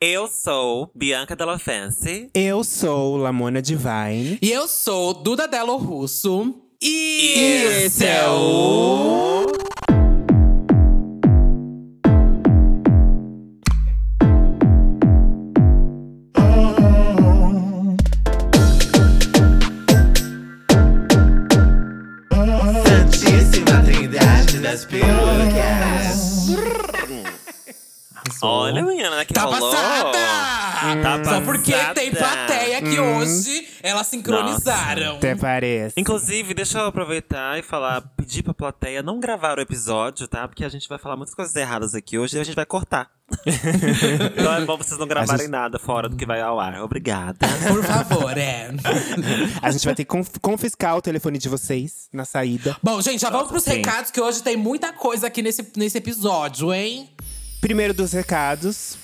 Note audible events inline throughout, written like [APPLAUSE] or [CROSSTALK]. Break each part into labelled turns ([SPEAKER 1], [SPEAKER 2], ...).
[SPEAKER 1] Eu sou Bianca Della Fence.
[SPEAKER 2] Eu sou Lamona Divine.
[SPEAKER 3] E eu sou Duda Delo Russo.
[SPEAKER 1] E
[SPEAKER 3] esse é o-
[SPEAKER 4] Santíssima Trindade das Perucas.
[SPEAKER 1] Olha, menina, que
[SPEAKER 3] Tá
[SPEAKER 1] rolou.
[SPEAKER 3] passada!
[SPEAKER 1] Tá
[SPEAKER 3] Só porque
[SPEAKER 1] passada.
[SPEAKER 3] tem plateia que hoje elas sincronizaram.
[SPEAKER 2] Até parece.
[SPEAKER 1] Inclusive, deixa eu aproveitar e falar, pedir pra plateia não gravar o episódio, tá? Porque a gente vai falar muitas coisas erradas aqui hoje e a gente vai
[SPEAKER 3] [LAUGHS]
[SPEAKER 1] cortar. então é bom vocês não gravarem
[SPEAKER 2] gente-
[SPEAKER 1] nada fora do que vai ao ar. Obrigada.
[SPEAKER 3] Por favor, é.
[SPEAKER 2] A gente vai ter que conf- confiscar o telefone de vocês na saída.
[SPEAKER 3] Bom, gente, já vamos pros
[SPEAKER 2] sim.
[SPEAKER 3] recados, que hoje tem muita coisa aqui nesse, nesse episódio, hein?
[SPEAKER 2] Primeiro dos recados.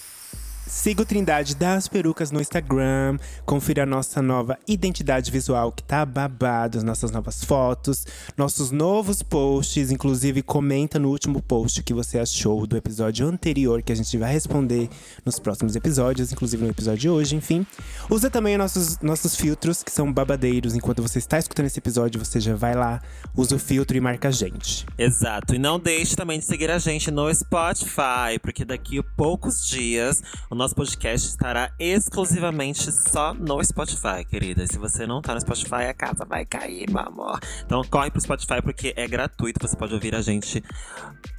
[SPEAKER 2] Siga o Trindade das Perucas no Instagram. Confira a nossa nova identidade visual que tá babado, as nossas novas fotos, nossos novos posts. Inclusive, comenta no último post o que você achou do episódio anterior, que a gente vai responder nos próximos episódios, inclusive no episódio de hoje, enfim. Usa também nossos, nossos filtros, que são babadeiros. Enquanto você está escutando esse episódio, você já vai lá, usa o filtro e marca a gente.
[SPEAKER 1] Exato. E não deixe também de seguir a gente no Spotify, porque daqui a poucos dias o nosso podcast estará exclusivamente só no Spotify, querida. E se você não tá no Spotify, a casa vai cair, meu amor. Então corre pro Spotify porque é gratuito, você pode ouvir a gente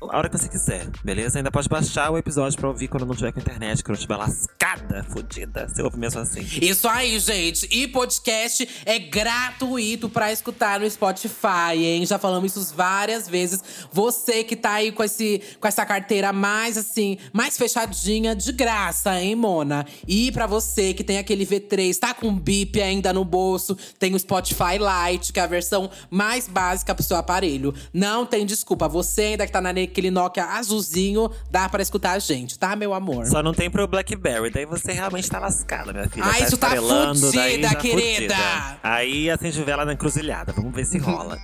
[SPEAKER 1] a hora que você quiser, beleza? Ainda pode baixar o episódio pra ouvir quando não tiver com internet, quando estiver lascada, fodida. Você ouve mesmo assim.
[SPEAKER 3] Isso aí, gente. E podcast é gratuito pra escutar no Spotify, hein? Já falamos isso várias vezes. Você que tá aí com, esse, com essa carteira mais assim, mais fechadinha, de graça, hein, Mona? E pra você que tem aquele V3, tá com bip ainda no bolso, tem o Spotify Lite, que é a versão mais básica pro seu aparelho. Não tem desculpa. Você ainda que tá naquele Nokia azulzinho, dá pra escutar a gente, tá, meu amor?
[SPEAKER 1] Só não tem pro Blackberry, daí você realmente tá lascada, minha filha.
[SPEAKER 3] Ah, isso tá
[SPEAKER 1] esfarelando,
[SPEAKER 3] fudida,
[SPEAKER 1] daí
[SPEAKER 3] querida.
[SPEAKER 1] fudida. Aí acende vela na encruzilhada, vamos ver se rola.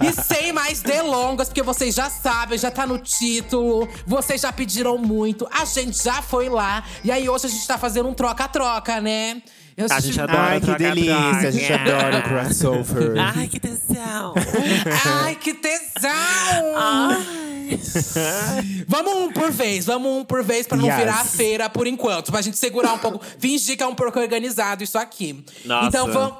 [SPEAKER 3] E sem mais delongas, porque vocês já sabem, já tá no título, vocês já pediram muito, a gente já foi lá. E aí hoje a gente tá fazendo um troca-troca, né? Eu
[SPEAKER 1] A gente adora
[SPEAKER 2] Ai, que
[SPEAKER 1] trocar
[SPEAKER 2] delícia! A gente
[SPEAKER 1] droga.
[SPEAKER 2] adora o
[SPEAKER 1] [LAUGHS]
[SPEAKER 2] crossover.
[SPEAKER 1] Ai, que
[SPEAKER 3] [LAUGHS]
[SPEAKER 1] tesão!
[SPEAKER 3] Tá tipo,
[SPEAKER 1] [LAUGHS]
[SPEAKER 3] Ai, que tesão! vamos um por vez, vamos um por vez pra não
[SPEAKER 2] Yes.
[SPEAKER 3] virar a feira por enquanto. Pra gente segurar um pouco, fingir que é um pouco organizado isso aqui.
[SPEAKER 1] Nossa.
[SPEAKER 3] Então vamos,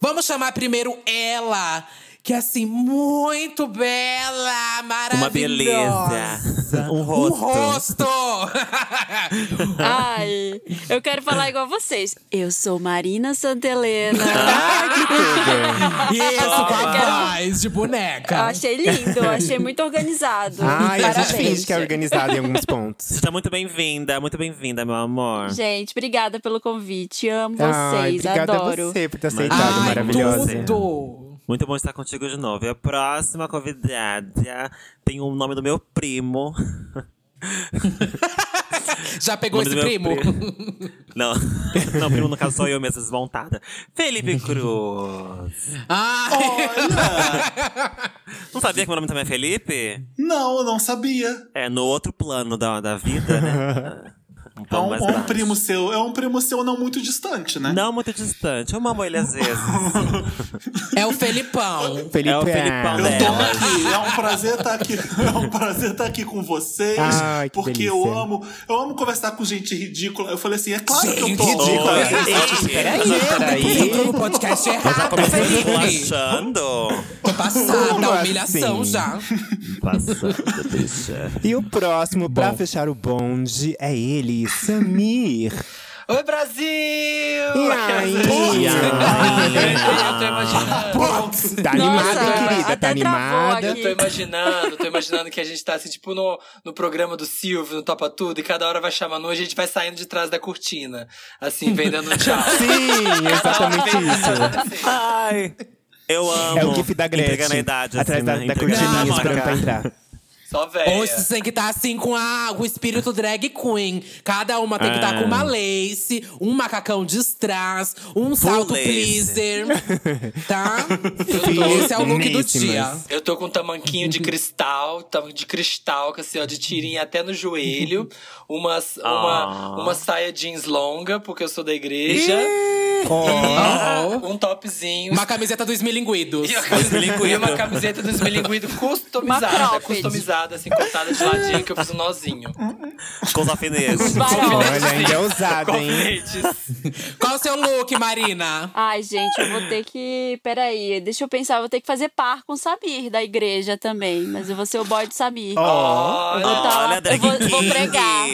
[SPEAKER 3] vamos chamar primeiro ela, que é assim, muito bela, maravilhosa.
[SPEAKER 1] Uma beleza. Um rosto.
[SPEAKER 3] Um rosto!
[SPEAKER 5] Ai, eu quero falar igual vocês. Eu sou Marina Santelena.
[SPEAKER 3] Isso, com a
[SPEAKER 5] Quero-
[SPEAKER 3] voz de
[SPEAKER 5] Eu
[SPEAKER 3] boneca.
[SPEAKER 5] achei lindo, eu achei muito organizado.
[SPEAKER 2] Ai, a gente
[SPEAKER 5] Parabéns.
[SPEAKER 2] finge que é organizado em alguns pontos.
[SPEAKER 1] Seja muito bem-vinda, muito bem-vinda, meu amor.
[SPEAKER 5] Gente, obrigada pelo convite. Amo
[SPEAKER 2] Ai,
[SPEAKER 5] [LAUGHS] vocês,
[SPEAKER 2] obrigada
[SPEAKER 5] adoro.
[SPEAKER 2] a você por ter
[SPEAKER 1] Ai,
[SPEAKER 2] aceitado,
[SPEAKER 1] tudo.
[SPEAKER 2] maravilhosa.
[SPEAKER 3] tudo!
[SPEAKER 1] Muito bom estar contigo de novo. E a próxima convidada tem o nome do meu primo. [LAUGHS]
[SPEAKER 3] Já pegou
[SPEAKER 1] Nome do
[SPEAKER 3] esse
[SPEAKER 1] meu
[SPEAKER 3] primo?
[SPEAKER 1] Não, [LAUGHS] não, primo no caso sou eu mesmo, desmontada. Felipe Cruz.
[SPEAKER 3] Ai,
[SPEAKER 1] Não sabia que meu nome também é Felipe?
[SPEAKER 4] Não, eu não sabia.
[SPEAKER 1] É, no outro plano da, da vida, né? Um
[SPEAKER 4] É
[SPEAKER 1] plano
[SPEAKER 4] um,
[SPEAKER 1] mais
[SPEAKER 4] é um
[SPEAKER 1] baixo.
[SPEAKER 4] primo seu, é um primo seu não muito distante, né?
[SPEAKER 1] Não muito distante. Eu amo ele às
[SPEAKER 2] [LAUGHS]
[SPEAKER 1] vezes.
[SPEAKER 3] é o Felipão.
[SPEAKER 2] Felipe,
[SPEAKER 1] É o Felipão
[SPEAKER 4] Eu tô
[SPEAKER 1] dela.
[SPEAKER 4] aqui, é um prazer estar aqui, [LAUGHS] é um prazer estar aqui com vocês,
[SPEAKER 2] Ai, que
[SPEAKER 4] porque
[SPEAKER 2] delícia.
[SPEAKER 4] eu amo, eu amo conversar com gente ridícula. Eu falei assim, é claro que eu tô
[SPEAKER 3] Gente
[SPEAKER 4] amo
[SPEAKER 3] ridícula. né?
[SPEAKER 4] conversar com
[SPEAKER 1] Ei,
[SPEAKER 4] gente-
[SPEAKER 1] peraí,
[SPEAKER 3] Você entrou no podcast errado, Felipe.
[SPEAKER 1] Relaxando.
[SPEAKER 3] Tô
[SPEAKER 2] Como
[SPEAKER 3] passada, a humilhação
[SPEAKER 2] assim?
[SPEAKER 3] já.
[SPEAKER 1] Passando, bicha.
[SPEAKER 2] E o próximo, pra fechar o bonde, é ele,
[SPEAKER 1] [LAUGHS]
[SPEAKER 2] Samir.
[SPEAKER 6] Oi, Brasil! [LAUGHS]
[SPEAKER 2] E aí?
[SPEAKER 6] Putz,
[SPEAKER 2] E aí?
[SPEAKER 6] Eu tô imaginando.
[SPEAKER 2] Tá animada,
[SPEAKER 5] Nossa,
[SPEAKER 2] hein, querida?
[SPEAKER 5] até
[SPEAKER 2] Tá animada?
[SPEAKER 5] travou
[SPEAKER 6] Eu tô imaginando, tô imaginando que a gente tá assim, tipo, no, no programa do Silvio, no Topa Tudo, e cada hora vai chamando um, a gente vai saindo de trás da cortina. Assim, vem dando um
[SPEAKER 2] [LAUGHS]
[SPEAKER 6] tchau. assim,
[SPEAKER 2] Sim, exatamente isso.
[SPEAKER 1] Ai. Eu amo.
[SPEAKER 2] É o gif da
[SPEAKER 1] Entrega na
[SPEAKER 2] Gretchen.
[SPEAKER 1] idade,
[SPEAKER 2] Atrás
[SPEAKER 1] assim,
[SPEAKER 2] da,
[SPEAKER 1] né?
[SPEAKER 2] da
[SPEAKER 1] Entrega na
[SPEAKER 2] cortininha
[SPEAKER 1] marca.
[SPEAKER 2] esperando pra entrar.
[SPEAKER 6] Só velha.
[SPEAKER 3] Hoje vocês têm que estar assim com a, o espírito drag queen. Cada uma tem que estar
[SPEAKER 2] Ah.
[SPEAKER 3] com uma lace, um macacão de strass, um salto
[SPEAKER 1] lace.
[SPEAKER 3] pleaser. Tá? Esse é o look do dia.
[SPEAKER 2] Finíssimas.
[SPEAKER 6] Eu tô com um tamanquinho de cristal, tamanho de cristal, que assim, ó, de tirinha até no joelho. Umas, uma,
[SPEAKER 1] Ah.
[SPEAKER 6] uma saia jeans longa, porque eu sou da igreja.
[SPEAKER 3] Ó.
[SPEAKER 6] Um topzinho.
[SPEAKER 3] Uma camiseta dos milinguidos.
[SPEAKER 6] E uma camiseta-
[SPEAKER 3] [LAUGHS]
[SPEAKER 6] e uma camiseta dos milinguidos
[SPEAKER 5] Uma
[SPEAKER 6] customizada,
[SPEAKER 5] cropped.
[SPEAKER 6] customizada, assim, cortada de ladinho, que eu fiz um
[SPEAKER 1] [LAUGHS]
[SPEAKER 6] nozinho.
[SPEAKER 1] Com os alfinetes.
[SPEAKER 5] Varal.
[SPEAKER 2] Olha, ainda é ousado,
[SPEAKER 6] Com
[SPEAKER 2] hein?
[SPEAKER 6] fletes.
[SPEAKER 3] Qual o seu look, Marina?
[SPEAKER 5] Ai, gente, eu vou ter que. Peraí, deixa eu pensar, eu vou ter que fazer par com o Samir da igreja também. Mas eu vou ser o boy do Samir.
[SPEAKER 6] Olha.
[SPEAKER 5] Vou tá lá-
[SPEAKER 1] Olha, drag
[SPEAKER 5] eu vou- vou
[SPEAKER 1] king.
[SPEAKER 5] pregar.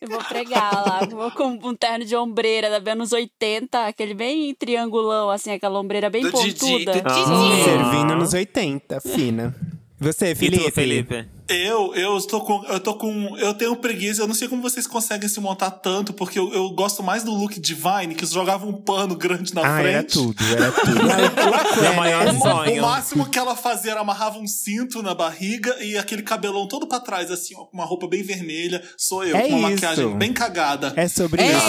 [SPEAKER 5] Eu vou pregar lá, eu vou com um terno de ombreira da anos 80, aquele bem triangulão, assim, aquela ombreira bem
[SPEAKER 6] Do Didi,
[SPEAKER 5] pontuda.
[SPEAKER 6] do Didi.
[SPEAKER 1] Ah.
[SPEAKER 2] Servindo nos 80, fina. Você,
[SPEAKER 1] E
[SPEAKER 2] Felipe?
[SPEAKER 1] tu, Felipe?
[SPEAKER 4] Eu, eu estou com. Eu tô com. Eu tenho preguiça, eu não sei como vocês conseguem se montar tanto, porque eu, eu gosto mais do look Divine, que jogava um pano grande na
[SPEAKER 2] Ah,
[SPEAKER 4] frente.
[SPEAKER 2] era tudo, era tudo.
[SPEAKER 1] [LAUGHS] Meu
[SPEAKER 2] é
[SPEAKER 1] maior
[SPEAKER 4] O- É, O
[SPEAKER 1] sonho.
[SPEAKER 4] máximo que ela fazia era amarrava um cinto na barriga e aquele cabelão todo pra trás, assim, ó, com uma roupa bem vermelha. Sou eu,
[SPEAKER 2] É
[SPEAKER 4] com uma
[SPEAKER 2] isso.
[SPEAKER 4] maquiagem bem cagada.
[SPEAKER 2] É sobre
[SPEAKER 3] É,
[SPEAKER 2] isso.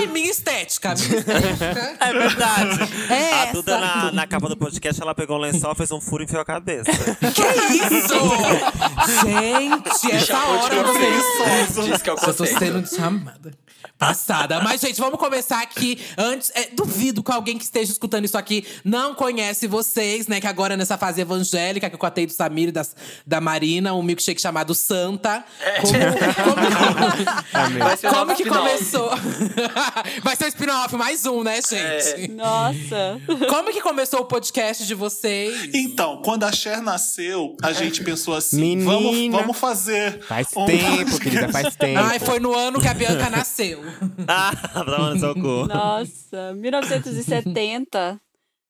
[SPEAKER 3] ai, minha estética. minha estética. é verdade. É
[SPEAKER 1] A
[SPEAKER 3] essa.
[SPEAKER 1] Duda, na, na capa do podcast, ela pegou um lençol, fez um furo e enfiou a cabeça. [LAUGHS]
[SPEAKER 3] Que isso? gente, essa
[SPEAKER 6] Chamou de
[SPEAKER 3] hora você
[SPEAKER 6] conceito. Diz que é o
[SPEAKER 3] Eu tô
[SPEAKER 6] conceito.
[SPEAKER 3] sendo chamada. Passada. Mas, gente, vamos começar aqui. Antes, é, duvido que alguém que esteja escutando isso aqui não conhece vocês, né? Que agora nessa fase evangélica que eu catei do Samir e das, da Marina, um milkshake chamado Santa. Como,
[SPEAKER 6] [LAUGHS]
[SPEAKER 3] como-
[SPEAKER 6] Vai ser É. o
[SPEAKER 3] como
[SPEAKER 6] nosso
[SPEAKER 3] que
[SPEAKER 6] spin-off.
[SPEAKER 3] começou? [LAUGHS] Vai ser o spin-off, mais um, né,
[SPEAKER 6] É.
[SPEAKER 3] gente?
[SPEAKER 5] Nossa.
[SPEAKER 3] Como que começou o podcast de vocês?
[SPEAKER 4] Então, quando a Cher nasceu, a gente pensou assim:
[SPEAKER 2] Menina.
[SPEAKER 4] vamos, vamos fazer.
[SPEAKER 2] Faz
[SPEAKER 4] um
[SPEAKER 2] tempo,
[SPEAKER 4] podcast.
[SPEAKER 2] querida, faz tempo.
[SPEAKER 3] Ai, foi no ano que a Bianca nasceu.
[SPEAKER 1] ah, [LAUGHS] tá no seu cu.
[SPEAKER 5] Nossa, 1970,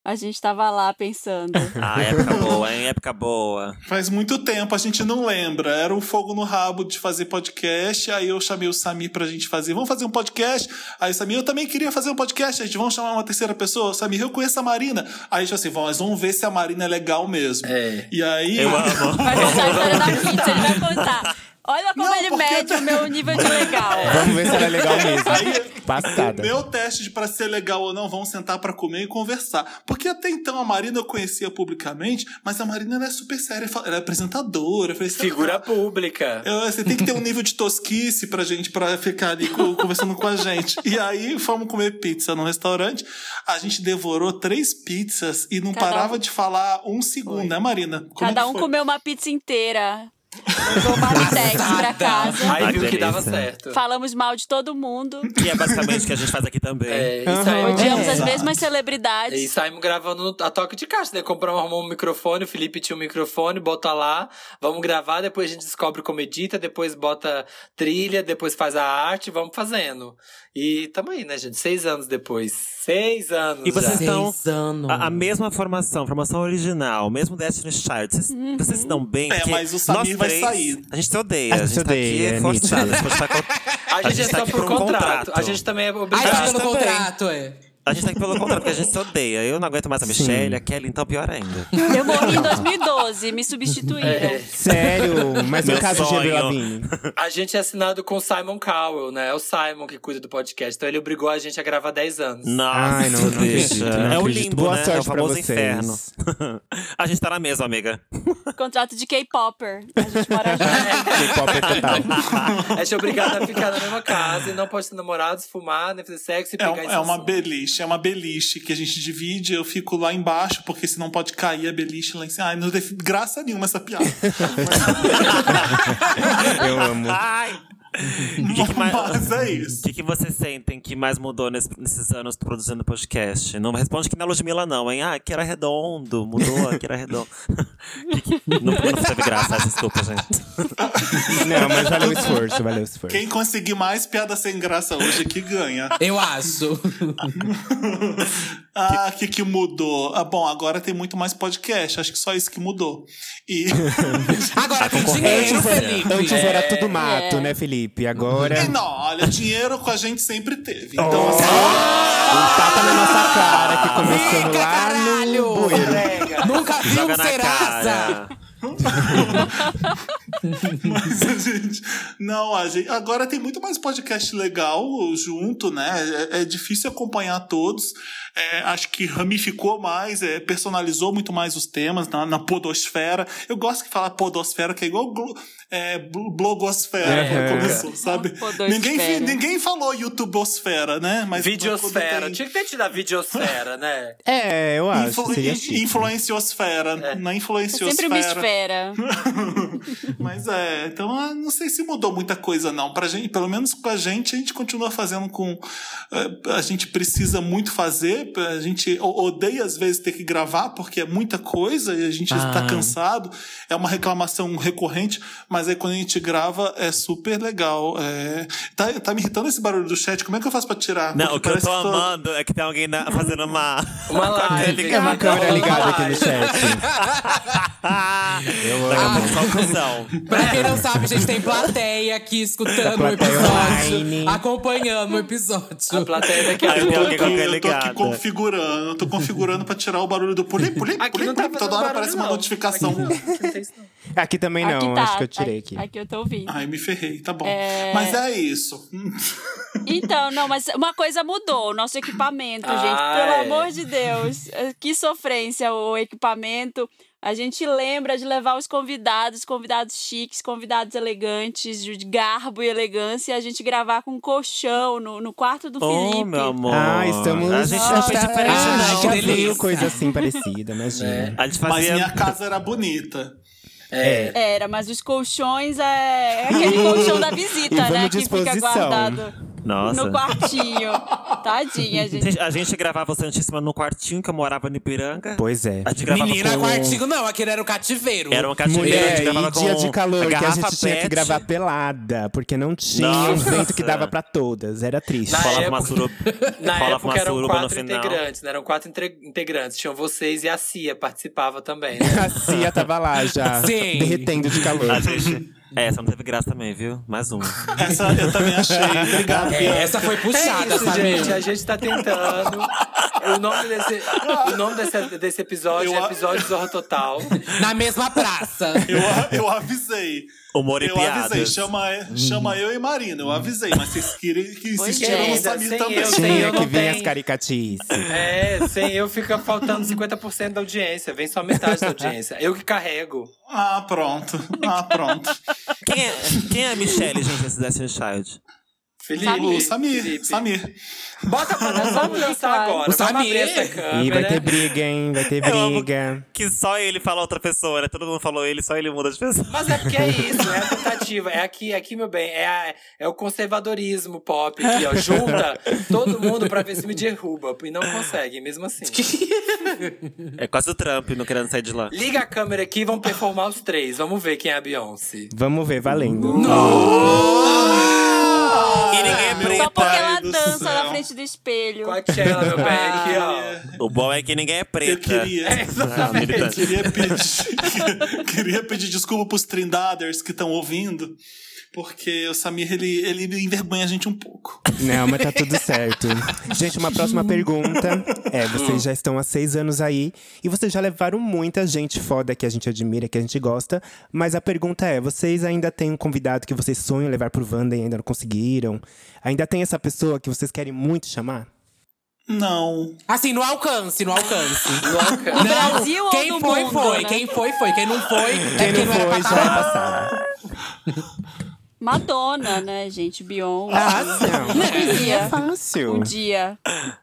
[SPEAKER 5] a gente tava lá pensando.
[SPEAKER 1] Ah, época boa, hein? Época boa.
[SPEAKER 4] Faz muito tempo, a gente não lembra. Era um fogo no rabo de fazer podcast. Aí eu chamei o Samir pra gente fazer. Vamos fazer um podcast? Aí o Samir, eu também queria fazer um podcast. A gente vamos chamar uma terceira pessoa. Samir, eu conheço a Marina. Aí a gente assim, vamos, vamos ver se a Marina é legal mesmo.
[SPEAKER 6] É.
[SPEAKER 4] E
[SPEAKER 2] [LAUGHS]
[SPEAKER 4] aí.
[SPEAKER 1] Eu amo.
[SPEAKER 5] Vai contar a história da pizza, ele vai contar. Olha como
[SPEAKER 4] Não,
[SPEAKER 5] ele
[SPEAKER 4] porque-
[SPEAKER 5] mede o meu nível de
[SPEAKER 6] [LAUGHS]
[SPEAKER 5] legal.
[SPEAKER 2] Vamos ver se ela é legal mesmo.
[SPEAKER 4] [LAUGHS] O
[SPEAKER 2] Passada.
[SPEAKER 4] Meu teste de pra ser legal ou não, vamos sentar pra comer e conversar. Porque até então a Marina eu conhecia publicamente, mas a Marina ela é super séria, ela é apresentadora. Eu falei, "Você- tá
[SPEAKER 6] Figura pública.
[SPEAKER 4] Eu- Você tem que ter um nível de tosquice pra gente, pra ficar ali co- conversando com a gente. E aí fomos comer pizza num restaurante. A gente devorou três pizzas e não
[SPEAKER 5] Cada
[SPEAKER 4] parava
[SPEAKER 5] um-
[SPEAKER 4] de falar um segundo, né, Marina? Como é
[SPEAKER 5] Cada
[SPEAKER 4] que
[SPEAKER 5] um
[SPEAKER 4] foi?
[SPEAKER 5] comeu uma pizza
[SPEAKER 6] [LAUGHS]
[SPEAKER 5] inteira. Levou marmitex pra casa.
[SPEAKER 6] Aí
[SPEAKER 1] Ah,
[SPEAKER 6] viu que
[SPEAKER 1] delícia.
[SPEAKER 6] dava certo.
[SPEAKER 5] Falamos mal de todo mundo.
[SPEAKER 1] Que é basicamente o que a gente faz aqui também.
[SPEAKER 6] É, isso aí.
[SPEAKER 5] Odiamos as
[SPEAKER 4] Exato.
[SPEAKER 5] mesmas
[SPEAKER 6] E
[SPEAKER 5] celebridades.
[SPEAKER 6] saímos gravando no- a toque de caixa, né? Compramos, arrumamos um microfone, o Felipe tinha um microfone, bota lá, vamos gravar, depois a gente descobre como edita, depois bota trilha, depois faz a arte, vamos fazendo. E tamo aí, né, gente? Seis anos depois. Seis anos
[SPEAKER 1] E vocês
[SPEAKER 6] já.
[SPEAKER 1] estão.
[SPEAKER 3] Seis anos.
[SPEAKER 1] A, a mesma formação, formação original, mesmo Destiny's Child. Vocês, vocês se dão bem?
[SPEAKER 4] É,
[SPEAKER 1] Porque
[SPEAKER 4] mas o Samir
[SPEAKER 1] nós
[SPEAKER 4] vai
[SPEAKER 1] três,
[SPEAKER 4] sair.
[SPEAKER 1] A gente se odeia.
[SPEAKER 2] Uhum. A
[SPEAKER 1] A
[SPEAKER 2] gente
[SPEAKER 1] gente,
[SPEAKER 2] se odeia,
[SPEAKER 1] tá
[SPEAKER 2] é
[SPEAKER 1] aqui forçado.
[SPEAKER 2] nítido.
[SPEAKER 1] A gente tá, co-
[SPEAKER 6] A gente é
[SPEAKER 1] tá
[SPEAKER 6] só
[SPEAKER 1] aqui
[SPEAKER 6] por
[SPEAKER 1] um
[SPEAKER 6] contrato. A gente também é
[SPEAKER 3] Ai,
[SPEAKER 6] obrigado.
[SPEAKER 3] gente, pelo
[SPEAKER 1] também.
[SPEAKER 3] contrato, é.
[SPEAKER 1] a gente tá aqui pelo contrato, porque a gente se odeia. Eu não aguento mais a Michelle, a Kelly, então pior ainda.
[SPEAKER 5] Eu morri em 2012, me substituíram.
[SPEAKER 2] É. Sério, mas no
[SPEAKER 1] Meu
[SPEAKER 2] caso de Avril
[SPEAKER 1] sonho.
[SPEAKER 2] Lavigne.
[SPEAKER 6] A gente é assinado com o Simon Cowell, né? É o Simon que cuida do podcast. Então ele obrigou a gente a gravar 10 anos.
[SPEAKER 1] Nossa,
[SPEAKER 2] Ai, não, não
[SPEAKER 1] deixa.
[SPEAKER 2] acredito, não
[SPEAKER 1] é o
[SPEAKER 2] acredito.
[SPEAKER 1] limbo,
[SPEAKER 2] Boa
[SPEAKER 1] né? é o
[SPEAKER 2] sorte pra
[SPEAKER 1] famoso
[SPEAKER 2] vocês.
[SPEAKER 1] inferno. [LAUGHS] a gente tá na mesma, amiga.
[SPEAKER 5] Contrato de K-Popper. A gente mora junto.
[SPEAKER 2] K-pop é total.
[SPEAKER 6] A gente é obrigado a ficar na mesma casa e não pode ter namorados, fumar, nem fazer sexo e
[SPEAKER 4] É,
[SPEAKER 6] pegar
[SPEAKER 4] um-
[SPEAKER 6] esse
[SPEAKER 4] é uma
[SPEAKER 6] assunto.
[SPEAKER 4] beliche, é uma beliche que a gente divide, eu fico lá embaixo, porque senão pode cair a beliche lá em cima. Ai, não teve graça nenhuma
[SPEAKER 5] [LAUGHS]
[SPEAKER 4] essa piada.
[SPEAKER 2] Eu amo.
[SPEAKER 1] Ai! O que, que mais-
[SPEAKER 4] Mas é isso.
[SPEAKER 1] O que, que vocês sentem que mais mudou nesse- nesses anos produzindo podcast? Não responde que na Ludmilla, não, hein? Ah, que era redondo, mudou, aqui era redondo. [LAUGHS] Que que- não, não teve graça, [LAUGHS] desculpa, gente.
[SPEAKER 2] Não, mas valeu o esforço, valeu o esforço.
[SPEAKER 4] Quem conseguir mais piada sem graça hoje é que ganha.
[SPEAKER 3] Eu acho.
[SPEAKER 4] Ah, o que, que mudou? Ah, bom, agora tem muito mais podcast, acho que só isso que mudou. E.
[SPEAKER 5] [LAUGHS]
[SPEAKER 3] Agora tem dinheiro, Felipe.
[SPEAKER 2] Antes era tudo mato,
[SPEAKER 5] É.
[SPEAKER 2] né, Felipe? Agora.
[SPEAKER 4] E não, olha, dinheiro com a gente sempre teve. Então,
[SPEAKER 2] Oh.
[SPEAKER 4] assim, [LAUGHS]
[SPEAKER 2] Um tapa na nossa cara que começamos
[SPEAKER 3] Fica,
[SPEAKER 2] lá no
[SPEAKER 3] caralho!
[SPEAKER 2] bueiro.
[SPEAKER 3] Nunca vi um
[SPEAKER 1] Joga na
[SPEAKER 3] Serasa!
[SPEAKER 1] cara.
[SPEAKER 4] Mas a gente. Não, a gente. Agora tem muito mais podcast legal junto, né? É, é difícil acompanhar todos. É, acho que ramificou mais, é, personalizou muito mais os temas na, na podosfera. Eu gosto que fala podosfera, que é igual glo- é, bl- blogosfera,
[SPEAKER 2] É.
[SPEAKER 4] quando começou, sabe?
[SPEAKER 5] Podosfera.
[SPEAKER 4] Ninguém, fi- ninguém falou youtubosfera, né? Mas
[SPEAKER 6] Videosfera.
[SPEAKER 4] quando tem-
[SPEAKER 6] Tinha que ter tido a videosfera, né?
[SPEAKER 2] É, tipo, eu acho.
[SPEAKER 4] Influ
[SPEAKER 2] seria
[SPEAKER 4] in-
[SPEAKER 2] chique.
[SPEAKER 4] influenciosfera. Na
[SPEAKER 5] É sempre uma
[SPEAKER 4] influenciosfera.
[SPEAKER 5] esfera.
[SPEAKER 4] Mas é, então ah, não sei se mudou muita coisa, não. Pra gente, pelo menos com a gente, a gente continua fazendo com. eh, A gente precisa muito fazer. A gente o- odeia às vezes ter que gravar, porque é muita coisa e a gente
[SPEAKER 1] Ah.
[SPEAKER 4] está cansado. É uma reclamação recorrente, mas aí quando a gente grava é super legal. É, tá, tá me irritando esse barulho do chat. Como é que eu faço pra tirar?
[SPEAKER 1] Não, o
[SPEAKER 4] Porque
[SPEAKER 1] que eu
[SPEAKER 4] parece
[SPEAKER 1] tô
[SPEAKER 4] que tô-
[SPEAKER 1] amando é que tem alguém na- fazendo uma. [LAUGHS]
[SPEAKER 6] Uma live.
[SPEAKER 2] É uma câmera ligada aqui no chat.
[SPEAKER 1] Daqui a pouco só cuzão.
[SPEAKER 3] Pra quem não sabe, gente, tem plateia aqui escutando
[SPEAKER 2] A
[SPEAKER 3] o
[SPEAKER 2] plateia
[SPEAKER 3] episódio,
[SPEAKER 2] online.
[SPEAKER 3] acompanhando o episódio.
[SPEAKER 6] A plateia daqui
[SPEAKER 1] Aí
[SPEAKER 6] a
[SPEAKER 1] tem
[SPEAKER 4] Eu tô,
[SPEAKER 1] alguém
[SPEAKER 6] pouco.
[SPEAKER 1] com a
[SPEAKER 4] aqui,
[SPEAKER 1] câmera
[SPEAKER 4] eu tô aqui
[SPEAKER 1] é ligada.
[SPEAKER 4] configurando, eu tô configurando pra tirar o barulho do pulim, pulim,
[SPEAKER 6] Aqui
[SPEAKER 4] pulim,
[SPEAKER 6] não tá
[SPEAKER 4] pulim. Toda
[SPEAKER 6] fazendo
[SPEAKER 4] hora
[SPEAKER 6] barulho,
[SPEAKER 4] aparece uma
[SPEAKER 6] não. tá
[SPEAKER 4] notificação.
[SPEAKER 6] Aqui não tem isso, não.
[SPEAKER 2] Aqui também não,
[SPEAKER 5] aqui tá.
[SPEAKER 2] acho que eu tirei aqui.
[SPEAKER 5] Aqui eu tô ouvindo.
[SPEAKER 4] Ai, me ferrei, tá bom.
[SPEAKER 5] É.
[SPEAKER 4] Mas é isso.
[SPEAKER 5] Então, não, mas uma coisa mudou, o nosso equipamento, gente.
[SPEAKER 6] Ah,
[SPEAKER 5] Pelo
[SPEAKER 6] é.
[SPEAKER 5] amor de Deus, eh, que sofrência o equipamento. A gente lembra de levar os convidados, convidados chiques, convidados elegantes, de garbo e elegância, e a gente gravar com um colchão no, no quarto do
[SPEAKER 1] Oh,
[SPEAKER 5] Felipe.
[SPEAKER 1] meu amor.
[SPEAKER 2] Ah, estamos.
[SPEAKER 1] A gente não
[SPEAKER 5] Nossa,
[SPEAKER 1] foi diferente,
[SPEAKER 2] Ah,
[SPEAKER 3] não.
[SPEAKER 2] já
[SPEAKER 1] não.
[SPEAKER 3] que
[SPEAKER 2] viu
[SPEAKER 3] delícia.
[SPEAKER 2] coisa assim parecida, imagina.
[SPEAKER 1] é A gente
[SPEAKER 4] Mas minha
[SPEAKER 1] fazia.
[SPEAKER 4] casa era bonita.
[SPEAKER 2] É.
[SPEAKER 5] Era, mas os colchões é, é aquele colchão da
[SPEAKER 2] E
[SPEAKER 5] visita,
[SPEAKER 2] vamos
[SPEAKER 5] né?
[SPEAKER 2] de
[SPEAKER 5] Que fica
[SPEAKER 2] exposição.
[SPEAKER 5] guardado
[SPEAKER 1] Nossa.
[SPEAKER 5] no quartinho. Tadinha, gente.
[SPEAKER 1] Gente, A gente gravava o Santíssima no um quartinho que eu morava no Ipiranga.
[SPEAKER 2] Pois é.
[SPEAKER 1] A gente gravava
[SPEAKER 3] Menina,
[SPEAKER 1] com...
[SPEAKER 3] quartinho não, aquele era o cativeiro.
[SPEAKER 1] Era um uma cativeira, a
[SPEAKER 2] Mulher,
[SPEAKER 1] gente gravava
[SPEAKER 2] e dia
[SPEAKER 1] com
[SPEAKER 2] de calor que a
[SPEAKER 1] garrafa
[SPEAKER 2] gente tinha que
[SPEAKER 1] pet.
[SPEAKER 2] gravar pelada, porque não tinha um
[SPEAKER 1] Nossa.
[SPEAKER 2] vento que dava pra todas, era triste.
[SPEAKER 6] Na
[SPEAKER 1] Falava
[SPEAKER 6] época-
[SPEAKER 1] uma suruba. [LAUGHS]
[SPEAKER 6] Na
[SPEAKER 1] Falava
[SPEAKER 6] época
[SPEAKER 1] uma
[SPEAKER 6] eram
[SPEAKER 1] suruba no
[SPEAKER 6] quatro
[SPEAKER 1] final.
[SPEAKER 6] integrantes, né? Eram quatro inte- integrantes. Tinham vocês e a Cia participava também. né?
[SPEAKER 2] A Cia tava lá
[SPEAKER 1] [LAUGHS]
[SPEAKER 2] já,
[SPEAKER 3] Sim.
[SPEAKER 2] derretendo de calor.
[SPEAKER 1] A gente. É, essa não teve graça também, viu? Mais um.
[SPEAKER 4] Essa eu também achei. Obrigado,
[SPEAKER 3] É,
[SPEAKER 4] Bia.
[SPEAKER 3] essa foi
[SPEAKER 6] É
[SPEAKER 3] puxada,
[SPEAKER 6] isso,
[SPEAKER 3] sabe?
[SPEAKER 6] gente. A gente tá tentando. O nome desse, o nome desse, desse episódio
[SPEAKER 4] Eu
[SPEAKER 6] é
[SPEAKER 4] a-
[SPEAKER 6] Episódio Zorra Total.
[SPEAKER 3] Na mesma praça.
[SPEAKER 4] Eu, a- eu avisei.
[SPEAKER 1] Humor e
[SPEAKER 4] Eu avisei.
[SPEAKER 1] piadas.
[SPEAKER 4] Chama, chama eu e Marina. Eu avisei. Mas vocês querem que
[SPEAKER 5] Pois é,
[SPEAKER 4] insistiram no
[SPEAKER 5] ainda
[SPEAKER 4] Samir
[SPEAKER 6] sem
[SPEAKER 4] também.
[SPEAKER 6] eu, sem
[SPEAKER 2] Tinha
[SPEAKER 6] eu não
[SPEAKER 2] que vir
[SPEAKER 6] tenho.
[SPEAKER 2] as caricatices.
[SPEAKER 6] É, sem eu fica faltando 50% da audiência. Vem só metade da audiência. Eu que carrego.
[SPEAKER 4] Ah, pronto. Ah, pronto.
[SPEAKER 1] Quem é, quem é a Michelle, gente, nesse Destiny Child?
[SPEAKER 6] Felipe.
[SPEAKER 4] O Samir.
[SPEAKER 6] Felipe.
[SPEAKER 4] Samir.
[SPEAKER 6] Bota pra nós. Vamos dançar
[SPEAKER 5] Claro.
[SPEAKER 6] agora.
[SPEAKER 3] O
[SPEAKER 6] Vamos abrir
[SPEAKER 3] Samir.
[SPEAKER 6] essa
[SPEAKER 2] E vai
[SPEAKER 6] câmera.
[SPEAKER 2] ter briga, hein? Vai ter
[SPEAKER 1] É Eu amo-
[SPEAKER 2] briga.
[SPEAKER 1] Que só ele fala outra pessoa, né? Todo mundo falou ele, só ele muda de pessoa.
[SPEAKER 6] Mas é porque é isso, é a tentativa. É aqui, é aqui meu bem, é, a- é o conservadorismo pop aqui, ó. Junta todo mundo pra ver se me derruba. E não consegue, mesmo assim.
[SPEAKER 1] É quase o Trump não querendo sair de lá.
[SPEAKER 6] Liga a câmera aqui, vamos performar os três. Vamos ver quem é a Beyoncé.
[SPEAKER 2] Vamos ver, valendo.
[SPEAKER 1] E ninguém é
[SPEAKER 5] Só
[SPEAKER 1] preta.
[SPEAKER 5] porque ela
[SPEAKER 4] do
[SPEAKER 5] dança
[SPEAKER 4] céu.
[SPEAKER 5] na frente do espelho.
[SPEAKER 6] Coachella, meu bem, aqui, ó.
[SPEAKER 1] O bom é que ninguém é preta.
[SPEAKER 4] Eu queria.
[SPEAKER 1] Ah, militante.
[SPEAKER 4] Queria pedir, [LAUGHS] queria pedir desculpa pros Trindaders que estão ouvindo, porque o Samir ele, ele envergonha a gente um pouco.
[SPEAKER 2] Não, mas tá tudo certo. Gente, uma próxima pergunta. É, vocês já estão há seis anos aí e vocês já levaram muita gente foda que a gente admira, que a gente gosta. Mas a pergunta é: vocês ainda têm um convidado que vocês sonham levar pro Wanda e ainda não conseguiram? Ainda tem essa pessoa que vocês querem muito chamar?
[SPEAKER 4] Não.
[SPEAKER 3] Assim, no alcance, no alcance.
[SPEAKER 6] Louca.
[SPEAKER 3] No
[SPEAKER 5] Brasil ou
[SPEAKER 3] quem
[SPEAKER 5] no
[SPEAKER 3] foi,
[SPEAKER 5] mundo,
[SPEAKER 3] foi.
[SPEAKER 5] né?
[SPEAKER 3] Quem foi, foi. Quem não foi, é
[SPEAKER 2] Quem não
[SPEAKER 3] porque não era pra
[SPEAKER 2] foi já
[SPEAKER 3] estar
[SPEAKER 2] é
[SPEAKER 3] lá.
[SPEAKER 2] passado.
[SPEAKER 5] Madonna, né, gente? Beyoncé.
[SPEAKER 2] Ah, não.
[SPEAKER 5] Um dia.
[SPEAKER 2] Fácil.
[SPEAKER 5] Um dia.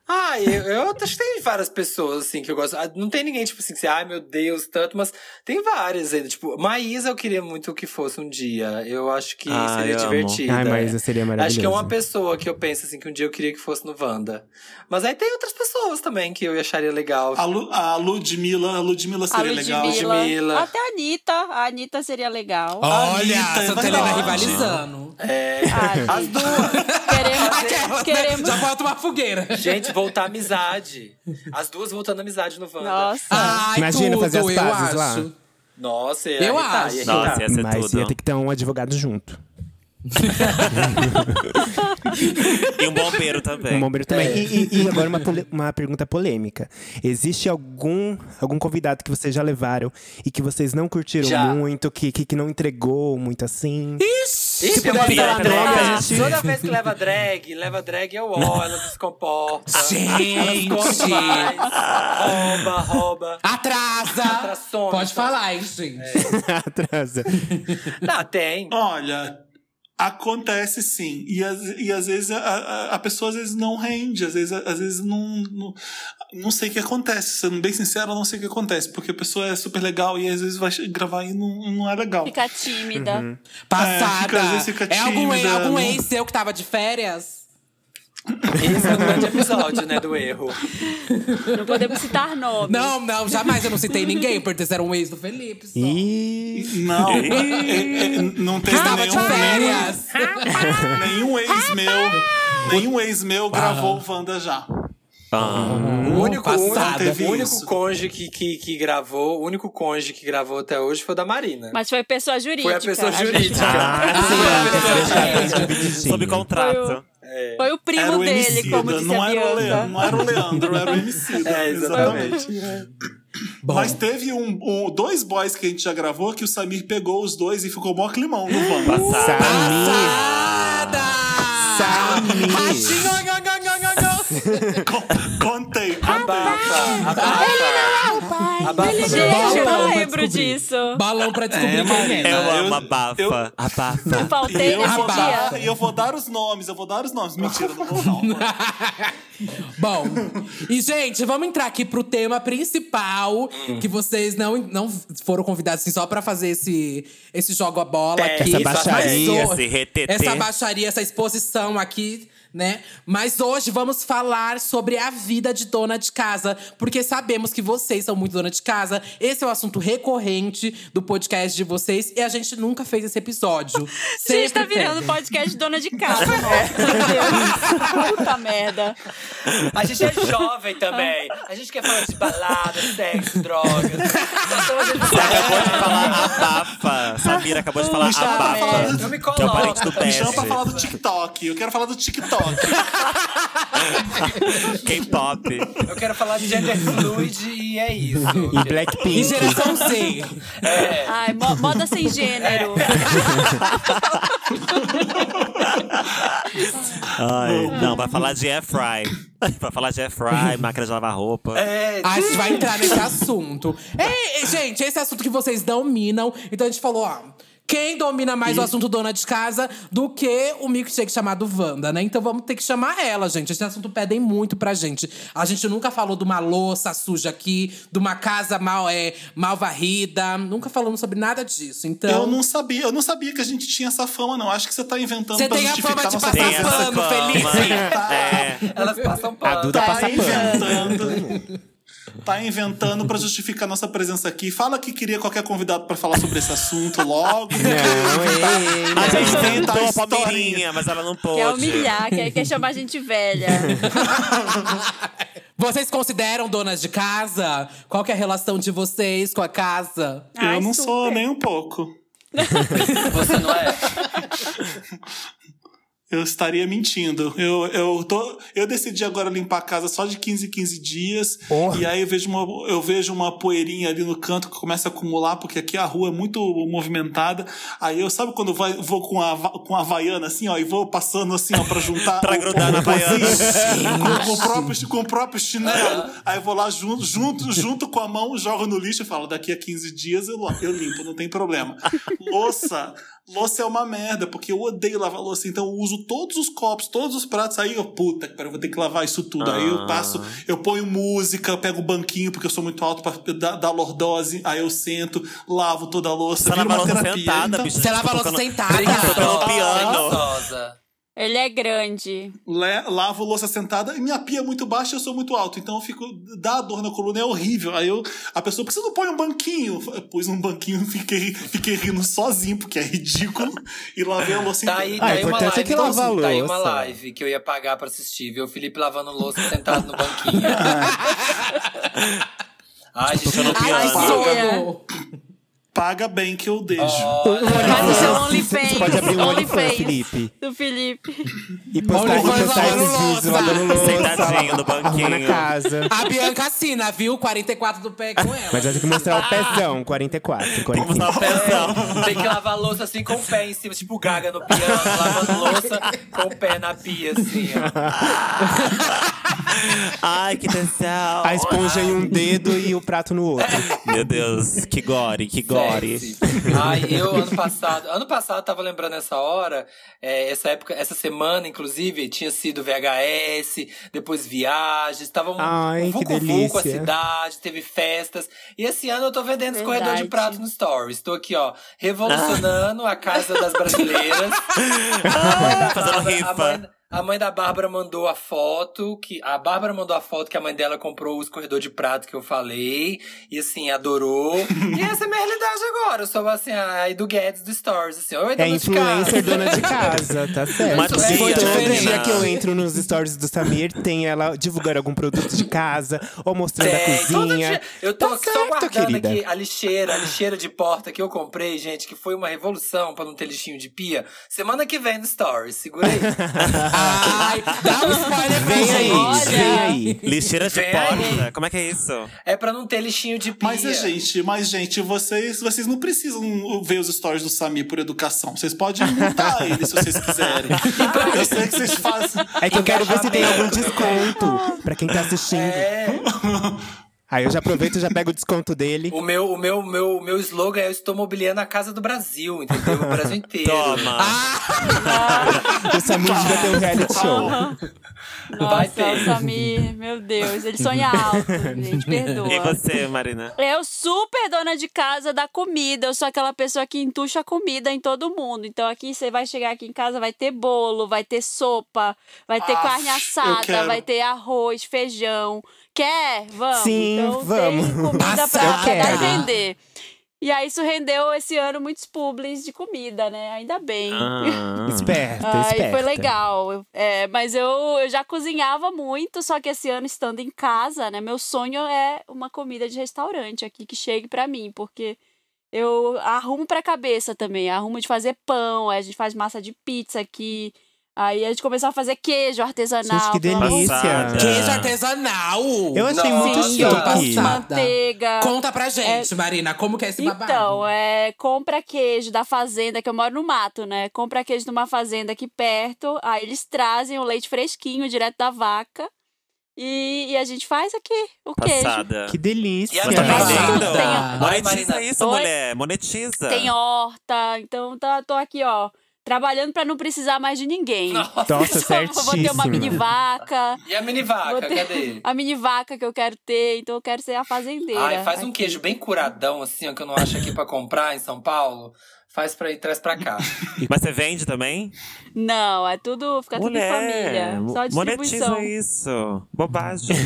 [SPEAKER 6] Ah, eu, eu acho que tem várias pessoas, assim, que eu gosto. Ah, Não tem ninguém, tipo assim, que você, ai meu Deus, tanto, mas tem várias ainda. Tipo, Maísa eu queria muito que fosse um dia. Eu acho que
[SPEAKER 1] Ah,
[SPEAKER 6] seria
[SPEAKER 1] eu amo.
[SPEAKER 6] divertida.
[SPEAKER 2] Ai,
[SPEAKER 6] é.
[SPEAKER 2] Maísa seria maravilhosa.
[SPEAKER 6] Acho que é uma pessoa que eu penso assim que um dia eu queria que fosse no Wanda. Mas aí tem outras pessoas também que eu acharia legal.
[SPEAKER 4] A, Lu, a Ludmilla, a Ludmilla
[SPEAKER 5] A
[SPEAKER 4] seria legal.
[SPEAKER 5] Ludmilla.
[SPEAKER 6] Ludmilla.
[SPEAKER 5] Até a Anitta. A Anitta seria legal.
[SPEAKER 3] Olha,
[SPEAKER 4] Anitta,
[SPEAKER 3] a
[SPEAKER 4] é
[SPEAKER 3] Santa Helena
[SPEAKER 4] verdade.
[SPEAKER 3] rivalizando.
[SPEAKER 6] É.
[SPEAKER 5] Ah, gente.
[SPEAKER 6] As duas.
[SPEAKER 5] Queremos.
[SPEAKER 3] Aquela, né?
[SPEAKER 5] [LAUGHS] queremos...
[SPEAKER 3] Já falta uma fogueira.
[SPEAKER 6] Gente, voltar à amizade. As duas voltando à amizade no Wanda.
[SPEAKER 5] Nossa.
[SPEAKER 3] Ai,
[SPEAKER 2] Imagina
[SPEAKER 3] tudo,
[SPEAKER 2] fazer as
[SPEAKER 3] eu
[SPEAKER 2] pazes
[SPEAKER 3] acho.
[SPEAKER 2] lá.
[SPEAKER 6] Nossa, tá, ia
[SPEAKER 3] Eu
[SPEAKER 6] irritar,
[SPEAKER 3] acho.
[SPEAKER 6] ia irritar.
[SPEAKER 1] Nossa, ia ser
[SPEAKER 2] Mas
[SPEAKER 1] tudo.
[SPEAKER 2] ia ter que ter um advogado junto.
[SPEAKER 1] E um bombeiro também.
[SPEAKER 2] Um bombeiro também. E, e- e agora uma, pole- uma pergunta polêmica. Existe algum, algum convidado que vocês já levaram e que vocês não curtiram
[SPEAKER 6] Já.
[SPEAKER 2] muito, que, que, que não entregou
[SPEAKER 1] [LAUGHS]
[SPEAKER 2] muito assim?
[SPEAKER 3] Ixi! tipo,
[SPEAKER 6] Se
[SPEAKER 2] puder
[SPEAKER 6] puder
[SPEAKER 1] falar
[SPEAKER 6] falar
[SPEAKER 1] drag,
[SPEAKER 6] drag,
[SPEAKER 1] a gente-
[SPEAKER 6] Toda vez que leva drag, leva drag é o ó, ela se comporta. Ela
[SPEAKER 3] Gente!
[SPEAKER 6] esconde mais. Rouba, rouba.
[SPEAKER 3] Atrasa!
[SPEAKER 6] Atrações.
[SPEAKER 3] Pode falar, hein, gente?
[SPEAKER 2] Atrasa.
[SPEAKER 6] Não, tem.
[SPEAKER 4] Olha, acontece sim. E, às- e às vezes a, a- a pessoa às vezes não rende, às vezes, às vezes não, não. Não sei o que acontece. Sendo bem sincero, eu não sei o que acontece. Porque a pessoa é super legal e às vezes vai gravar e não, não é legal.
[SPEAKER 5] Fica tímida.
[SPEAKER 3] Passada.
[SPEAKER 4] É, fica- às vezes fica
[SPEAKER 3] é algum,
[SPEAKER 4] tímida,
[SPEAKER 3] algum
[SPEAKER 4] não-
[SPEAKER 3] ex seu que tava de férias?
[SPEAKER 6] Esse é um grande episódio, né, do erro.
[SPEAKER 5] Não podemos citar nomes.
[SPEAKER 3] Não, não, jamais. Eu não citei ninguém, porque esse era um ex do Felipe. só.
[SPEAKER 2] E...
[SPEAKER 4] Não, é- é- é- não tem
[SPEAKER 3] Estava de
[SPEAKER 4] nenhum, [LAUGHS]
[SPEAKER 3] férias.
[SPEAKER 4] nenhum, nenhum ex meu. Nenhum ex meu gravou o Wanda já.
[SPEAKER 1] Ah,
[SPEAKER 6] O único, o único-
[SPEAKER 3] Passada.
[SPEAKER 4] Teve
[SPEAKER 6] o único
[SPEAKER 4] isso.
[SPEAKER 6] conge que, que, que gravou, o único conge que gravou até hoje foi o da Marina.
[SPEAKER 5] Mas foi pessoa jurídica.
[SPEAKER 6] foi a pessoa
[SPEAKER 5] gente- tá.
[SPEAKER 6] jurídica.
[SPEAKER 1] É, sob contrato.
[SPEAKER 5] Foi o primo
[SPEAKER 4] Era o
[SPEAKER 5] dele,
[SPEAKER 4] Emicida,
[SPEAKER 5] como disse
[SPEAKER 4] não
[SPEAKER 5] a
[SPEAKER 4] era o
[SPEAKER 5] Bianca.
[SPEAKER 4] Leandro, não era o Leandro, era o
[SPEAKER 5] [LAUGHS]
[SPEAKER 4] Emicida.
[SPEAKER 6] É, exatamente.
[SPEAKER 4] Mas teve um, um- dois boys que a gente já gravou que o Samir pegou os dois e ficou mó climão no
[SPEAKER 3] Uhum.
[SPEAKER 4] Wanda.
[SPEAKER 3] [LAUGHS]
[SPEAKER 1] Passado.
[SPEAKER 2] Samir!
[SPEAKER 3] Passada!
[SPEAKER 2] Samir!
[SPEAKER 3] Ratinho, nho, nho, nho, nho, nho.
[SPEAKER 4] Con- contei, contei.
[SPEAKER 6] Abafa, abafa. Abafa.
[SPEAKER 5] Gente, eu
[SPEAKER 3] Balão
[SPEAKER 5] não
[SPEAKER 3] pra
[SPEAKER 5] lembro
[SPEAKER 3] descobrir.
[SPEAKER 5] disso.
[SPEAKER 3] Balão pra descobrir
[SPEAKER 6] É,
[SPEAKER 3] quem é.
[SPEAKER 1] Eu
[SPEAKER 4] Eu-
[SPEAKER 1] amo, abafa,
[SPEAKER 4] eu-
[SPEAKER 1] abafa.
[SPEAKER 5] Eu faltei
[SPEAKER 4] eu
[SPEAKER 5] nesse
[SPEAKER 4] vou
[SPEAKER 5] dia.
[SPEAKER 4] dar, e eu vou dar os nomes, eu vou dar os nomes. Mentira, não vou
[SPEAKER 3] [LAUGHS]
[SPEAKER 4] não.
[SPEAKER 3] Bom, e gente, vamos entrar aqui pro tema principal, que vocês não, não foram convidados assim, só pra fazer esse, esse jogo a bola
[SPEAKER 6] É,
[SPEAKER 3] aqui.
[SPEAKER 6] essa
[SPEAKER 1] baixaria,
[SPEAKER 3] Mas
[SPEAKER 1] esse retetê.
[SPEAKER 3] Essa baixaria, essa exposição aqui, né? Mas hoje vamos falar sobre a vida de dona de casa, porque sabemos que vocês são muito dona de casa. Esse é o assunto recorrente do podcast de vocês e a gente nunca fez esse episódio.
[SPEAKER 5] A [LAUGHS] gente tá
[SPEAKER 3] Sempre
[SPEAKER 5] virando
[SPEAKER 3] tem.
[SPEAKER 5] podcast dona de casa. Meu Deus. Puta merda.
[SPEAKER 6] A gente é jovem também. A gente quer falar de balada, sexo, drogas.
[SPEAKER 1] Você acabou de falar abafa. Samira acabou de falar
[SPEAKER 4] Michel tá
[SPEAKER 1] abafa.
[SPEAKER 4] falando-
[SPEAKER 6] Eu me
[SPEAKER 1] Que é o parente do
[SPEAKER 6] coloco.
[SPEAKER 4] Me
[SPEAKER 1] Peste.
[SPEAKER 4] chama pra falar do TikTok. Eu quero falar do TikTok.
[SPEAKER 1] K-pop.
[SPEAKER 6] Eu quero falar de gender fluid e é isso.
[SPEAKER 2] E
[SPEAKER 3] E
[SPEAKER 2] Blackpink.
[SPEAKER 3] geração Z.
[SPEAKER 5] Ai, mo- moda sem gênero.
[SPEAKER 1] Ai, não, vai falar de air fry. Vai falar de air fry, máquina de lavar roupa.
[SPEAKER 6] É,
[SPEAKER 3] Ah, A gente vai entrar nesse assunto. Ei, gente, esse é assunto que vocês dominam. Então a gente falou, ó. Quem domina mais o assunto dona de casa do que o milkshake chamado Wanda, né? Então vamos ter que chamar ela, gente. Esse assunto pedem muito pra gente. A gente nunca falou de uma louça suja aqui, de uma casa mal, é, mal varrida. Nunca falamos sobre nada disso.
[SPEAKER 4] Eu
[SPEAKER 3] Então.
[SPEAKER 4] não sabia, eu não sabia que a gente tinha essa fama, não. Acho que você tá inventando
[SPEAKER 3] Você
[SPEAKER 4] pra
[SPEAKER 3] tem a
[SPEAKER 4] justificar
[SPEAKER 3] fama de
[SPEAKER 4] nossa
[SPEAKER 3] passar
[SPEAKER 1] Tem
[SPEAKER 4] presença.
[SPEAKER 1] essa
[SPEAKER 3] pano,
[SPEAKER 1] fama.
[SPEAKER 3] Felipe.
[SPEAKER 1] É.
[SPEAKER 6] elas passam
[SPEAKER 2] A
[SPEAKER 6] pano.
[SPEAKER 2] Duda passa
[SPEAKER 5] Tá
[SPEAKER 2] pano.
[SPEAKER 4] inventando. Tá inventando pra justificar nossa presença aqui. Fala que queria qualquer convidado pra falar sobre esse assunto logo.
[SPEAKER 2] Não, ei, ei,
[SPEAKER 1] A gente
[SPEAKER 4] Tá
[SPEAKER 1] tentou a
[SPEAKER 4] historinha.
[SPEAKER 1] Palmeirinha, mas ela não pôde.
[SPEAKER 5] Quer humilhar, quer, quer chamar a gente velha.
[SPEAKER 3] [LAUGHS] Vocês consideram donas de casa? Qual que é a relação de vocês com a casa?
[SPEAKER 5] Ai,
[SPEAKER 4] eu não sou
[SPEAKER 5] super.
[SPEAKER 4] nem um pouco.
[SPEAKER 6] [LAUGHS] Você não é?
[SPEAKER 4] [LAUGHS] Eu estaria mentindo. Eu, eu, tô, eu decidi agora limpar a casa só de 15 em 15 dias.
[SPEAKER 2] Oh.
[SPEAKER 4] E aí eu vejo, uma, eu vejo uma poeirinha ali no canto que começa a acumular, porque aqui a rua é muito movimentada. Aí eu, sabe quando vai, vou com a, va- com a vaiana assim, ó, e vou passando assim, ó, pra juntar.
[SPEAKER 1] [LAUGHS] Pra
[SPEAKER 4] o- assim?
[SPEAKER 1] grudar na
[SPEAKER 4] o-
[SPEAKER 1] vaiana.
[SPEAKER 4] com, com o próprio, com o próprio chinelo. Aí eu vou lá junto, junto, junto com a mão, jogo no lixo e falo: daqui a 15 dias eu, lo- eu limpo, não tem problema. Louça. Louça é uma merda, porque eu odeio lavar louça, então eu uso todos os copos, todos os pratos. Aí eu, puta, cara, eu vou ter que lavar isso tudo. Aí
[SPEAKER 1] Ah.
[SPEAKER 4] eu passo, eu ponho música, eu pego o banquinho, porque eu sou muito alto pra dar, dar lordose. Aí eu sento, lavo toda a louça.
[SPEAKER 1] Você
[SPEAKER 4] Vira
[SPEAKER 1] lava a
[SPEAKER 4] uma
[SPEAKER 1] louça
[SPEAKER 4] terapia.
[SPEAKER 1] sentada,
[SPEAKER 4] Então,
[SPEAKER 1] bicho. tipo,
[SPEAKER 3] Você lava a louça
[SPEAKER 1] Tocando-
[SPEAKER 3] sentada.
[SPEAKER 2] tá
[SPEAKER 1] Tocando piano.
[SPEAKER 6] Preguiçosa.
[SPEAKER 5] Ele é grande.
[SPEAKER 4] le- né, lavo louça sentada e minha pia é muito baixa e eu sou muito alto. Então eu fico. dá dor na coluna, é horrível. Aí eu, a pessoa, por que você não põe um banquinho? Eu pus um banquinho e fiquei, fiquei rindo sozinho, porque é ridículo. E lavei a louça
[SPEAKER 6] Tá
[SPEAKER 4] inteira.
[SPEAKER 6] aí,
[SPEAKER 2] Ah,
[SPEAKER 6] tá aí
[SPEAKER 2] o
[SPEAKER 6] uma
[SPEAKER 2] importante
[SPEAKER 6] live.
[SPEAKER 2] é que
[SPEAKER 6] então,
[SPEAKER 2] lava
[SPEAKER 6] assim, Tá aí
[SPEAKER 2] a
[SPEAKER 6] uma
[SPEAKER 2] louça.
[SPEAKER 6] live que eu ia pagar pra assistir. Viu o Felipe lavando louça sentado no
[SPEAKER 2] [LAUGHS]
[SPEAKER 6] banquinho. Ai, gente,
[SPEAKER 1] Tocando
[SPEAKER 6] não
[SPEAKER 1] piano.
[SPEAKER 3] Ai,
[SPEAKER 6] paga.
[SPEAKER 5] Olha.
[SPEAKER 3] sono!
[SPEAKER 4] Paga bem que eu deixo.
[SPEAKER 6] Ah.
[SPEAKER 5] Faz o seu OnlyFans.
[SPEAKER 2] Você pode abrir um OnlyFans,
[SPEAKER 5] OnlyFans.
[SPEAKER 2] Felipe.
[SPEAKER 5] Do Felipe.
[SPEAKER 2] E postar, e
[SPEAKER 3] OnlyFans
[SPEAKER 2] postar
[SPEAKER 3] lavando
[SPEAKER 2] esses vídeos
[SPEAKER 3] louça.
[SPEAKER 2] lavando louça.
[SPEAKER 1] Sentadinho no
[SPEAKER 2] Arrumando a
[SPEAKER 1] banquinho.
[SPEAKER 2] casa.
[SPEAKER 3] A Bianca assina, viu? 44 do pé com ela.
[SPEAKER 2] Mas vai ter que mostrar o pezão, 44,
[SPEAKER 1] Vamos dar
[SPEAKER 2] 45.
[SPEAKER 1] uma pensão.
[SPEAKER 6] Tem que lavar a louça assim com o pé em cima, tipo gaga no piano, lavando louça com o pé na pia, assim, ó.
[SPEAKER 1] Ai, que tesão.
[SPEAKER 2] A esponja em um dedo e o prato no outro.
[SPEAKER 1] Meu Deus, que gore, que gore.
[SPEAKER 6] Sexy. Ai, eu ano passado, ano passado eu tava lembrando essa hora, é, essa época, essa semana, inclusive, tinha sido VHS, depois viagens, tava um,
[SPEAKER 2] Ai,
[SPEAKER 6] um
[SPEAKER 2] que
[SPEAKER 6] vulco a
[SPEAKER 2] delícia.
[SPEAKER 6] cidade, teve festas. E esse ano eu tô vendendo escorredor de
[SPEAKER 5] Verdade.
[SPEAKER 6] prato no Stories. Tô aqui, ó, revolucionando a casa das brasileiras.
[SPEAKER 2] Tá
[SPEAKER 1] Ah,
[SPEAKER 6] A
[SPEAKER 1] Fazendo
[SPEAKER 6] mãe- A mãe,
[SPEAKER 1] rifa.
[SPEAKER 6] a mãe da Bárbara mandou a foto que a Bárbara mandou a foto que a mãe dela comprou o escorredor de prato que eu falei e assim adorou. e essa é a minha realidade agora. Eu sou assim a do Guedes do Stories assim. Oi,
[SPEAKER 2] É
[SPEAKER 6] dona de
[SPEAKER 2] influencer,
[SPEAKER 6] casa. [LAUGHS] é
[SPEAKER 2] dona de casa, tá certo.
[SPEAKER 1] Mas
[SPEAKER 2] Se for
[SPEAKER 1] tia,
[SPEAKER 2] todo
[SPEAKER 1] menina.
[SPEAKER 2] dia que eu entro nos stories do Samir, tem ela divulgando algum produto de casa, ou mostrando a
[SPEAKER 6] Tem, É, todo
[SPEAKER 2] cozinha.
[SPEAKER 6] dia. Eu tô
[SPEAKER 2] tá
[SPEAKER 6] só
[SPEAKER 2] certo,
[SPEAKER 6] guardando
[SPEAKER 2] querida.
[SPEAKER 6] aqui a lixeira, a lixeira de porta que eu comprei, gente, que foi uma revolução pra não ter lixinho de pia. Semana que vem no Stories,
[SPEAKER 2] [LAUGHS]
[SPEAKER 6] segura aí.
[SPEAKER 3] Ai, dá um spoiler pra
[SPEAKER 2] ah, Vem aí,
[SPEAKER 3] gente.
[SPEAKER 2] vem aí.
[SPEAKER 1] Lixeira de
[SPEAKER 6] Vem
[SPEAKER 1] porta. Como é que é isso?
[SPEAKER 6] é pra não ter lixinho de pia.
[SPEAKER 4] Mas, é, gente, mas, gente, vocês, vocês não precisam ver os stories do Sami por educação. Vocês podem montar ele se vocês quiserem. Eu sei que vocês fazem.
[SPEAKER 2] É que eu quero ver se tem algum desconto pra quem tá assistindo.
[SPEAKER 6] É.
[SPEAKER 2] Aí eu já aproveito e já pego o desconto
[SPEAKER 6] [LAUGHS]
[SPEAKER 2] dele.
[SPEAKER 6] O meu, o meu, o meu, o meu slogan é eu estou mobiliando a casa do Brasil, entendeu?
[SPEAKER 1] [LAUGHS]
[SPEAKER 6] O Brasil inteiro.
[SPEAKER 1] Toma.
[SPEAKER 5] Ah,
[SPEAKER 2] O Samir devia ter um reality show.
[SPEAKER 6] Vai
[SPEAKER 5] Nossa,
[SPEAKER 6] ter.
[SPEAKER 5] o Samir, meu Deus, ele sonha alto, gente, perdoa.
[SPEAKER 1] E você, Marina?
[SPEAKER 5] Eu super dona de casa da comida. Eu sou aquela pessoa que entuxa comida em todo mundo. Então aqui você vai chegar aqui em casa, vai ter bolo, vai ter sopa, vai ter
[SPEAKER 4] Ah,
[SPEAKER 5] carne
[SPEAKER 4] eu
[SPEAKER 5] assada,
[SPEAKER 4] quero.
[SPEAKER 5] vai ter arroz, feijão. Quer? Vamos.
[SPEAKER 2] Sim,
[SPEAKER 5] então,
[SPEAKER 2] vamos.
[SPEAKER 5] Tem comida
[SPEAKER 3] Nossa,
[SPEAKER 5] pra,
[SPEAKER 2] eu
[SPEAKER 5] pra dar
[SPEAKER 2] quero.
[SPEAKER 5] e vender. E aí isso rendeu esse ano muitos publis de comida, né? Ainda bem.
[SPEAKER 1] Ah.
[SPEAKER 2] Esperta,
[SPEAKER 5] Ai,
[SPEAKER 2] esperta.
[SPEAKER 5] foi legal. É, mas eu, eu já cozinhava muito, só que esse ano estando em casa, né? Meu sonho é uma comida de restaurante aqui que chegue pra mim, porque eu arrumo pra cabeça também. Arrumo de fazer pão, aí a gente faz massa de pizza aqui. Aí a gente começou a fazer queijo artesanal.
[SPEAKER 2] Gente, que
[SPEAKER 5] pelo amor de
[SPEAKER 2] delícia.
[SPEAKER 1] Passada.
[SPEAKER 3] Queijo artesanal.
[SPEAKER 2] Eu achei
[SPEAKER 6] Nossa,
[SPEAKER 2] muito
[SPEAKER 5] Deus. Sim,
[SPEAKER 2] chique.
[SPEAKER 3] passada.
[SPEAKER 5] Manteiga.
[SPEAKER 3] Conta pra gente, Marina, como que é esse babado?
[SPEAKER 5] Então, é, compra queijo da fazenda, que eu moro no mato, né? Compra queijo de uma fazenda aqui perto, aí eles trazem o leite fresquinho direto da vaca e, e a gente faz aqui o é queijo.
[SPEAKER 1] Passada.
[SPEAKER 2] Que delícia.
[SPEAKER 6] E a
[SPEAKER 5] Passada.
[SPEAKER 1] Entendeu?
[SPEAKER 5] Tem- um-
[SPEAKER 6] Ai,
[SPEAKER 1] Monetiza
[SPEAKER 6] Marina.
[SPEAKER 1] isso,
[SPEAKER 5] Oi?
[SPEAKER 1] mulher. Monetiza.
[SPEAKER 5] Tem horta, então tá, tô aqui, ó, trabalhando pra não precisar mais de ninguém. [LAUGHS]
[SPEAKER 2] Nossa,
[SPEAKER 5] Então, eu vou ter uma mini
[SPEAKER 2] certíssima.
[SPEAKER 5] vaca,
[SPEAKER 6] E a mini vaca,
[SPEAKER 5] vou ter
[SPEAKER 6] cadê?
[SPEAKER 5] a mini vaca que eu quero ter, então eu quero ser a fazendeira.
[SPEAKER 6] Ai, faz um
[SPEAKER 5] aqui.
[SPEAKER 6] queijo bem curadão, assim, ó, que eu não acho aqui pra comprar em São Paulo. Faz pra ir, traz pra cá.
[SPEAKER 5] um-
[SPEAKER 1] Mas você vende também?
[SPEAKER 5] Não, é tudo, fica tudo em
[SPEAKER 1] Mulher,
[SPEAKER 5] família, só distribuição.
[SPEAKER 1] monetiza isso. Bobagem.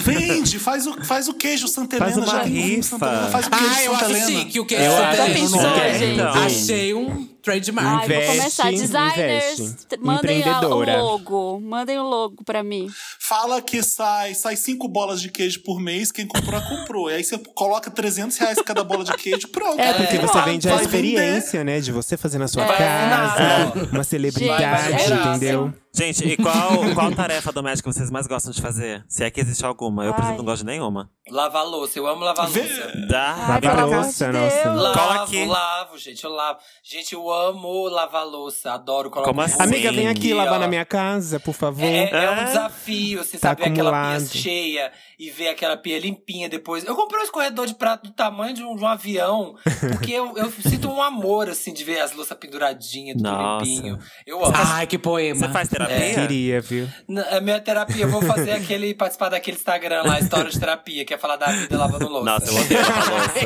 [SPEAKER 4] Vende, faz o, faz o queijo Santa
[SPEAKER 2] Faz
[SPEAKER 4] Helena.
[SPEAKER 2] uma
[SPEAKER 4] já tem um
[SPEAKER 1] rifa.
[SPEAKER 4] Santa Helena, faz o queijo
[SPEAKER 3] Ah, eu
[SPEAKER 4] Santa
[SPEAKER 3] acho
[SPEAKER 4] Helena.
[SPEAKER 3] chique o queijo
[SPEAKER 2] Eu
[SPEAKER 3] Santa
[SPEAKER 2] acho
[SPEAKER 5] Tá
[SPEAKER 3] Helena.
[SPEAKER 5] pensando,
[SPEAKER 1] É,
[SPEAKER 5] gente?
[SPEAKER 1] então.
[SPEAKER 3] Achei um trademark.
[SPEAKER 5] Ai, vou
[SPEAKER 2] Investe,
[SPEAKER 5] começar. Designers,
[SPEAKER 2] investe.
[SPEAKER 5] t- mandem a- o
[SPEAKER 2] Empreendedora.
[SPEAKER 5] logo. Mandem o logo pra mim.
[SPEAKER 4] Fala que sai, sai cinco bolas de queijo por mês, quem comprou, comprou. E aí você coloca 300 reais cada bola de queijo, pronto.
[SPEAKER 2] É, porque você
[SPEAKER 4] Claro,
[SPEAKER 2] vende a
[SPEAKER 4] vai vender.
[SPEAKER 2] experiência, né? De você fazer na sua
[SPEAKER 6] Vai
[SPEAKER 2] casa,
[SPEAKER 6] assinar,
[SPEAKER 2] uma celebridade,
[SPEAKER 6] Gente, é isso.
[SPEAKER 2] entendeu?
[SPEAKER 1] Gente, e qual, qual tarefa doméstica vocês mais gostam de fazer? Se é que existe alguma. Eu, por
[SPEAKER 5] Ai.
[SPEAKER 1] exemplo, não gosto de nenhuma.
[SPEAKER 6] Lavar louça, eu amo lavar louça.
[SPEAKER 1] Dá.
[SPEAKER 5] Ai, pelo amor de
[SPEAKER 2] louça,
[SPEAKER 5] Deus.
[SPEAKER 2] nossa.
[SPEAKER 6] Lavo,
[SPEAKER 1] Cola aqui.
[SPEAKER 6] lavo, gente, eu lavo. Gente, eu amo lavar louça, adoro colocar um
[SPEAKER 1] Como assim?
[SPEAKER 2] Amiga, vem
[SPEAKER 1] Sim.
[SPEAKER 2] aqui lavar na minha casa, por favor.
[SPEAKER 6] É, é
[SPEAKER 1] É.
[SPEAKER 6] um desafio, assim,
[SPEAKER 2] Tá
[SPEAKER 6] sabe? Ver aquela
[SPEAKER 2] acumulado.
[SPEAKER 6] pia cheia e ver aquela pia limpinha depois. Eu comprei um escorredor de prato do tamanho de um, de um
[SPEAKER 1] [LAUGHS]
[SPEAKER 6] avião, porque eu, eu sinto um amor, assim, de ver as louças penduradinhas, tudo
[SPEAKER 1] Nossa.
[SPEAKER 6] limpinho. Eu amo.
[SPEAKER 3] Ai, que poema.
[SPEAKER 1] Você faz
[SPEAKER 5] É,
[SPEAKER 1] terapia?
[SPEAKER 2] Queria, viu?
[SPEAKER 6] Na- A minha terapia, eu vou fazer aquele, participar daquele Instagram lá, História de Terapia, que é falar da vida lavando louça.
[SPEAKER 1] Nossa, eu odeio lavar louça.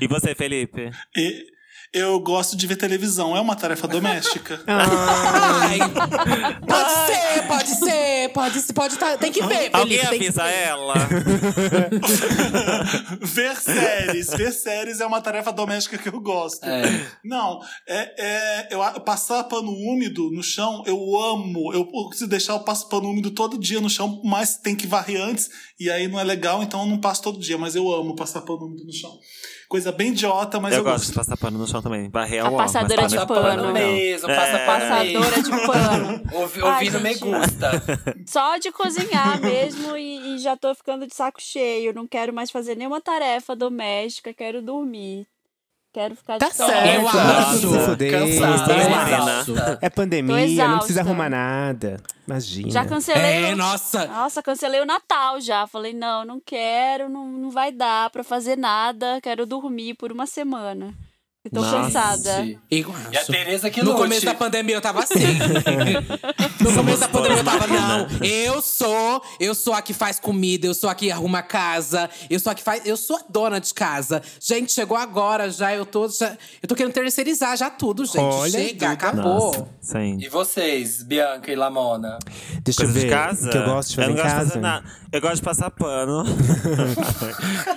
[SPEAKER 1] e você, Felipe?
[SPEAKER 4] E eu gosto de ver televisão, é uma tarefa doméstica.
[SPEAKER 3] Ai. Pode ser, pode ser,
[SPEAKER 2] É
[SPEAKER 3] pode ser, pode tá, Tem que ver, Felipe.
[SPEAKER 1] Alguém
[SPEAKER 3] tem que-
[SPEAKER 1] avisa ela?
[SPEAKER 4] Vê Ver séries. Ver séries é uma tarefa doméstica que eu gosto.
[SPEAKER 6] É.
[SPEAKER 4] Não, é, é- eu, a- passar pano úmido no chão, eu amo. Eu, se deixar, eu passo pano úmido todo dia no chão, mas tem que varrer antes, e aí não é legal, então eu não passo todo dia, mas eu amo passar pano úmido no chão. Coisa bem idiota, mas eu,
[SPEAKER 1] eu gosto de passar pano no chão também. Barreira
[SPEAKER 5] A
[SPEAKER 1] ó,
[SPEAKER 5] passadora
[SPEAKER 1] mas
[SPEAKER 5] de
[SPEAKER 6] Passa
[SPEAKER 1] pano
[SPEAKER 5] pano.
[SPEAKER 6] pano mesmo, passa
[SPEAKER 1] É.
[SPEAKER 6] pano mesmo.
[SPEAKER 5] Passadora de pano.
[SPEAKER 6] Ouvi,
[SPEAKER 5] Ai,
[SPEAKER 6] ouvindo me
[SPEAKER 5] gente.
[SPEAKER 6] gusta.
[SPEAKER 5] Só de cozinhar mesmo e, e já tô ficando de saco cheio. Não quero mais fazer nenhuma tarefa doméstica, quero dormir. Quero ficar
[SPEAKER 2] Tá
[SPEAKER 5] de cama.
[SPEAKER 2] certo.
[SPEAKER 3] Eu acho.
[SPEAKER 2] Se fuder,
[SPEAKER 6] Cansado,
[SPEAKER 2] tá
[SPEAKER 3] Eu
[SPEAKER 1] Marina.
[SPEAKER 6] exausto.
[SPEAKER 2] É pandemia, não
[SPEAKER 5] exausta.
[SPEAKER 2] precisa arrumar nada. Imagina.
[SPEAKER 5] Já cancelei.
[SPEAKER 3] É,
[SPEAKER 5] o-
[SPEAKER 3] nossa.
[SPEAKER 5] Nossa, cancelei o Natal já. Falei, não, não quero, não, não vai dar pra fazer nada. Quero dormir por uma semana. Eu tô
[SPEAKER 1] Nossa.
[SPEAKER 5] cansada.
[SPEAKER 3] Eu
[SPEAKER 6] E a
[SPEAKER 3] acho.
[SPEAKER 6] Tereza que
[SPEAKER 3] no
[SPEAKER 6] lute.
[SPEAKER 3] começo da pandemia eu tava assim. no começo da pandemia eu tava, não. Eu sou, eu sou a que faz comida, eu sou a que arruma casa, eu sou a que faz. Eu sou a dona de casa. Gente, chegou agora já, eu tô. já- eu tô querendo terceirizar já tudo, gente.
[SPEAKER 2] Olha,
[SPEAKER 3] Chega,
[SPEAKER 2] Duda.
[SPEAKER 3] acabou.
[SPEAKER 1] Nossa, sim.
[SPEAKER 6] E vocês, Bianca e Lamona?
[SPEAKER 2] Deixa
[SPEAKER 1] Coisa
[SPEAKER 2] eu ver.
[SPEAKER 1] de casa?
[SPEAKER 2] o Que eu gosto de fazer
[SPEAKER 1] eu
[SPEAKER 2] em
[SPEAKER 1] não gosto de fazer
[SPEAKER 2] casa.
[SPEAKER 1] nada. Eu gosto de passar
[SPEAKER 2] [LAUGHS]
[SPEAKER 1] pano.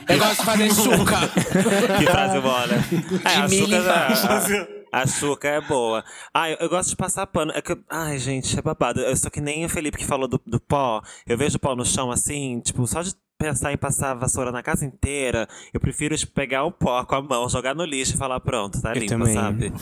[SPEAKER 3] Eu gosto de fazer chuca.
[SPEAKER 1] que frase boa, né? É, a
[SPEAKER 6] milho e
[SPEAKER 1] açúcar, é.
[SPEAKER 4] farinha.
[SPEAKER 1] [LAUGHS] a, a açúcar é boa. Ah, eu, eu gosto de passar pano. É que eu- ai, gente, é babado. Eu sou que nem o Felipe que falou do, do pó. Eu vejo pó no chão assim, tipo, só de pensar em passar a vassoura na casa inteira, eu prefiro tipo, pegar o pó com a mão, jogar no lixo e falar, pronto, tá
[SPEAKER 2] Eu
[SPEAKER 1] limpo,
[SPEAKER 2] também.
[SPEAKER 1] sabe?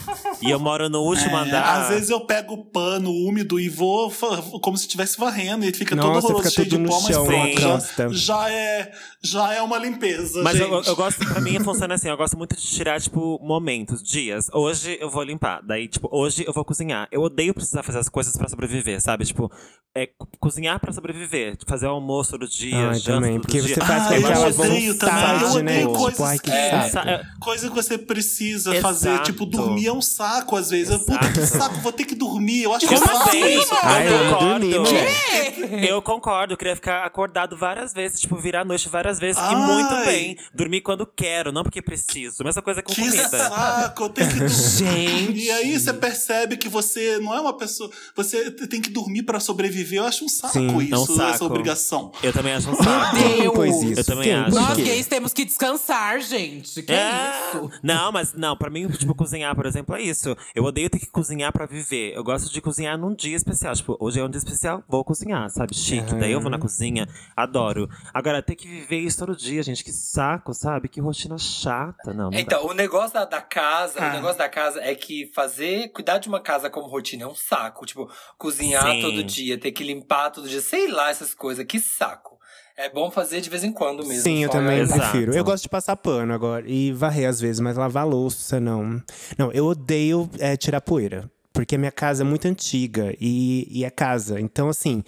[SPEAKER 1] E eu moro no último andar.
[SPEAKER 4] É, Às vezes eu pego o pano úmido e vou fa- como se estivesse varrendo e fica todo
[SPEAKER 2] Nossa,
[SPEAKER 4] roloso
[SPEAKER 2] fica
[SPEAKER 4] cheio
[SPEAKER 2] tudo
[SPEAKER 4] de
[SPEAKER 2] no
[SPEAKER 4] pó, mas
[SPEAKER 2] chão,
[SPEAKER 1] uma
[SPEAKER 4] pronto, já,
[SPEAKER 2] crosta.
[SPEAKER 4] já é, já é uma limpeza,
[SPEAKER 1] Mas
[SPEAKER 4] gente.
[SPEAKER 1] eu, eu gosto, pra mim funciona assim, eu gosto muito de tirar, tipo, momentos, dias. Hoje eu vou limpar, daí, tipo, hoje eu vou cozinhar. Eu odeio precisar fazer as coisas pra sobreviver, sabe? Tipo, é co- cozinhar pra sobreviver, tipo, fazer o almoço do dia,
[SPEAKER 2] Ai,
[SPEAKER 1] janta
[SPEAKER 2] também,
[SPEAKER 1] do
[SPEAKER 2] porque
[SPEAKER 1] dia.
[SPEAKER 2] você faz com
[SPEAKER 4] Ah, eu
[SPEAKER 2] aquela
[SPEAKER 4] odeio
[SPEAKER 2] vontade,
[SPEAKER 4] também, eu
[SPEAKER 2] né?
[SPEAKER 4] odeio
[SPEAKER 2] Tipo,
[SPEAKER 4] coisas
[SPEAKER 2] ai, que
[SPEAKER 4] que-
[SPEAKER 1] É,
[SPEAKER 2] saco.
[SPEAKER 1] sa- é,
[SPEAKER 4] Coisa que você precisa
[SPEAKER 1] Exato.
[SPEAKER 4] fazer, tipo, dormir é um saco às vezes. Eu, Puta que
[SPEAKER 1] Exato. assim?
[SPEAKER 4] saco, vou ter que dormir. Eu acho que
[SPEAKER 1] Eu
[SPEAKER 4] eu
[SPEAKER 1] também,
[SPEAKER 4] faço
[SPEAKER 1] eu
[SPEAKER 4] isso.
[SPEAKER 2] Ai, eu
[SPEAKER 1] concordo.
[SPEAKER 2] dormi,
[SPEAKER 1] Eu concordo, eu queria ficar acordado várias vezes, tipo, virar a noite várias vezes. E
[SPEAKER 4] Ai.
[SPEAKER 1] muito bem, dormir quando quero, não porque preciso. Mesma coisa com
[SPEAKER 4] Que
[SPEAKER 1] comida.
[SPEAKER 4] saco, eu tenho que
[SPEAKER 1] [LAUGHS]
[SPEAKER 4] dormir.
[SPEAKER 3] Gente.
[SPEAKER 4] E aí você percebe que você não é uma pessoa. Você tem que dormir pra sobreviver. Eu acho um saco
[SPEAKER 2] Sim,
[SPEAKER 1] é um
[SPEAKER 4] isso, essa
[SPEAKER 1] saco.
[SPEAKER 4] obrigação.
[SPEAKER 1] Eu também acho um saco.
[SPEAKER 2] Quem
[SPEAKER 3] Eu-
[SPEAKER 2] pôs isso?
[SPEAKER 1] eu também
[SPEAKER 2] Quem?
[SPEAKER 1] acho. É.
[SPEAKER 2] Por
[SPEAKER 3] Nós
[SPEAKER 2] quê?
[SPEAKER 3] gays temos que descansar, gente. Que isso?
[SPEAKER 1] Não, mas não, pra mim, tipo, cozinhar, por exemplo, é isso. Eu odeio ter que cozinhar pra viver. Eu gosto de cozinhar num dia especial. Tipo, hoje é um dia especial, vou cozinhar, sabe? Chique. Daí eu vou na cozinha, adoro. Agora, ter que viver isso todo dia, gente, que saco, sabe? Que rotina chata. Não, não dá.
[SPEAKER 6] Então, o negócio da, da casa,
[SPEAKER 2] Ah.
[SPEAKER 6] o negócio da casa é que fazer, cuidar de uma casa como rotina é um saco. Tipo, cozinhar
[SPEAKER 1] Sim.
[SPEAKER 6] todo dia, ter que limpar todo dia, sei lá, essas coisas, que saco. É bom fazer de vez em quando mesmo. né?
[SPEAKER 2] Sim, eu
[SPEAKER 6] fora-
[SPEAKER 2] também
[SPEAKER 1] Exato.
[SPEAKER 2] prefiro. Eu gosto de passar pano agora e varrer às vezes, mas lavar louça não. Não, eu odeio é, tirar poeira, porque a minha casa é muito antiga e, e é casa. Então, assim,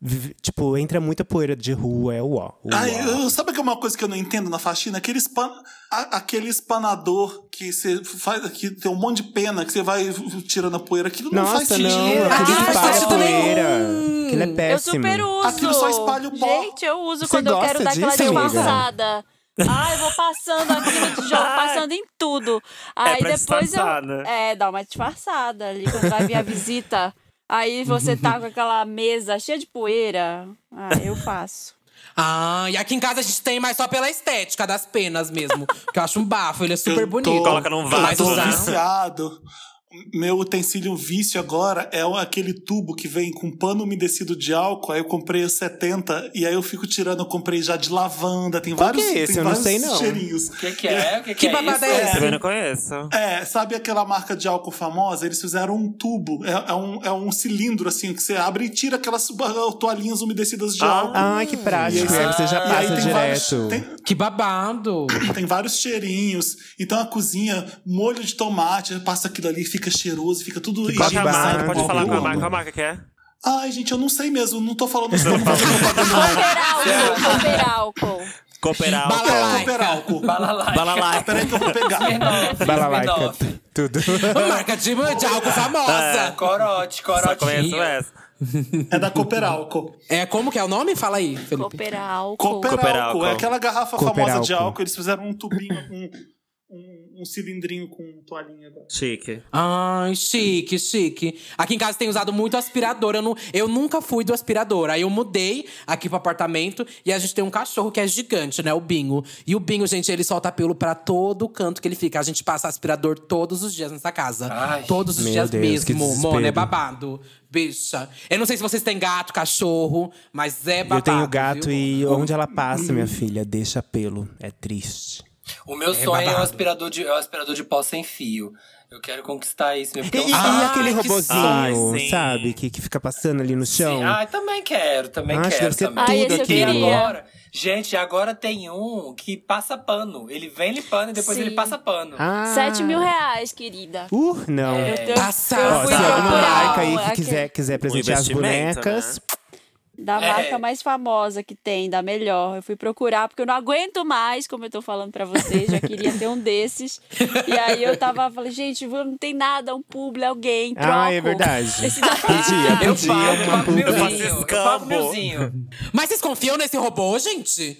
[SPEAKER 2] vi- tipo, entra muita poeira de rua, é o ó. o
[SPEAKER 4] Ai,
[SPEAKER 2] ó.
[SPEAKER 4] eu- sabe que é uma coisa que eu não entendo na faxina? Aquele, espan, a- aquele espanador que você faz, que tem um monte de pena, que você vai tirando a poeira. Aquilo não faz
[SPEAKER 2] Nossa,
[SPEAKER 4] sentido.
[SPEAKER 2] não,
[SPEAKER 6] sentido.
[SPEAKER 2] aquilo
[SPEAKER 3] Ah,
[SPEAKER 2] espalha
[SPEAKER 3] isso também.
[SPEAKER 2] poeira. Aquilo é
[SPEAKER 5] Eu
[SPEAKER 2] péssimo.
[SPEAKER 5] super uso.
[SPEAKER 4] Aquilo só espalha o pó.
[SPEAKER 5] Gente, eu uso
[SPEAKER 2] Você
[SPEAKER 5] quando eu
[SPEAKER 2] gosta
[SPEAKER 5] quero dar aquela
[SPEAKER 2] disso, amiga?
[SPEAKER 5] disfarçada. Ah, eu vou passando aquilo de jogo, passando em tudo. Aí
[SPEAKER 1] pra
[SPEAKER 5] depois
[SPEAKER 1] disfarçar,
[SPEAKER 5] eu.
[SPEAKER 1] né?
[SPEAKER 5] É, dá uma disfarçada ali quando vai vir a visita. Aí você tá com aquela mesa cheia de poeira. Ah, eu faço.
[SPEAKER 3] Ah, e aqui em casa a gente tem, mas só pela estética das penas mesmo. [LAUGHS] que eu acho um bafo, ele é super
[SPEAKER 4] Eu tô-
[SPEAKER 3] bonito.
[SPEAKER 1] Coloca num
[SPEAKER 3] Tu
[SPEAKER 1] vaso,
[SPEAKER 3] vai
[SPEAKER 4] Eu tô
[SPEAKER 1] usar.
[SPEAKER 4] viciado. Meu utensílio vício agora é o- aquele tubo que vem com pano umedecido de álcool. Aí eu comprei os 70 e aí eu fico tirando. Eu comprei já de lavanda. Tem vários,
[SPEAKER 2] que é esse?
[SPEAKER 4] tem
[SPEAKER 2] Eu não
[SPEAKER 4] vários
[SPEAKER 2] sei, não.
[SPEAKER 4] cheirinhos.
[SPEAKER 6] O que,
[SPEAKER 2] [LAUGHS]
[SPEAKER 6] que é? O que, que,
[SPEAKER 3] Que
[SPEAKER 6] é
[SPEAKER 3] babado
[SPEAKER 6] isso?
[SPEAKER 3] é
[SPEAKER 1] Eu
[SPEAKER 3] esse?
[SPEAKER 1] também não conheço.
[SPEAKER 4] É, sabe aquela marca de álcool famosa? Eles fizeram um tubo. É, é um, é um cilindro assim que você abre e tira aquelas ah, toalhinhas umedecidas de álcool.
[SPEAKER 2] Ai, que prático, é, você já
[SPEAKER 4] E aí
[SPEAKER 2] passa
[SPEAKER 4] tem vários,
[SPEAKER 2] direto.
[SPEAKER 4] tem-
[SPEAKER 3] Que babado!
[SPEAKER 4] tem vários cheirinhos. Então a cozinha, molho de tomate, passa aquilo ali, fica cheiroso, fica tudo
[SPEAKER 1] Qual que é a
[SPEAKER 2] Higienizado,
[SPEAKER 1] marca? Pode
[SPEAKER 2] bom,
[SPEAKER 1] falar
[SPEAKER 2] bom,
[SPEAKER 1] com a
[SPEAKER 2] bom.
[SPEAKER 1] marca. Qual marca que é?
[SPEAKER 4] Ai, gente, eu não sei mesmo, não tô falando isso, não faço propaganda.
[SPEAKER 5] Cooper álcool, cooper álcool.
[SPEAKER 1] Cooperal.
[SPEAKER 3] Balalaika.
[SPEAKER 4] Cooper álcool.
[SPEAKER 6] Balalaica.
[SPEAKER 1] Balalaica.
[SPEAKER 4] é Ah, Peraí que eu vou pegar.
[SPEAKER 6] Esmirnoff,
[SPEAKER 4] [LAUGHS]
[SPEAKER 2] Balalaica,
[SPEAKER 6] Esmirnoff.
[SPEAKER 2] tudo.
[SPEAKER 3] Marca de, de álcool
[SPEAKER 2] É.
[SPEAKER 3] famosa!
[SPEAKER 6] É. Corote,
[SPEAKER 1] Só
[SPEAKER 6] corotinho.
[SPEAKER 1] conheço essa.
[SPEAKER 4] É da Cooper álcool.
[SPEAKER 3] É, como que é o nome? Fala aí, Felipe.
[SPEAKER 5] Cooper álcool.
[SPEAKER 4] Cooper
[SPEAKER 1] Cooper
[SPEAKER 4] álcool.
[SPEAKER 1] álcool.
[SPEAKER 4] É aquela garrafa
[SPEAKER 2] Cooper
[SPEAKER 4] famosa de
[SPEAKER 2] álcool.
[SPEAKER 4] álcool. Eles fizeram um tubinho, um, um, um cilindrinho com toalhinha agora.
[SPEAKER 1] Chique.
[SPEAKER 3] Ai, chique, chique. Aqui em casa tem usado muito aspirador. Eu, não, eu nunca fui do aspirador. Aí eu mudei aqui pro apartamento e a gente tem um cachorro que é gigante, né? O Binho. E o Binho, gente, ele solta pelo pra todo canto que ele fica. A gente passa aspirador todos os dias nessa casa.
[SPEAKER 6] Ai,
[SPEAKER 3] todos os
[SPEAKER 2] meu
[SPEAKER 3] dias
[SPEAKER 2] Deus, que
[SPEAKER 3] mesmo.
[SPEAKER 2] desespero.
[SPEAKER 3] Mona, é babado. Bicha. Eu não sei se vocês têm gato, cachorro, mas é
[SPEAKER 2] Eu
[SPEAKER 3] babado.
[SPEAKER 2] tenho gato
[SPEAKER 3] viu?
[SPEAKER 2] e onde ela passa, minha filha, deixa pelo. É triste.
[SPEAKER 6] O meu sonho é um
[SPEAKER 2] babado.
[SPEAKER 6] aspirador de, é um aspirador de pó sem fio. Eu quero conquistar isso mesmo.
[SPEAKER 2] E,
[SPEAKER 6] porque é um
[SPEAKER 2] e
[SPEAKER 6] saco.
[SPEAKER 2] aquele
[SPEAKER 3] que
[SPEAKER 2] robozinho,
[SPEAKER 1] sonho.
[SPEAKER 2] sabe? Que, que fica passando ali no chão.
[SPEAKER 6] Sim. Ah, também quero, também
[SPEAKER 2] Então, Acho que
[SPEAKER 6] quero.
[SPEAKER 2] deve ser
[SPEAKER 6] também.
[SPEAKER 5] tudo Ai, esse eu aquilo. queria.
[SPEAKER 6] agora, gente, agora tem um que passa pano. Ele vem limpando e depois
[SPEAKER 5] Sim.
[SPEAKER 6] ele passa pano.
[SPEAKER 2] Ah.
[SPEAKER 5] 7 mil reais, querida.
[SPEAKER 2] Uh, não.
[SPEAKER 4] Ah,
[SPEAKER 1] É.
[SPEAKER 5] Eu tenho-
[SPEAKER 3] Passada.
[SPEAKER 5] eu
[SPEAKER 2] Ó,
[SPEAKER 5] fui
[SPEAKER 2] se alguma
[SPEAKER 5] procurar
[SPEAKER 2] marca aí
[SPEAKER 5] aquele
[SPEAKER 2] que quiser, quiser presentear as
[SPEAKER 1] Um investimento, né?
[SPEAKER 2] bonecas.
[SPEAKER 5] Da
[SPEAKER 6] É.
[SPEAKER 5] marca mais famosa que tem, da melhor. Eu fui procurar, porque eu não aguento mais, como eu tô falando pra vocês. Já queria ter um desses. E aí eu tava, falei, gente, vou- não tem nada, um publi, alguém, troco.
[SPEAKER 2] Ah, é verdade.
[SPEAKER 3] [LAUGHS]
[SPEAKER 5] Esse daqui. é
[SPEAKER 3] Um
[SPEAKER 2] Podia,
[SPEAKER 6] Eu
[SPEAKER 2] podia.
[SPEAKER 6] pago, eu
[SPEAKER 2] É uma
[SPEAKER 6] pago
[SPEAKER 2] pulga.
[SPEAKER 1] faço
[SPEAKER 6] milzinho. Eu
[SPEAKER 1] escambo.
[SPEAKER 6] pago milzinho.
[SPEAKER 3] Mas vocês confiam nesse robô, gente?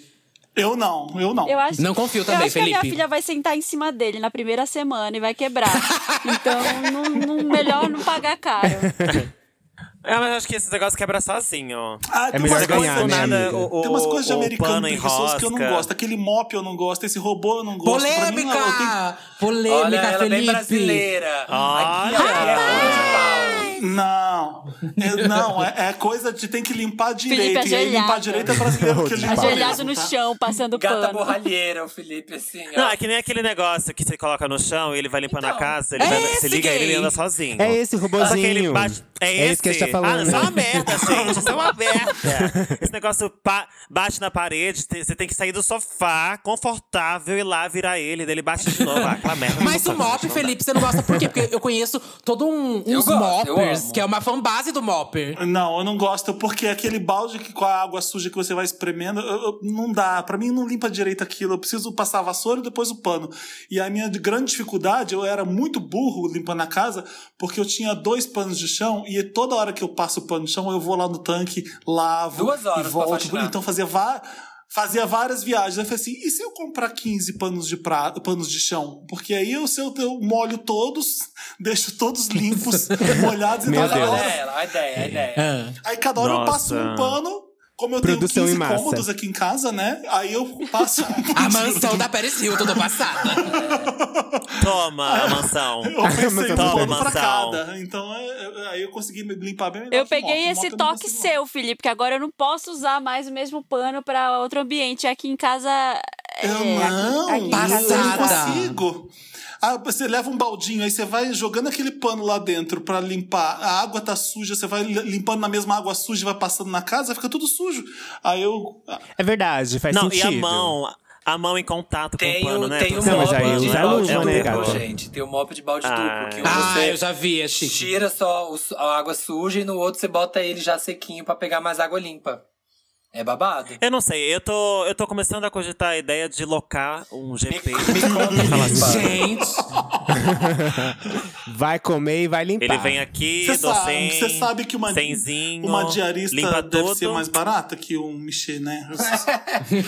[SPEAKER 4] Eu não, eu não.
[SPEAKER 5] Eu acho,
[SPEAKER 3] Não confio também,
[SPEAKER 5] eu acho que a
[SPEAKER 3] Felipe.
[SPEAKER 5] minha filha vai sentar em cima dele na primeira semana e vai quebrar. Então, não- não- melhor não pagar caro.
[SPEAKER 3] [LAUGHS]
[SPEAKER 1] É, mas acho que esse negócio quebra sozinho.
[SPEAKER 4] Ah,
[SPEAKER 2] É melhor
[SPEAKER 1] Esse negócio
[SPEAKER 2] ganhar,
[SPEAKER 1] do
[SPEAKER 2] né,
[SPEAKER 1] nada,
[SPEAKER 2] amiga?
[SPEAKER 1] o- o-
[SPEAKER 4] Tem umas coisas de
[SPEAKER 1] o
[SPEAKER 4] americano,
[SPEAKER 1] pano
[SPEAKER 4] tem
[SPEAKER 1] em
[SPEAKER 4] pessoas que eu não
[SPEAKER 1] rosca.
[SPEAKER 4] gosto. Aquele mop eu não gosto, esse robô eu não gosto. Pra mim,
[SPEAKER 3] Polêmica!
[SPEAKER 4] não, é eu tenho-
[SPEAKER 3] Polêmica,
[SPEAKER 6] Olha, ela é
[SPEAKER 3] Felipe.
[SPEAKER 6] bem brasileira.
[SPEAKER 1] Olha!
[SPEAKER 6] Aqui, ó, é bom de pau.
[SPEAKER 4] Não, É- não, é, é coisa de tem que limpar direito.
[SPEAKER 5] Felipe,
[SPEAKER 4] e aí limpar
[SPEAKER 5] ajoelhado.
[SPEAKER 4] direito é brasileiro
[SPEAKER 2] [LAUGHS]
[SPEAKER 4] que limpa.
[SPEAKER 5] Ajoelhado
[SPEAKER 4] mesmo,
[SPEAKER 5] no
[SPEAKER 4] tá?
[SPEAKER 5] chão, passando
[SPEAKER 6] Gata
[SPEAKER 5] pano.
[SPEAKER 6] borralheira, o Felipe, assim, ó.
[SPEAKER 1] Não, é que nem aquele negócio que você coloca no chão e ele vai limpando a
[SPEAKER 6] Então,
[SPEAKER 1] casa, ele
[SPEAKER 3] é
[SPEAKER 1] vai,
[SPEAKER 3] esse
[SPEAKER 1] você liga ele e ele
[SPEAKER 3] gay.
[SPEAKER 1] anda sozinho.
[SPEAKER 2] É esse
[SPEAKER 1] Só que ele
[SPEAKER 2] robozinho.
[SPEAKER 1] bate. É,
[SPEAKER 2] É esse que a gente tá
[SPEAKER 1] Ah,
[SPEAKER 2] falando.
[SPEAKER 1] isso é uma merda, gente. Isso é uma merda. Esse negócio pa- bate na parede, te- você tem que sair do sofá, confortável, e lá virar ele. Daí ele bate de novo. Ah, aquela merda.
[SPEAKER 3] Mas
[SPEAKER 1] Não
[SPEAKER 3] o
[SPEAKER 6] tá
[SPEAKER 1] dá,
[SPEAKER 3] mop,
[SPEAKER 1] não dá.
[SPEAKER 3] um Felipe, você não gosta por quê? Porque eu conheço todo um,
[SPEAKER 6] Eu
[SPEAKER 3] uns
[SPEAKER 6] gosto, eu
[SPEAKER 3] moppers,
[SPEAKER 6] amo.
[SPEAKER 3] que é uma fanbase do mopper.
[SPEAKER 4] Não, eu não gosto, porque aquele balde que, com a água suja que você vai espremendo, eu- eu- não dá. Pra mim, não limpa direito aquilo. Eu preciso passar a vassoura e depois o pano. E a minha grande dificuldade, eu era muito burro limpando a casa, porque eu tinha dois panos de chão e toda hora que eu passo o pano de chão, eu vou lá no tanque, lavo
[SPEAKER 6] Duas horas
[SPEAKER 4] e
[SPEAKER 6] pra
[SPEAKER 4] volto.
[SPEAKER 6] faxinar.
[SPEAKER 4] então fazia várias. Fazia várias viagens. Eu falei assim: e se eu comprar 15 panos de, pra... panos de chão? Porque aí eu, se eu, eu molho todos, [LAUGHS] deixo todos
[SPEAKER 2] [LAUGHS]
[SPEAKER 4] limpos, molhados e
[SPEAKER 2] Meu
[SPEAKER 4] toda
[SPEAKER 2] Deus.
[SPEAKER 6] Olha
[SPEAKER 4] hora
[SPEAKER 6] ela, a ideia, a ideia.
[SPEAKER 3] Ah.
[SPEAKER 4] Aí cada hora
[SPEAKER 1] Nossa.
[SPEAKER 4] eu passo um pano. Como eu
[SPEAKER 2] Produção em
[SPEAKER 4] tenho 15
[SPEAKER 2] massa.
[SPEAKER 4] cômodos aqui em casa, né? Aí eu passo
[SPEAKER 2] [LAUGHS]
[SPEAKER 4] um
[SPEAKER 3] A
[SPEAKER 4] pano de-
[SPEAKER 3] mansão da Paris Hilton do passado.
[SPEAKER 1] Toma, mansão.
[SPEAKER 2] Ah,
[SPEAKER 4] Eu pensei
[SPEAKER 2] Mansão
[SPEAKER 4] um
[SPEAKER 2] da
[SPEAKER 4] pano
[SPEAKER 1] Paris.
[SPEAKER 4] pra cada. Então é, eu- aí eu consegui me limpar bem melhor
[SPEAKER 5] Eu
[SPEAKER 4] que o
[SPEAKER 5] peguei
[SPEAKER 4] mop. O
[SPEAKER 5] esse
[SPEAKER 4] mop eu não
[SPEAKER 5] toque
[SPEAKER 4] consigo, não.
[SPEAKER 5] seu, Felipe, que agora eu não posso usar mais o mesmo pano pra outro ambiente. Aqui em casa. é,
[SPEAKER 4] Eu
[SPEAKER 5] aqui-
[SPEAKER 4] não,
[SPEAKER 5] aqui em casa-
[SPEAKER 3] Passada.
[SPEAKER 4] eu não consigo. Ah, você leva um baldinho, aí você vai jogando aquele pano lá dentro pra limpar. A água tá suja, você vai limpando na mesma água suja e vai passando na casa, fica tudo sujo. Aí eu. ah,
[SPEAKER 2] É verdade, faz
[SPEAKER 1] Não,
[SPEAKER 2] sentido.
[SPEAKER 1] e a mão. A mão em contato
[SPEAKER 6] Tem
[SPEAKER 1] com o pano,
[SPEAKER 6] o,
[SPEAKER 1] né?
[SPEAKER 6] tem um o
[SPEAKER 2] Não, mas
[SPEAKER 6] mop
[SPEAKER 2] aí
[SPEAKER 6] de
[SPEAKER 2] usa a
[SPEAKER 1] um
[SPEAKER 6] balde
[SPEAKER 2] luva, né,
[SPEAKER 6] duplo,
[SPEAKER 2] gata?
[SPEAKER 6] gente. Tem o mop de balde
[SPEAKER 1] Ah.
[SPEAKER 6] duplo, que um
[SPEAKER 3] Ah,
[SPEAKER 6] você
[SPEAKER 3] eu já vi, é chique.
[SPEAKER 6] tira só os- a água suja e no outro você bota ele já sequinho pra pegar mais água limpa. É babado.
[SPEAKER 1] Eu não sei, eu tô, eu tô começando a cogitar a ideia de locar um
[SPEAKER 4] [LAUGHS]
[SPEAKER 1] GP.
[SPEAKER 6] Me conta,
[SPEAKER 1] Fala
[SPEAKER 6] limpa.
[SPEAKER 3] Gente,
[SPEAKER 2] Vai comer e vai limpar.
[SPEAKER 1] Ele vem assim. aqui,
[SPEAKER 4] Você
[SPEAKER 1] dou
[SPEAKER 4] sabe,
[SPEAKER 1] 100,
[SPEAKER 4] você sabe que uma,
[SPEAKER 1] cenzinho,
[SPEAKER 4] uma diarista
[SPEAKER 1] limpa
[SPEAKER 4] deve
[SPEAKER 1] tudo. [LAUGHS]
[SPEAKER 4] ser mais barata que um Michê, né?
[SPEAKER 1] Você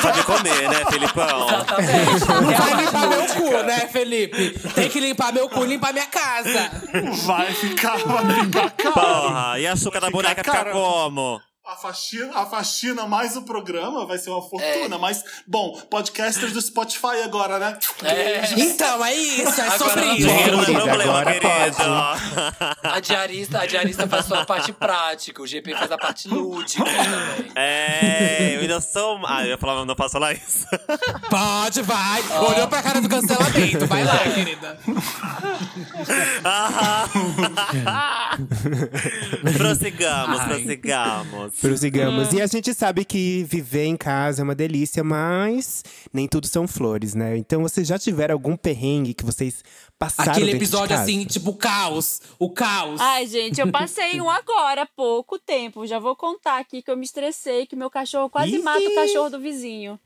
[SPEAKER 1] sabe comer, né, Felipão?
[SPEAKER 6] Exatamente.
[SPEAKER 3] não vai
[SPEAKER 6] é,
[SPEAKER 3] limpar meu cu, né, Felipe? Tem que limpar meu cu e limpar minha casa.
[SPEAKER 4] [LAUGHS] Vai ficar, [LAUGHS] vai ficar caro.
[SPEAKER 1] Porra, e a açúcar da
[SPEAKER 4] Fica
[SPEAKER 1] boneca fica
[SPEAKER 4] caro.
[SPEAKER 1] como?
[SPEAKER 4] A faxina, a faxina mais o programa vai ser uma fortuna, mas, bom, podcasters do Spotify agora, né?
[SPEAKER 6] É.
[SPEAKER 3] Então, é isso, é
[SPEAKER 6] Agora
[SPEAKER 3] sobre
[SPEAKER 6] não
[SPEAKER 3] isso.
[SPEAKER 6] pode.
[SPEAKER 1] Dinheiro não é
[SPEAKER 2] Tá querida,
[SPEAKER 1] problema,
[SPEAKER 2] agora
[SPEAKER 1] querido.
[SPEAKER 6] A diarista, a diarista faz só a parte prática, o GP faz a parte lúdica também.
[SPEAKER 1] É, eu ainda sou. Ah, eu ia falar, não posso falar
[SPEAKER 2] [LAUGHS]
[SPEAKER 1] isso. [LAUGHS]
[SPEAKER 3] Pode, vai. Olhou pra cara do cancelamento. Vai lá, querida.
[SPEAKER 1] Ah. prossigamos, prossigamos.
[SPEAKER 2] Prossigamos.
[SPEAKER 5] Hum.
[SPEAKER 2] E a gente sabe que viver em casa é uma delícia, mas nem tudo são flores, né? Então vocês já tiveram algum perrengue que vocês passaram
[SPEAKER 3] Aquele
[SPEAKER 2] dentro de
[SPEAKER 3] episódio
[SPEAKER 2] casa?
[SPEAKER 3] assim, tipo, caos. O caos.
[SPEAKER 5] Ai, gente, eu passei um agora há pouco tempo. Já vou contar aqui que eu me estressei, que meu cachorro quase
[SPEAKER 2] Ih!
[SPEAKER 5] mata o cachorro do vizinho.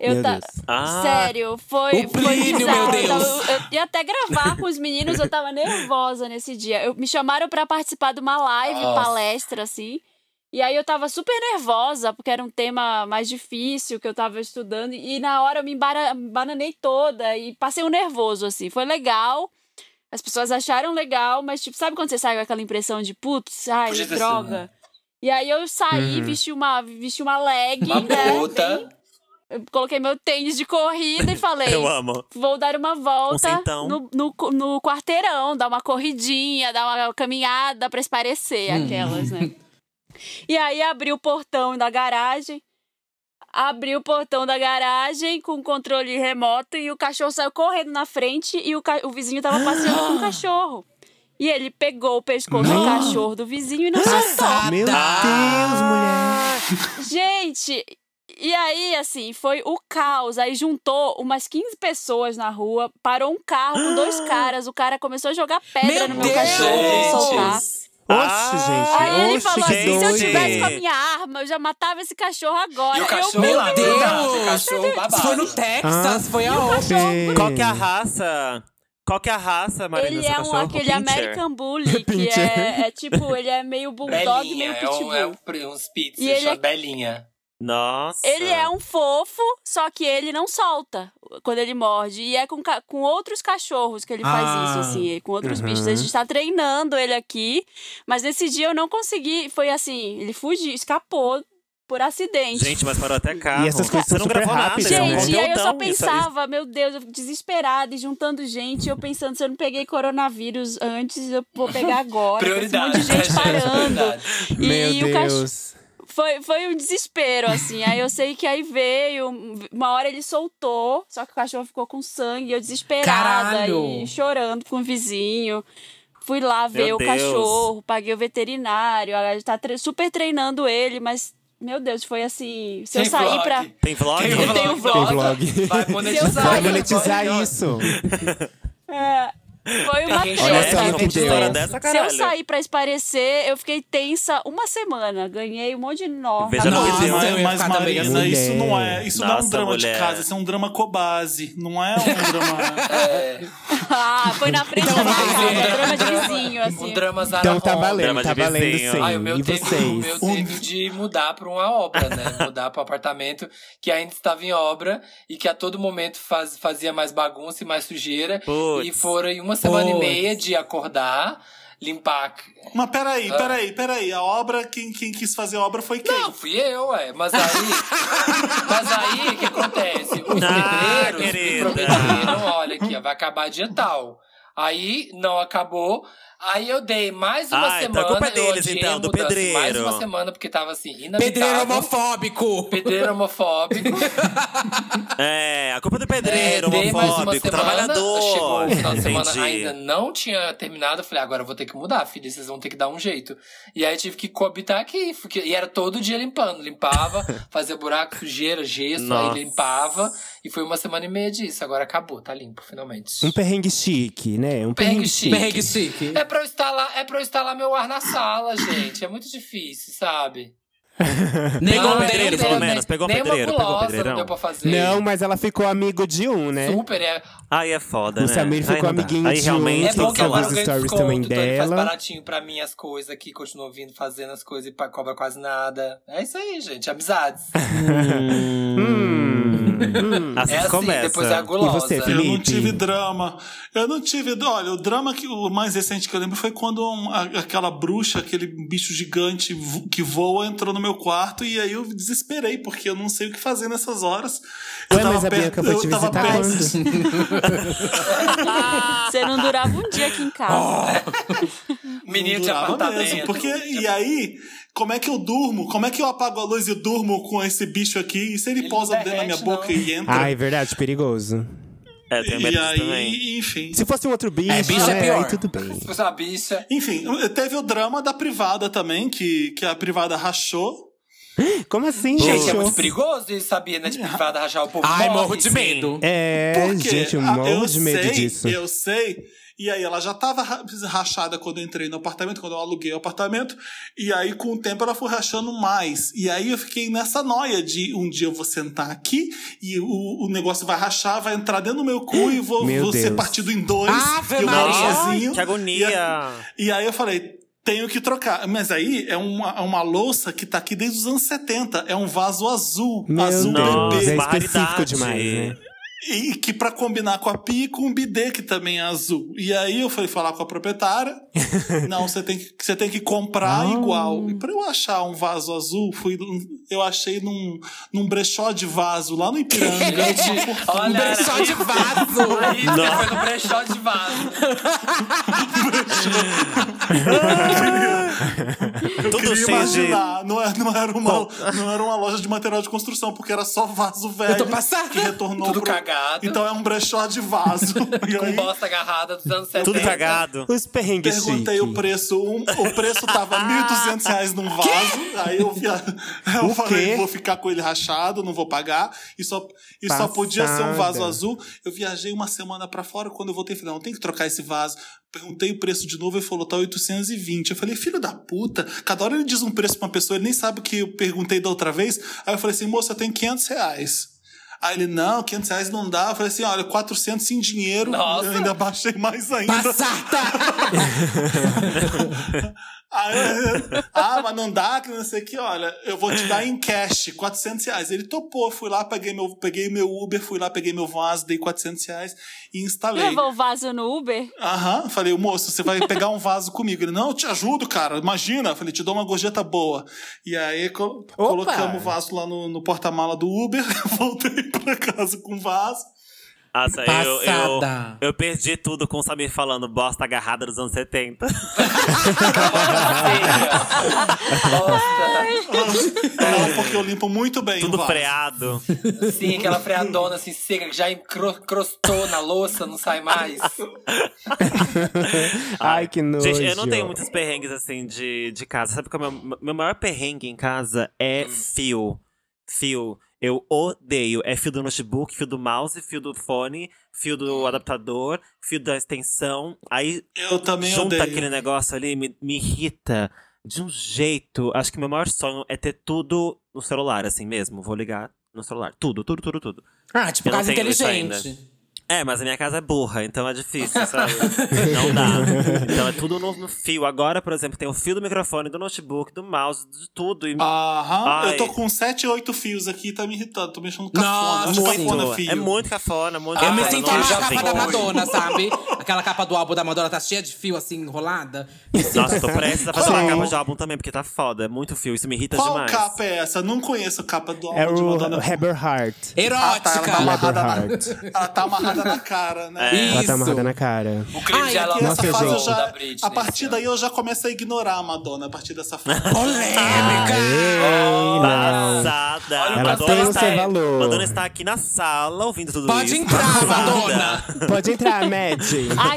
[SPEAKER 5] Eu
[SPEAKER 2] Meu
[SPEAKER 5] ta-
[SPEAKER 2] Deus.
[SPEAKER 1] Ah.
[SPEAKER 5] Sério, foi,
[SPEAKER 3] O
[SPEAKER 5] foi
[SPEAKER 3] Plínio,
[SPEAKER 5] bizarro.
[SPEAKER 3] meu
[SPEAKER 5] Eu, tava-
[SPEAKER 3] Deus.
[SPEAKER 5] eu ia até gravar com os meninos, eu tava nervosa nesse dia. Eu, me chamaram pra participar de uma live,
[SPEAKER 6] Nossa.
[SPEAKER 5] palestra, assim. E aí eu tava super nervosa, porque era um tema mais difícil que eu tava estudando. E na hora eu me embara- bananei toda e passei um nervoso, assim. Foi legal. As pessoas acharam legal, mas tipo, sabe quando você sai com aquela impressão de putz, ai,
[SPEAKER 6] Podia ter sido,
[SPEAKER 5] droga? E aí eu saí,
[SPEAKER 2] Uhum.
[SPEAKER 5] vesti uma, vesti uma leg,
[SPEAKER 6] Uma
[SPEAKER 5] né?
[SPEAKER 6] puta.
[SPEAKER 5] Bem- eu coloquei meu tênis de corrida e falei,
[SPEAKER 1] [LAUGHS] Eu amo. então?"
[SPEAKER 5] vou dar uma volta
[SPEAKER 1] centão.
[SPEAKER 5] no, no, cu- no quarteirão, dar uma corridinha, dar uma caminhada pra esparecer
[SPEAKER 1] Hum. [LAUGHS]
[SPEAKER 5] aquelas, né? E aí abri o portão da garagem, abri o portão da garagem com controle remoto e o cachorro saiu correndo na frente e o, ca- o vizinho tava passeando com
[SPEAKER 1] [GASPS]
[SPEAKER 5] o cachorro. E ele pegou o pescoço do cachorro do
[SPEAKER 1] [GASPS]
[SPEAKER 5] vizinho e não soltou.
[SPEAKER 2] Meu
[SPEAKER 3] Ah,
[SPEAKER 2] Deus, mulher!
[SPEAKER 5] Gente, e aí, assim, foi o caos. Aí juntou umas 15 pessoas na rua, parou um carro com dois caras. O cara começou a jogar pedra no meu
[SPEAKER 3] Deus!
[SPEAKER 5] cachorro pra soltar.
[SPEAKER 2] Oxe, gente.
[SPEAKER 5] Aí Ah, ele
[SPEAKER 2] oxe,
[SPEAKER 5] falou
[SPEAKER 2] que
[SPEAKER 5] assim: se eu
[SPEAKER 2] doido.
[SPEAKER 5] tivesse com a minha arma, eu já matava esse cachorro agora.
[SPEAKER 6] E o
[SPEAKER 5] Eu-
[SPEAKER 6] cachorro
[SPEAKER 5] meu
[SPEAKER 6] lá,
[SPEAKER 5] Deus!
[SPEAKER 6] grudado, o
[SPEAKER 3] Deus!
[SPEAKER 6] cachorro
[SPEAKER 3] Se foi
[SPEAKER 6] babado.
[SPEAKER 3] no Texas, foi aonde?
[SPEAKER 2] Sim.
[SPEAKER 1] Qual que é a raça? Qual que é a raça, Marina?
[SPEAKER 5] Ele
[SPEAKER 1] seu
[SPEAKER 5] é um,
[SPEAKER 1] cachorro?
[SPEAKER 5] aquele
[SPEAKER 1] Pincher?
[SPEAKER 5] American Bully, que
[SPEAKER 2] Pincher.
[SPEAKER 5] é, é tipo, ele é meio bulldog,
[SPEAKER 6] Belinha,
[SPEAKER 5] meio
[SPEAKER 6] é
[SPEAKER 5] pitbull.
[SPEAKER 6] um, é um, um spitz,
[SPEAKER 5] E ele
[SPEAKER 6] chama
[SPEAKER 5] é-
[SPEAKER 6] Belinha.
[SPEAKER 1] Nossa.
[SPEAKER 5] Ele é um fofo, só que ele não solta quando ele morde. E é com, ca- com outros cachorros que ele faz
[SPEAKER 2] Ah.
[SPEAKER 5] isso, assim, e com outros
[SPEAKER 2] Uhum.
[SPEAKER 5] bichos. A gente tá treinando ele aqui, mas nesse dia eu não consegui. Foi assim, ele fugiu, escapou por acidente.
[SPEAKER 1] Gente, mas parou até carro.
[SPEAKER 2] E essas coisas
[SPEAKER 1] Você
[SPEAKER 2] são
[SPEAKER 1] não
[SPEAKER 2] super
[SPEAKER 1] gravou nada,
[SPEAKER 2] rápidas,
[SPEAKER 1] isso é um
[SPEAKER 2] né?
[SPEAKER 5] Gente, e aí eu só
[SPEAKER 1] conteúdão, isso- isso-
[SPEAKER 5] pensava, meu Deus, eu fico desesperada e juntando gente, eu pensando, se eu não peguei coronavírus antes, eu vou pegar agora. com Esse um monte
[SPEAKER 6] Prioridade.
[SPEAKER 5] de
[SPEAKER 6] [LAUGHS]
[SPEAKER 5] gente
[SPEAKER 6] né, gente?
[SPEAKER 5] parando.
[SPEAKER 6] Prioridade.
[SPEAKER 5] E
[SPEAKER 2] Meu
[SPEAKER 5] o cachorro.
[SPEAKER 2] Deus.
[SPEAKER 5] Foi, foi um desespero, assim. Aí eu sei que aí veio. Uma hora ele soltou, só que o cachorro ficou com sangue, eu desesperada
[SPEAKER 3] Caralho!
[SPEAKER 5] e chorando com o vizinho. Fui lá ver
[SPEAKER 1] Meu
[SPEAKER 5] o
[SPEAKER 1] Deus.
[SPEAKER 5] cachorro, paguei o veterinário. A gente tá tre- super treinando ele, mas, meu Deus, foi assim. Se eu
[SPEAKER 6] Tem
[SPEAKER 5] sair
[SPEAKER 6] vlog.
[SPEAKER 5] pra.
[SPEAKER 1] Tem vlog?
[SPEAKER 6] Tem
[SPEAKER 5] Eu tenho
[SPEAKER 6] vlog.
[SPEAKER 2] Tem vlog.
[SPEAKER 6] Vai
[SPEAKER 5] Se eu
[SPEAKER 6] monetizar.
[SPEAKER 5] sair-
[SPEAKER 2] Vai
[SPEAKER 5] Ai,
[SPEAKER 2] monetizar
[SPEAKER 6] Olha,
[SPEAKER 2] isso.
[SPEAKER 5] Tá É, foi uma
[SPEAKER 6] Olha
[SPEAKER 5] treta.
[SPEAKER 2] só,
[SPEAKER 1] é,
[SPEAKER 2] que
[SPEAKER 1] tem história
[SPEAKER 2] Deus.
[SPEAKER 1] dessa,
[SPEAKER 5] Se eu
[SPEAKER 1] caralho.
[SPEAKER 5] sair pra esparecer, eu fiquei tensa uma semana. Ganhei um monte de nó.
[SPEAKER 1] Veja
[SPEAKER 5] na
[SPEAKER 1] no
[SPEAKER 5] mão.
[SPEAKER 3] Nossa,
[SPEAKER 4] mas,
[SPEAKER 1] eu
[SPEAKER 3] ia
[SPEAKER 4] mas,
[SPEAKER 3] ficar
[SPEAKER 4] Marina,
[SPEAKER 2] assim.
[SPEAKER 3] também
[SPEAKER 4] isso não é, isso não é um
[SPEAKER 1] Nossa,
[SPEAKER 4] drama de
[SPEAKER 1] mulher.
[SPEAKER 4] casa, isso é um drama cobase, não é um drama.
[SPEAKER 5] [LAUGHS] Ah,
[SPEAKER 1] [LAUGHS]
[SPEAKER 5] foi na frente da minha casa. Drama de vizinho, assim.
[SPEAKER 6] Um drama Zara
[SPEAKER 2] Então tá
[SPEAKER 6] Home.
[SPEAKER 2] valendo,
[SPEAKER 1] Drama de
[SPEAKER 2] tá valendo
[SPEAKER 1] vizinho.
[SPEAKER 2] sim.
[SPEAKER 6] Ai, o meu [LAUGHS]
[SPEAKER 2] E
[SPEAKER 6] teve o meu
[SPEAKER 2] vocês?
[SPEAKER 6] teve de mudar para uma
[SPEAKER 1] [LAUGHS]
[SPEAKER 6] obra, né? mudar para um apartamento que ainda estava em obra e que a todo momento faz- fazia mais bagunça e mais sujeira.
[SPEAKER 1] Putz.
[SPEAKER 6] E foram em uma semana
[SPEAKER 2] Putz.
[SPEAKER 6] e meia de acordar, limpar.
[SPEAKER 4] Mas peraí, peraí, peraí. A obra, quem, quem quis fazer a obra foi quem?
[SPEAKER 6] Não, É, fui eu, ué.
[SPEAKER 1] [LAUGHS]
[SPEAKER 6] Mas aí. mas aí, o que acontece? Os
[SPEAKER 1] Ah,
[SPEAKER 6] pedreiros me
[SPEAKER 1] querida.
[SPEAKER 6] prometeram: olha aqui, ó, vai acabar dia tal. Aí não acabou. Aí eu dei mais uma
[SPEAKER 1] Ah, então
[SPEAKER 6] semana.
[SPEAKER 1] a culpa é
[SPEAKER 6] eu
[SPEAKER 1] deles,
[SPEAKER 6] adiei
[SPEAKER 1] então,
[SPEAKER 6] a
[SPEAKER 1] do
[SPEAKER 6] mudança Mais
[SPEAKER 1] pedreiro.
[SPEAKER 6] uma semana, porque tava assim, inabitável.
[SPEAKER 3] Pedreiro homofóbico!
[SPEAKER 6] Pedreiro homofóbico.
[SPEAKER 1] É, a culpa do pedreiro,
[SPEAKER 6] Pedreiro dei mais uma
[SPEAKER 1] homofóbico,
[SPEAKER 6] semana,
[SPEAKER 1] trabalhador.
[SPEAKER 6] Chegou o final de semana,
[SPEAKER 1] Entendi.
[SPEAKER 6] ainda não tinha terminado. eu Falei, agora eu vou ter que mudar, filho. Vocês vão ter que dar um jeito. E aí eu tive que coabitar aqui. Porque, e era todo dia limpando.
[SPEAKER 1] [LAUGHS]
[SPEAKER 6] Limpava, fazia buraco, sujeira, gesso.
[SPEAKER 1] Nossa.
[SPEAKER 6] Aí limpava. E foi uma semana e meia disso. Agora acabou, tá limpo, finalmente.
[SPEAKER 2] Um perrengue chique, né? Um perrengue
[SPEAKER 6] Perrengue chique.
[SPEAKER 2] chique.
[SPEAKER 3] Perrengue chique.
[SPEAKER 6] É pra, eu instalar, é pra eu instalar meu ar na sala, gente. É muito difícil, sabe?
[SPEAKER 1] Pegou
[SPEAKER 6] Não,
[SPEAKER 1] um pedreiro,
[SPEAKER 6] nem-
[SPEAKER 1] pelo
[SPEAKER 6] nem-
[SPEAKER 1] menos, pegou um
[SPEAKER 6] nem uma
[SPEAKER 1] pedreiro, pegou um
[SPEAKER 6] gulosa
[SPEAKER 1] pedreirão.
[SPEAKER 6] Não deu pra fazer.
[SPEAKER 2] Não, mas ela ficou amigo de um, né?
[SPEAKER 6] Super, é.
[SPEAKER 1] Aí é foda,
[SPEAKER 2] O
[SPEAKER 1] né?
[SPEAKER 2] Samir ficou
[SPEAKER 1] Aí não dá.
[SPEAKER 2] amiguinho
[SPEAKER 1] Aí
[SPEAKER 2] de
[SPEAKER 1] realmente
[SPEAKER 2] um-
[SPEAKER 6] É
[SPEAKER 1] tem
[SPEAKER 6] bom
[SPEAKER 2] Tem
[SPEAKER 1] que
[SPEAKER 6] que agora
[SPEAKER 1] falar.
[SPEAKER 6] eu
[SPEAKER 2] fazer
[SPEAKER 6] ganho
[SPEAKER 2] stories
[SPEAKER 6] desconto,
[SPEAKER 2] também
[SPEAKER 6] então ele faz
[SPEAKER 2] dela.
[SPEAKER 6] baratinho pra mim as coisas aqui, continua vindo fazendo as coisas e pa- cobra quase nada. É isso aí, gente, amizades.
[SPEAKER 2] Hum.
[SPEAKER 1] Assim
[SPEAKER 6] é assim,
[SPEAKER 1] começa.
[SPEAKER 6] depois é a gulosa.
[SPEAKER 2] E você,
[SPEAKER 4] Eu
[SPEAKER 2] Felipe?
[SPEAKER 4] não tive drama. Eu não tive. Olha, o drama que o mais recente que eu lembro foi quando um- a- aquela bruxa, aquele bicho gigante vo- que voa, entrou no meu quarto e aí eu desesperei, porque eu não sei o que fazer nessas horas. Eu
[SPEAKER 2] Ué, mas a
[SPEAKER 4] per-
[SPEAKER 2] Bianca foi te
[SPEAKER 4] eu tava
[SPEAKER 2] visitar
[SPEAKER 4] per-
[SPEAKER 2] quando?
[SPEAKER 5] [LAUGHS] Você não durava um dia aqui em casa.
[SPEAKER 6] Menino de
[SPEAKER 4] Durava
[SPEAKER 6] apartamento. Tipo,
[SPEAKER 4] porque, e aí, como é que eu durmo? Como é que eu apago a luz e durmo com esse bicho aqui? E se ele,
[SPEAKER 6] Ele
[SPEAKER 4] pousa
[SPEAKER 6] não
[SPEAKER 4] dentro da minha
[SPEAKER 6] derrete,
[SPEAKER 4] boca
[SPEAKER 6] não.
[SPEAKER 4] e entra?
[SPEAKER 2] Ah, é verdade, perigoso.
[SPEAKER 1] É, tem medo
[SPEAKER 4] e
[SPEAKER 1] disso
[SPEAKER 4] aí,
[SPEAKER 1] também.
[SPEAKER 4] enfim.
[SPEAKER 2] Se fosse um outro bicho,
[SPEAKER 3] É, bicho é
[SPEAKER 2] né,
[SPEAKER 3] pior.
[SPEAKER 2] aí tudo bem.
[SPEAKER 6] Se fosse uma bicha.
[SPEAKER 4] Enfim, teve o drama da privada também, que, que a privada rachou.
[SPEAKER 2] Como assim,
[SPEAKER 6] Gente, é
[SPEAKER 2] Show.
[SPEAKER 6] muito perigoso isso, sabia, né? De privada rachar o povo.
[SPEAKER 3] Ai,
[SPEAKER 6] morre,
[SPEAKER 3] morro de
[SPEAKER 6] sim.
[SPEAKER 3] medo.
[SPEAKER 2] É,
[SPEAKER 4] Porque
[SPEAKER 2] gente, um
[SPEAKER 4] a-
[SPEAKER 2] monte
[SPEAKER 4] Ah, eu
[SPEAKER 2] de medo
[SPEAKER 4] sei, é
[SPEAKER 2] disso.
[SPEAKER 4] Eu sei. E aí ela já tava ra- rachada quando eu entrei no apartamento, quando eu aluguei o apartamento. E aí, com o tempo, ela foi rachando mais. E aí eu fiquei nessa noia de um dia eu vou sentar aqui e o, o negócio vai rachar, vai entrar dentro do meu cu e vou,
[SPEAKER 2] Meu
[SPEAKER 4] vou ser
[SPEAKER 2] Deus.
[SPEAKER 4] partido em dois.
[SPEAKER 3] Ave
[SPEAKER 4] e eu moro
[SPEAKER 3] Maria.
[SPEAKER 4] sozinho.
[SPEAKER 1] Que agonia!
[SPEAKER 4] E aí eu falei. Tenho que trocar. Mas aí é uma, é uma louça que tá aqui desde os anos 70. É um vaso azul.
[SPEAKER 2] Meu
[SPEAKER 4] azul
[SPEAKER 2] Deus,
[SPEAKER 4] bebê.
[SPEAKER 2] é
[SPEAKER 1] barbaridade.
[SPEAKER 2] específico demais, né?
[SPEAKER 4] E que pra combinar com a pica, um bidê que também é azul. E aí eu fui falar com a
[SPEAKER 6] [LAUGHS]
[SPEAKER 4] proprietária. Não, você tem que, você tem que comprar igual. E pra eu achar um vaso azul, fui, eu achei num, num brechó de vaso lá no Ipiranga.
[SPEAKER 6] [LAUGHS]
[SPEAKER 4] tipo,
[SPEAKER 6] Olha,
[SPEAKER 3] Um brechó
[SPEAKER 6] era-
[SPEAKER 3] de vaso.
[SPEAKER 6] [LAUGHS]
[SPEAKER 3] [LAUGHS]
[SPEAKER 6] Aí você foi no brechó de vaso.
[SPEAKER 4] Eu
[SPEAKER 1] Tudo
[SPEAKER 4] queria
[SPEAKER 1] cheio de.
[SPEAKER 4] imaginar. Não, era, não, era uma, não era uma loja de material de construção, porque era só vaso velho.
[SPEAKER 3] Eu tô passada.
[SPEAKER 4] Que retornou
[SPEAKER 6] Tudo
[SPEAKER 4] pro-
[SPEAKER 6] cagado.
[SPEAKER 4] Então é um brechó de
[SPEAKER 6] [LAUGHS]
[SPEAKER 4] vaso. e
[SPEAKER 6] Com
[SPEAKER 4] aí,
[SPEAKER 6] bosta agarrada dos anos 70.
[SPEAKER 1] Tudo cagado.
[SPEAKER 2] Os perrengues
[SPEAKER 4] Perguntei
[SPEAKER 2] chique.
[SPEAKER 4] o preço. Um- o preço tava
[SPEAKER 2] [LAUGHS]
[SPEAKER 4] 1.200 reais num vaso. Aí eu, via- [LAUGHS] eu
[SPEAKER 2] O quê?
[SPEAKER 4] falei, vou ficar com ele rachado, não vou pagar. E só, e só podia ser um vaso
[SPEAKER 2] Passada.
[SPEAKER 4] azul. Eu viajei uma semana pra fora. Quando eu voltei, falei, não, tem que trocar esse vaso. Perguntei o preço de novo e falou, tá 820. Eu falei, filho da puta, cada hora ele diz um preço pra uma pessoa, ele nem sabe o que eu perguntei da outra vez. Aí eu falei assim, moça, eu tenho 500 reais. Aí ele, não, 500 reais não dá. Eu falei assim, olha, 400 em dinheiro.
[SPEAKER 6] Nossa.
[SPEAKER 4] Eu ainda baixei mais ainda.
[SPEAKER 3] Passada!
[SPEAKER 4] Aí eu- [LAUGHS] ah, mas não dá, que não sei o que, olha, eu vou te dar em cash, 400 reais. Ele topou, fui lá, peguei meu, peguei meu Uber, fui lá, peguei meu vaso, dei 400 reais e instalei.
[SPEAKER 5] Levou o vaso no Uber?
[SPEAKER 4] Aham, falei, moço, você vai pegar um vaso comigo. Ele, não, eu te ajudo, cara, imagina. Eu Falei, te dou uma gorjeta boa. E aí co- colocamos o vaso lá no, no porta-mala do Uber, [LAUGHS] voltei pra casa com o vaso.
[SPEAKER 1] Nossa, eu, eu,
[SPEAKER 3] Passada.
[SPEAKER 1] eu perdi tudo com o Samir falando bosta agarrada dos anos 70.
[SPEAKER 6] Bosta.
[SPEAKER 4] Não, porque eu limpo muito bem o
[SPEAKER 1] tudo
[SPEAKER 4] vaso.
[SPEAKER 1] freado.
[SPEAKER 6] Sim, aquela freadona assim seca que já encro- encrostou na louça, não sai mais.
[SPEAKER 2] Ai, que nojo.
[SPEAKER 1] Gente, eu não tenho muitos perrengues assim de, de casa. Sabe qual é o meu, meu maior perrengue em casa? É
[SPEAKER 4] Hum.
[SPEAKER 1] fio. Fio. Eu odeio. É fio do notebook, fio do mouse, fio do fone, fio do adaptador, fio da extensão. Aí
[SPEAKER 4] Eu também
[SPEAKER 1] junta
[SPEAKER 4] odeio.
[SPEAKER 1] aquele negócio ali, me, me irrita de um jeito. Acho que meu maior sonho é ter tudo no celular, assim mesmo. Vou ligar no celular. Tudo, tudo, tudo, tudo.
[SPEAKER 3] Ah, tipo,
[SPEAKER 1] Eu não
[SPEAKER 3] casa
[SPEAKER 1] tenho isso
[SPEAKER 3] inteligente.
[SPEAKER 1] É, mas a minha casa é burra, então é difícil, sabe? Não dá. Então é tudo no, no fio. Agora, por exemplo, tem o fio do microfone, do notebook, do mouse, de tudo. E
[SPEAKER 4] Ah, Aham,
[SPEAKER 1] Ai.
[SPEAKER 4] eu tô com 7, 8 fios aqui e tá me irritando, tô me achando
[SPEAKER 3] Nossa,
[SPEAKER 4] cafona. Acho
[SPEAKER 1] muito.
[SPEAKER 4] cafona fio.
[SPEAKER 1] É muito cafona, muito
[SPEAKER 3] Eu
[SPEAKER 1] cafona.
[SPEAKER 3] me
[SPEAKER 6] Ah,
[SPEAKER 3] sinto
[SPEAKER 1] não
[SPEAKER 3] uma
[SPEAKER 1] acho
[SPEAKER 6] já
[SPEAKER 3] capa
[SPEAKER 1] bem.
[SPEAKER 3] da
[SPEAKER 6] foi.
[SPEAKER 3] Madonna, sabe? Aquela capa do álbum da Madonna tá cheia de fio, assim, enrolada.
[SPEAKER 1] Ah, Nossa, tô prestes a fazer
[SPEAKER 2] Sim.
[SPEAKER 1] uma capa de álbum também, porque tá foda. É muito fio, isso me irrita
[SPEAKER 4] Qual
[SPEAKER 1] demais.
[SPEAKER 4] capa é essa? Não conheço a capa do álbum
[SPEAKER 2] É
[SPEAKER 4] de
[SPEAKER 2] o
[SPEAKER 4] Madonna.
[SPEAKER 2] Heber Heart.
[SPEAKER 4] Ah, tá, ela tá
[SPEAKER 3] Erótica!
[SPEAKER 4] amarrada na,
[SPEAKER 2] Heart.
[SPEAKER 4] ela tá amarrada na cara, né?
[SPEAKER 1] É.
[SPEAKER 3] Isso!
[SPEAKER 2] Ela tá amarrada na cara.
[SPEAKER 6] O crime
[SPEAKER 3] Ai,
[SPEAKER 6] de I
[SPEAKER 3] aqui
[SPEAKER 4] Essa
[SPEAKER 6] Love
[SPEAKER 2] Nossa,
[SPEAKER 6] Rock and
[SPEAKER 4] fase eu
[SPEAKER 6] Roll
[SPEAKER 4] já,
[SPEAKER 6] da Britney.
[SPEAKER 4] a partir
[SPEAKER 6] assim, ó.
[SPEAKER 4] daí eu já começo a ignorar a Madonna, a partir dessa fase.
[SPEAKER 1] [LAUGHS]
[SPEAKER 2] Ah, é.
[SPEAKER 3] Polêmica!
[SPEAKER 1] Passada.
[SPEAKER 6] Olha,
[SPEAKER 1] Madonna
[SPEAKER 6] ela tem o
[SPEAKER 1] está-
[SPEAKER 2] seu valor.
[SPEAKER 1] Madonna está aqui na sala ouvindo tudo
[SPEAKER 3] Pode
[SPEAKER 1] isso.
[SPEAKER 3] entrar,
[SPEAKER 1] Passada.
[SPEAKER 3] Madonna!
[SPEAKER 2] Pode entrar, Mad.
[SPEAKER 5] Ai,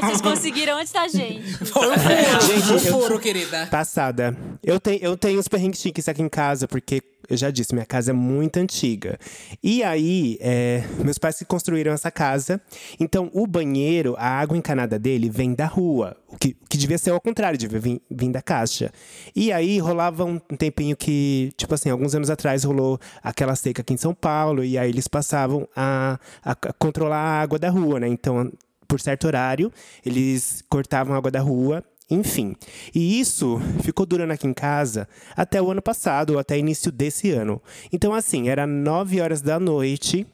[SPEAKER 3] [LAUGHS]
[SPEAKER 5] vocês conseguiram antes da gente.
[SPEAKER 3] Foi um furo,
[SPEAKER 2] Gente,
[SPEAKER 3] um
[SPEAKER 2] eu-
[SPEAKER 3] furo, querida.
[SPEAKER 2] Passada. Eu, te, eu tenho os perrengues chiques aqui em casa, porque eu já disse, minha casa é muito antiga. E aí, é, meus pais que construíram essa casa. Então, o banheiro, a água encanada dele vem da rua. O que, o que devia ser ao contrário, devia vir, vir da caixa. E aí rolava um tempinho que, tipo assim, alguns anos atrás rolou aquela seca aqui em São Paulo, e aí eles passavam a, a controlar a água da rua, né? Então, por certo horário, eles cortavam a água da rua, enfim. E isso ficou durando aqui em casa até o ano passado, ou até início desse ano. Então, assim, era 9 horas da noite,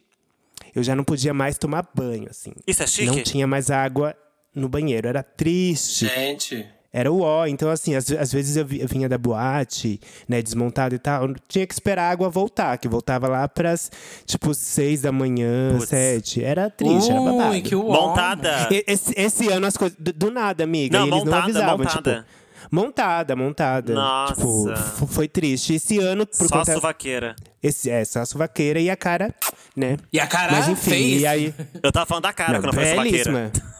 [SPEAKER 2] eu já não podia mais tomar banho, assim.
[SPEAKER 1] Isso é
[SPEAKER 2] Não
[SPEAKER 1] chique?
[SPEAKER 2] tinha mais água no banheiro, era triste.
[SPEAKER 6] É. Gente.
[SPEAKER 2] Era o ó, então assim, às, às vezes eu, vi- eu vinha da boate, né, desmontada e tal, eu tinha que esperar a água voltar, que voltava lá pras, tipo, seis da manhã,
[SPEAKER 1] Putz.
[SPEAKER 2] sete. Era triste, era babado.
[SPEAKER 3] Ui, que uó.
[SPEAKER 1] Montada.
[SPEAKER 2] E- Esse, esse ano as coisas. Do, do nada, amiga.
[SPEAKER 1] É. Não,
[SPEAKER 2] e eles
[SPEAKER 1] montada,
[SPEAKER 2] não avisavam,
[SPEAKER 1] montada.
[SPEAKER 2] tipo. Montada, montada.
[SPEAKER 1] Nossa.
[SPEAKER 2] Tipo, f- foi triste. Esse ano, por
[SPEAKER 1] Só
[SPEAKER 2] conta.
[SPEAKER 1] suvaqueira.
[SPEAKER 2] Esse, é, só a suvaqueira e a cara, né?
[SPEAKER 3] E a cara
[SPEAKER 2] Mas enfim,
[SPEAKER 3] fez.
[SPEAKER 2] e aí.
[SPEAKER 1] Eu tava falando da cara
[SPEAKER 2] Não,
[SPEAKER 1] quando eu falei suvaqueira.
[SPEAKER 2] belíssima.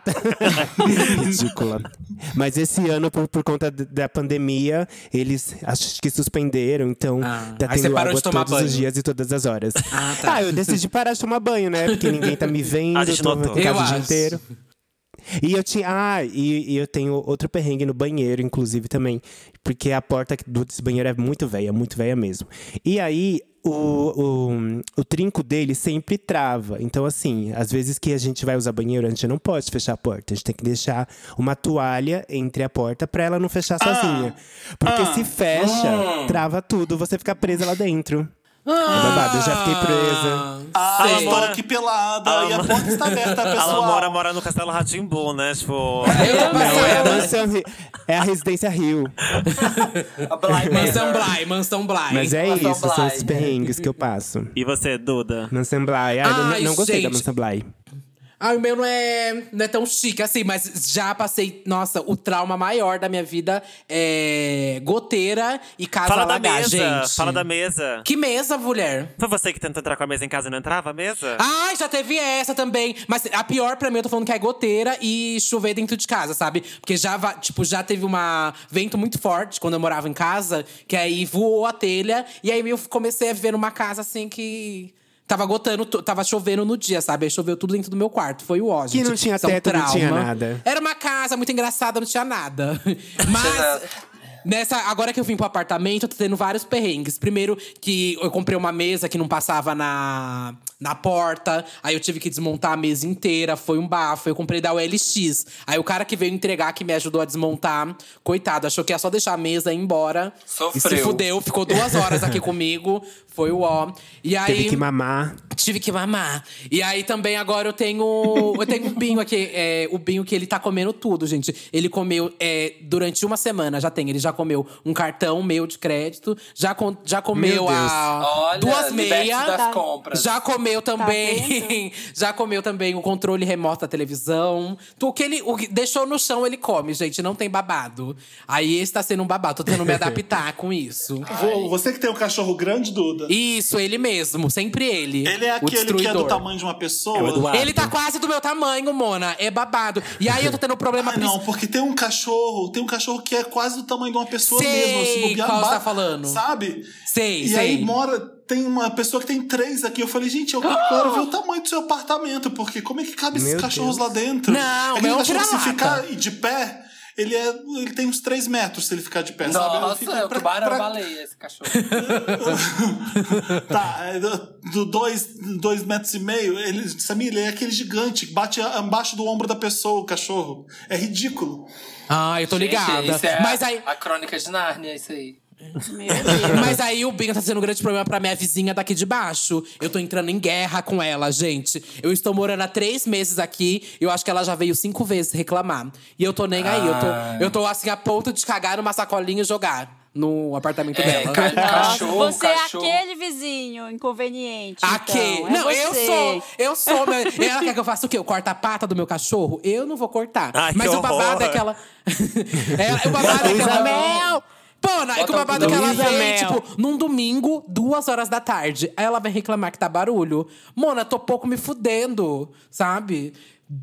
[SPEAKER 1] [LAUGHS]
[SPEAKER 2] tá. Ridícula. Mas esse ano, por, por conta d- da pandemia, eles acho que suspenderam. Então,
[SPEAKER 3] Ah,
[SPEAKER 2] tá
[SPEAKER 3] aí você
[SPEAKER 2] tendo
[SPEAKER 3] parou
[SPEAKER 2] água
[SPEAKER 3] de tomar
[SPEAKER 2] todos
[SPEAKER 3] banho.
[SPEAKER 2] os dias e todas as horas.
[SPEAKER 3] Ah, tá.
[SPEAKER 2] eu decidi parar de tomar banho, né? Porque ninguém tá me
[SPEAKER 1] [LAUGHS]
[SPEAKER 2] vendo.
[SPEAKER 1] A gente
[SPEAKER 2] eu tô
[SPEAKER 1] notou.
[SPEAKER 2] em casa
[SPEAKER 3] Eu
[SPEAKER 2] o dia
[SPEAKER 3] acho.
[SPEAKER 2] inteiro. E eu tinha. Ah, e, e eu tenho outro perrengue no banheiro, inclusive, também. Porque a porta do desse banheiro é muito velha, muito velha mesmo. E aí, o, o, o trinco dele sempre trava. Então, assim, às vezes que a gente vai usar banheiro, a gente não pode fechar a porta. A gente tem que deixar uma toalha entre a porta pra ela não fechar sozinha. Porque
[SPEAKER 4] ah,
[SPEAKER 2] se fecha, trava tudo, você fica presa lá dentro. É babado, eu já fiquei presa.
[SPEAKER 4] Ah, eu
[SPEAKER 3] sei.
[SPEAKER 4] estou aqui pelada e a
[SPEAKER 1] Ela-
[SPEAKER 4] porta está aberta, pessoal.
[SPEAKER 1] Ela mora, mora no Castelo Ratimbu, né? Tipo.
[SPEAKER 3] Eu tô
[SPEAKER 2] Não, é a,
[SPEAKER 3] passando.
[SPEAKER 2] mansão, é a residência Rio.
[SPEAKER 6] A [LAUGHS] Bly
[SPEAKER 3] Mansão
[SPEAKER 6] Manor.
[SPEAKER 3] Bly, Mansão Bly.
[SPEAKER 2] Mas é
[SPEAKER 6] Mansão
[SPEAKER 2] isso, são
[SPEAKER 6] Bly.
[SPEAKER 2] os perrengues que eu passo.
[SPEAKER 1] E você, Duda?
[SPEAKER 2] Mansão Bly. Ai, eu não,
[SPEAKER 3] Ai,
[SPEAKER 2] não gostei da
[SPEAKER 3] gente.
[SPEAKER 2] Mansão Bly.
[SPEAKER 3] Ah, o meu não é, não é tão chique assim, mas já passei, nossa, o trauma maior da minha vida é goteira e casa
[SPEAKER 1] Fala da
[SPEAKER 3] alagar,
[SPEAKER 1] mesa!
[SPEAKER 3] gente.
[SPEAKER 1] Fala da mesa!
[SPEAKER 3] Que mesa, mulher?
[SPEAKER 1] Foi você que tentou entrar com a mesa em casa e não entrava a mesa?
[SPEAKER 3] Ai, Ah, já teve essa também. Mas a pior pra mim, eu tô falando que é goteira e chover dentro de casa, sabe? Porque já, va- tipo, já teve uma vento muito forte quando eu morava em casa, que aí voou a telha. E aí eu comecei a viver numa casa assim que. Tava gotando, to- tava chovendo no dia, sabe? Aí choveu tudo dentro do meu quarto. Foi o ódio. tipo, um
[SPEAKER 2] Que não tinha teto, não tinha nada.
[SPEAKER 3] Era uma casa muito engraçada, não tinha nada. [LAUGHS] Mas. Nessa, agora que eu vim pro apartamento, eu tô tendo vários perrengues. Primeiro, que eu comprei uma mesa que não passava na, na porta. Aí eu tive que desmontar a mesa inteira. Foi um bafo. Eu comprei da OLX. Aí o cara que veio entregar, que me ajudou a desmontar, coitado, achou que ia só deixar a mesa e ir embora. E
[SPEAKER 6] Sofreu.
[SPEAKER 3] se fudeu, ficou duas
[SPEAKER 2] [LAUGHS]
[SPEAKER 3] horas aqui comigo. Foi o ó. E aí.
[SPEAKER 2] Teve que mamar.
[SPEAKER 3] Tive que mamar. E aí também agora eu tenho. Eu tenho o Binho aqui. é, o Binho que ele tá comendo tudo, gente. Ele comeu é, durante uma semana, já tem. Ele já comeu um cartão meu de crédito. Já, com- já comeu
[SPEAKER 2] Meu Deus.
[SPEAKER 3] a
[SPEAKER 6] Olha,
[SPEAKER 3] duas
[SPEAKER 6] liberte
[SPEAKER 3] meias.
[SPEAKER 6] das compras.
[SPEAKER 3] Já comeu também. [LAUGHS] já comeu também o controle remoto da televisão. Tu- O que ele o que deixou no chão, ele come, gente. Não tem babado. Aí esse tá sendo um babado. Tô tentando
[SPEAKER 4] [LAUGHS]
[SPEAKER 3] me adaptar com isso.
[SPEAKER 4] Vou- Você que tem um cachorro grande, Duda.
[SPEAKER 3] Isso, ele mesmo, sempre ele.
[SPEAKER 4] Ele é
[SPEAKER 3] o
[SPEAKER 4] aquele que é do
[SPEAKER 3] destruidor.
[SPEAKER 4] tamanho de uma pessoa.
[SPEAKER 3] Ele tá quase do meu tamanho, Mona. É babado. E aí eu tô tendo
[SPEAKER 6] [LAUGHS]
[SPEAKER 3] problema
[SPEAKER 4] Ah, não, porque tem um cachorro, tem um cachorro que é quase do tamanho de uma pessoa
[SPEAKER 3] Sei
[SPEAKER 4] mesmo. Se bobear,
[SPEAKER 3] qual você
[SPEAKER 4] ba-
[SPEAKER 3] tá falando.
[SPEAKER 4] Sabe?
[SPEAKER 3] Sei,
[SPEAKER 4] e
[SPEAKER 3] sei.
[SPEAKER 4] aí mora, tem uma pessoa que tem três aqui. Eu falei, gente, eu quero ver o tamanho do seu apartamento, porque como é que cabe esses
[SPEAKER 2] Meu
[SPEAKER 4] cachorros
[SPEAKER 2] Deus.
[SPEAKER 4] lá dentro?
[SPEAKER 3] Não,
[SPEAKER 4] Aquele
[SPEAKER 3] é um
[SPEAKER 4] cachorro, se
[SPEAKER 3] vira-lata.
[SPEAKER 4] ficar de pé, ele, é, ele tem uns três metros se ele ficar de pé, sabe? Ele
[SPEAKER 6] Nossa,
[SPEAKER 4] fica
[SPEAKER 6] é o
[SPEAKER 4] pra-
[SPEAKER 6] tubarão
[SPEAKER 4] pra-
[SPEAKER 6] baleia esse cachorro.
[SPEAKER 4] Tá, é do- do dois, dois metros e meio, ele, Samir, ele é aquele gigante que bate a- abaixo do ombro da pessoa, o cachorro. É ridículo.
[SPEAKER 3] Ah, eu tô ligada.
[SPEAKER 6] Gente, isso é
[SPEAKER 3] Mas
[SPEAKER 6] a-
[SPEAKER 3] aí.
[SPEAKER 6] A crônica de Nárnia, isso aí.
[SPEAKER 5] Meu Deus.
[SPEAKER 3] Mas aí o Binho tá sendo um grande problema pra minha vizinha daqui de baixo. Eu tô entrando em guerra com ela, gente. Eu estou morando há três meses aqui. Eu acho que ela já veio cinco vezes reclamar. E eu tô nem aí. Eu
[SPEAKER 6] Ah.
[SPEAKER 3] tô, eu tô assim a ponto de cagar numa sacolinha e jogar no apartamento
[SPEAKER 6] É,
[SPEAKER 3] dela.
[SPEAKER 6] ca-
[SPEAKER 5] Nossa,
[SPEAKER 6] Cachorro,
[SPEAKER 5] você
[SPEAKER 6] cachorro.
[SPEAKER 5] é aquele vizinho inconveniente.
[SPEAKER 3] Aqui.
[SPEAKER 5] então. É
[SPEAKER 3] não, eu
[SPEAKER 5] você.
[SPEAKER 3] sou. Eu sou.
[SPEAKER 2] [LAUGHS]
[SPEAKER 3] Meu, ela quer que eu faça o quê? Eu corto a pata do meu cachorro? Eu não vou cortar.
[SPEAKER 1] Ai, que
[SPEAKER 3] Mas o babado
[SPEAKER 1] horror.
[SPEAKER 3] é que ela. [LAUGHS] Ela- o babado é que ela.
[SPEAKER 2] Luísa
[SPEAKER 3] Mel! Pô, na- é que o
[SPEAKER 6] Bota
[SPEAKER 3] babado é que ela
[SPEAKER 2] Luísa
[SPEAKER 3] veio,
[SPEAKER 2] Mel.
[SPEAKER 3] tipo, num domingo, duas horas da tarde. Aí ela vai reclamar que tá barulho. Mona, tô pouco me fudendo, sabe?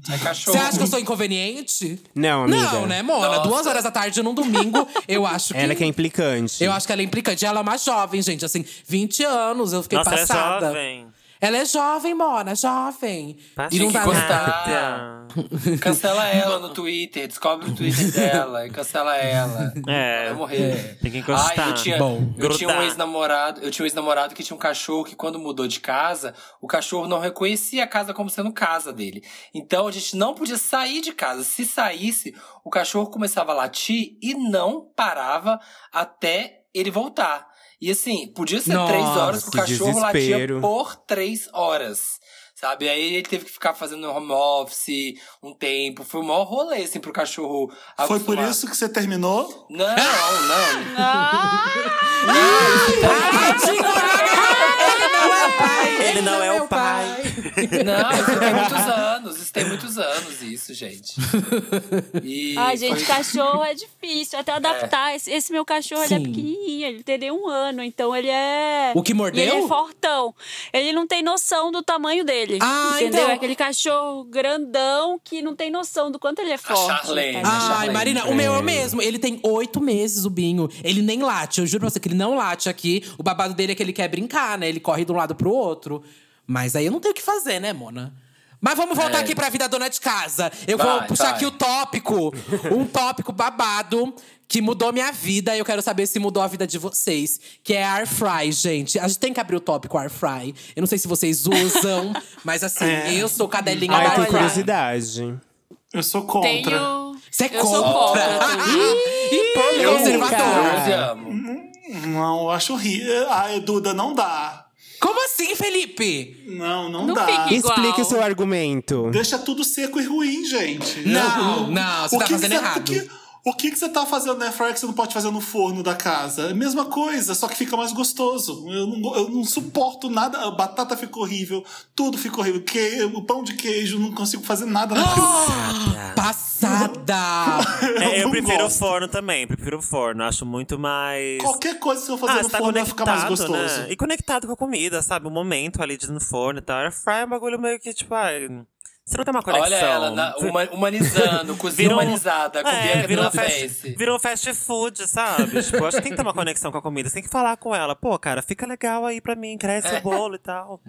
[SPEAKER 6] É cachorro.
[SPEAKER 3] Você acha que eu sou inconveniente?
[SPEAKER 2] Não, amiga.
[SPEAKER 3] Não, né, Mona?
[SPEAKER 6] Nossa.
[SPEAKER 3] Duas horas da tarde num domingo, eu acho que.
[SPEAKER 2] Ela que é implicante.
[SPEAKER 3] Eu acho que ela é implicante. Ela é uma jovem, gente, assim, 20 anos, eu fiquei
[SPEAKER 1] Nossa, ela é
[SPEAKER 3] passada.
[SPEAKER 1] jovem.
[SPEAKER 3] Ela é jovem, Mona, jovem.
[SPEAKER 1] Passa
[SPEAKER 3] E não tá
[SPEAKER 1] que
[SPEAKER 3] dá
[SPEAKER 6] gostar.
[SPEAKER 3] nada.
[SPEAKER 1] nada. [LAUGHS]
[SPEAKER 6] Cancela ela no Twitter, descobre o Twitter dela e cancela ela.
[SPEAKER 1] É.
[SPEAKER 6] Vai morrer.
[SPEAKER 1] Tem que encostar.
[SPEAKER 6] Ai, eu tinha,
[SPEAKER 3] Bom,
[SPEAKER 6] eu tinha um
[SPEAKER 1] grudar.
[SPEAKER 6] ex-namorado, eu tinha um ex-namorado que tinha um cachorro que quando mudou de casa, o cachorro não reconhecia a casa como sendo casa dele. Então a gente não podia sair de casa. Se saísse, o cachorro começava a latir e não parava até ele voltar. E assim, podia ser
[SPEAKER 3] Nossa,
[SPEAKER 6] três horas que o
[SPEAKER 2] que
[SPEAKER 6] cachorro
[SPEAKER 2] desespero.
[SPEAKER 6] latia por três horas. Sabe? Aí ele teve que ficar fazendo home office um tempo. Foi o maior rolê, assim, pro cachorro
[SPEAKER 4] Foi por
[SPEAKER 6] acostumar.
[SPEAKER 4] isso que você terminou?
[SPEAKER 6] Não, não.
[SPEAKER 1] [LAUGHS]
[SPEAKER 5] Ah,
[SPEAKER 3] Ele não é o pai!
[SPEAKER 1] Ele não é o pai.
[SPEAKER 6] Não, isso tem muitos anos. Isso tem muitos anos,
[SPEAKER 1] [LAUGHS]
[SPEAKER 6] isso, gente. E
[SPEAKER 5] Ai, gente,
[SPEAKER 6] foi-
[SPEAKER 5] cachorro é difícil. Até adaptar. Esse, esse meu cachorro, ele é
[SPEAKER 3] Sim.
[SPEAKER 5] pequenininho. Ele teria um ano, então ele é...
[SPEAKER 3] O que mordeu?
[SPEAKER 5] E ele é fortão. Ele não tem noção do tamanho dele.
[SPEAKER 3] Ah,
[SPEAKER 5] entendeu?
[SPEAKER 3] então-
[SPEAKER 5] É aquele cachorro grandão que não tem noção do quanto ele é forte.
[SPEAKER 6] Charlene.
[SPEAKER 5] Tá?
[SPEAKER 6] Ah,
[SPEAKER 3] Ai, Marina, o meu é o mesmo. Ele tem oito meses, o Binho. Ele nem late. Eu juro pra você que ele não late aqui. O babado dele é que ele quer brincar, né? Ele corre de um lado pro outro. Mas aí eu não tenho o que fazer, né, Mona? Mas vamos voltar
[SPEAKER 6] É.
[SPEAKER 3] aqui pra vida dona de casa. Eu
[SPEAKER 6] Vai,
[SPEAKER 3] vou puxar
[SPEAKER 6] vai.
[SPEAKER 3] aqui o
[SPEAKER 6] [LAUGHS]
[SPEAKER 3] tópico. Um tópico babado que mudou minha vida. E eu quero saber se mudou a vida de vocês. Que é air fry, gente. A gente tem que abrir o tópico air fry. Eu não sei se vocês
[SPEAKER 6] [LAUGHS]
[SPEAKER 3] usam, mas assim,
[SPEAKER 6] É.
[SPEAKER 3] eu sou cadelinha
[SPEAKER 2] Ai,
[SPEAKER 3] da
[SPEAKER 5] Vai
[SPEAKER 2] eu tenho
[SPEAKER 5] olhar.
[SPEAKER 3] air fry.
[SPEAKER 2] curiosidade.
[SPEAKER 4] Eu sou contra.
[SPEAKER 5] Tenho.
[SPEAKER 3] Você é
[SPEAKER 5] Eu sou
[SPEAKER 3] contra. [LAUGHS]
[SPEAKER 5] contra,
[SPEAKER 3] e pouco
[SPEAKER 6] Eu
[SPEAKER 3] conservador.
[SPEAKER 6] te amo.
[SPEAKER 4] Não, eu acho horrível. Ah, Duda, não dá.
[SPEAKER 3] Como assim, Felipe?
[SPEAKER 4] Não, não,
[SPEAKER 5] Não
[SPEAKER 4] dá.
[SPEAKER 5] fique- Igual.
[SPEAKER 2] Explique o seu argumento.
[SPEAKER 4] Deixa tudo seco e ruim, gente.
[SPEAKER 3] Não, não, você tá fazendo
[SPEAKER 4] cê-
[SPEAKER 3] errado.
[SPEAKER 4] O que, o que que você tá fazendo na airfryer que você não pode fazer no forno da casa? É a Mesma coisa, só que fica mais gostoso. Eu não, go- eu não suporto nada. A batata fica horrível, tudo fica horrível. Que, o pão de queijo, não consigo fazer nada
[SPEAKER 3] Ah!
[SPEAKER 4] naquilo. Ah. [LAUGHS]
[SPEAKER 3] Passada!
[SPEAKER 4] Eu
[SPEAKER 1] É, eu
[SPEAKER 4] não
[SPEAKER 1] prefiro o
[SPEAKER 4] gosto.
[SPEAKER 1] forno também, prefiro o forno. Acho muito mais.
[SPEAKER 4] Qualquer coisa que eu fazer
[SPEAKER 1] Ah,
[SPEAKER 4] no
[SPEAKER 1] você tá
[SPEAKER 4] forno vai
[SPEAKER 1] conectado,
[SPEAKER 4] ficar mais gostoso.
[SPEAKER 1] né? E conectado com a comida, sabe? O momento ali de no forno e tal. Air fry é um bagulho meio que, tipo, ai, você não tem uma conexão.
[SPEAKER 6] Olha ela, na- uma- humanizando, cozinha
[SPEAKER 1] um-
[SPEAKER 6] humanizada, com
[SPEAKER 1] É,
[SPEAKER 6] Bianca
[SPEAKER 1] virou
[SPEAKER 6] Della
[SPEAKER 1] fast,
[SPEAKER 6] Face.
[SPEAKER 1] virou um fast food, sabe? tipo, acho que tem que ter uma conexão com a comida. Você tem que falar com ela. Pô, cara, fica legal aí pra mim, cresce o bolo e tal.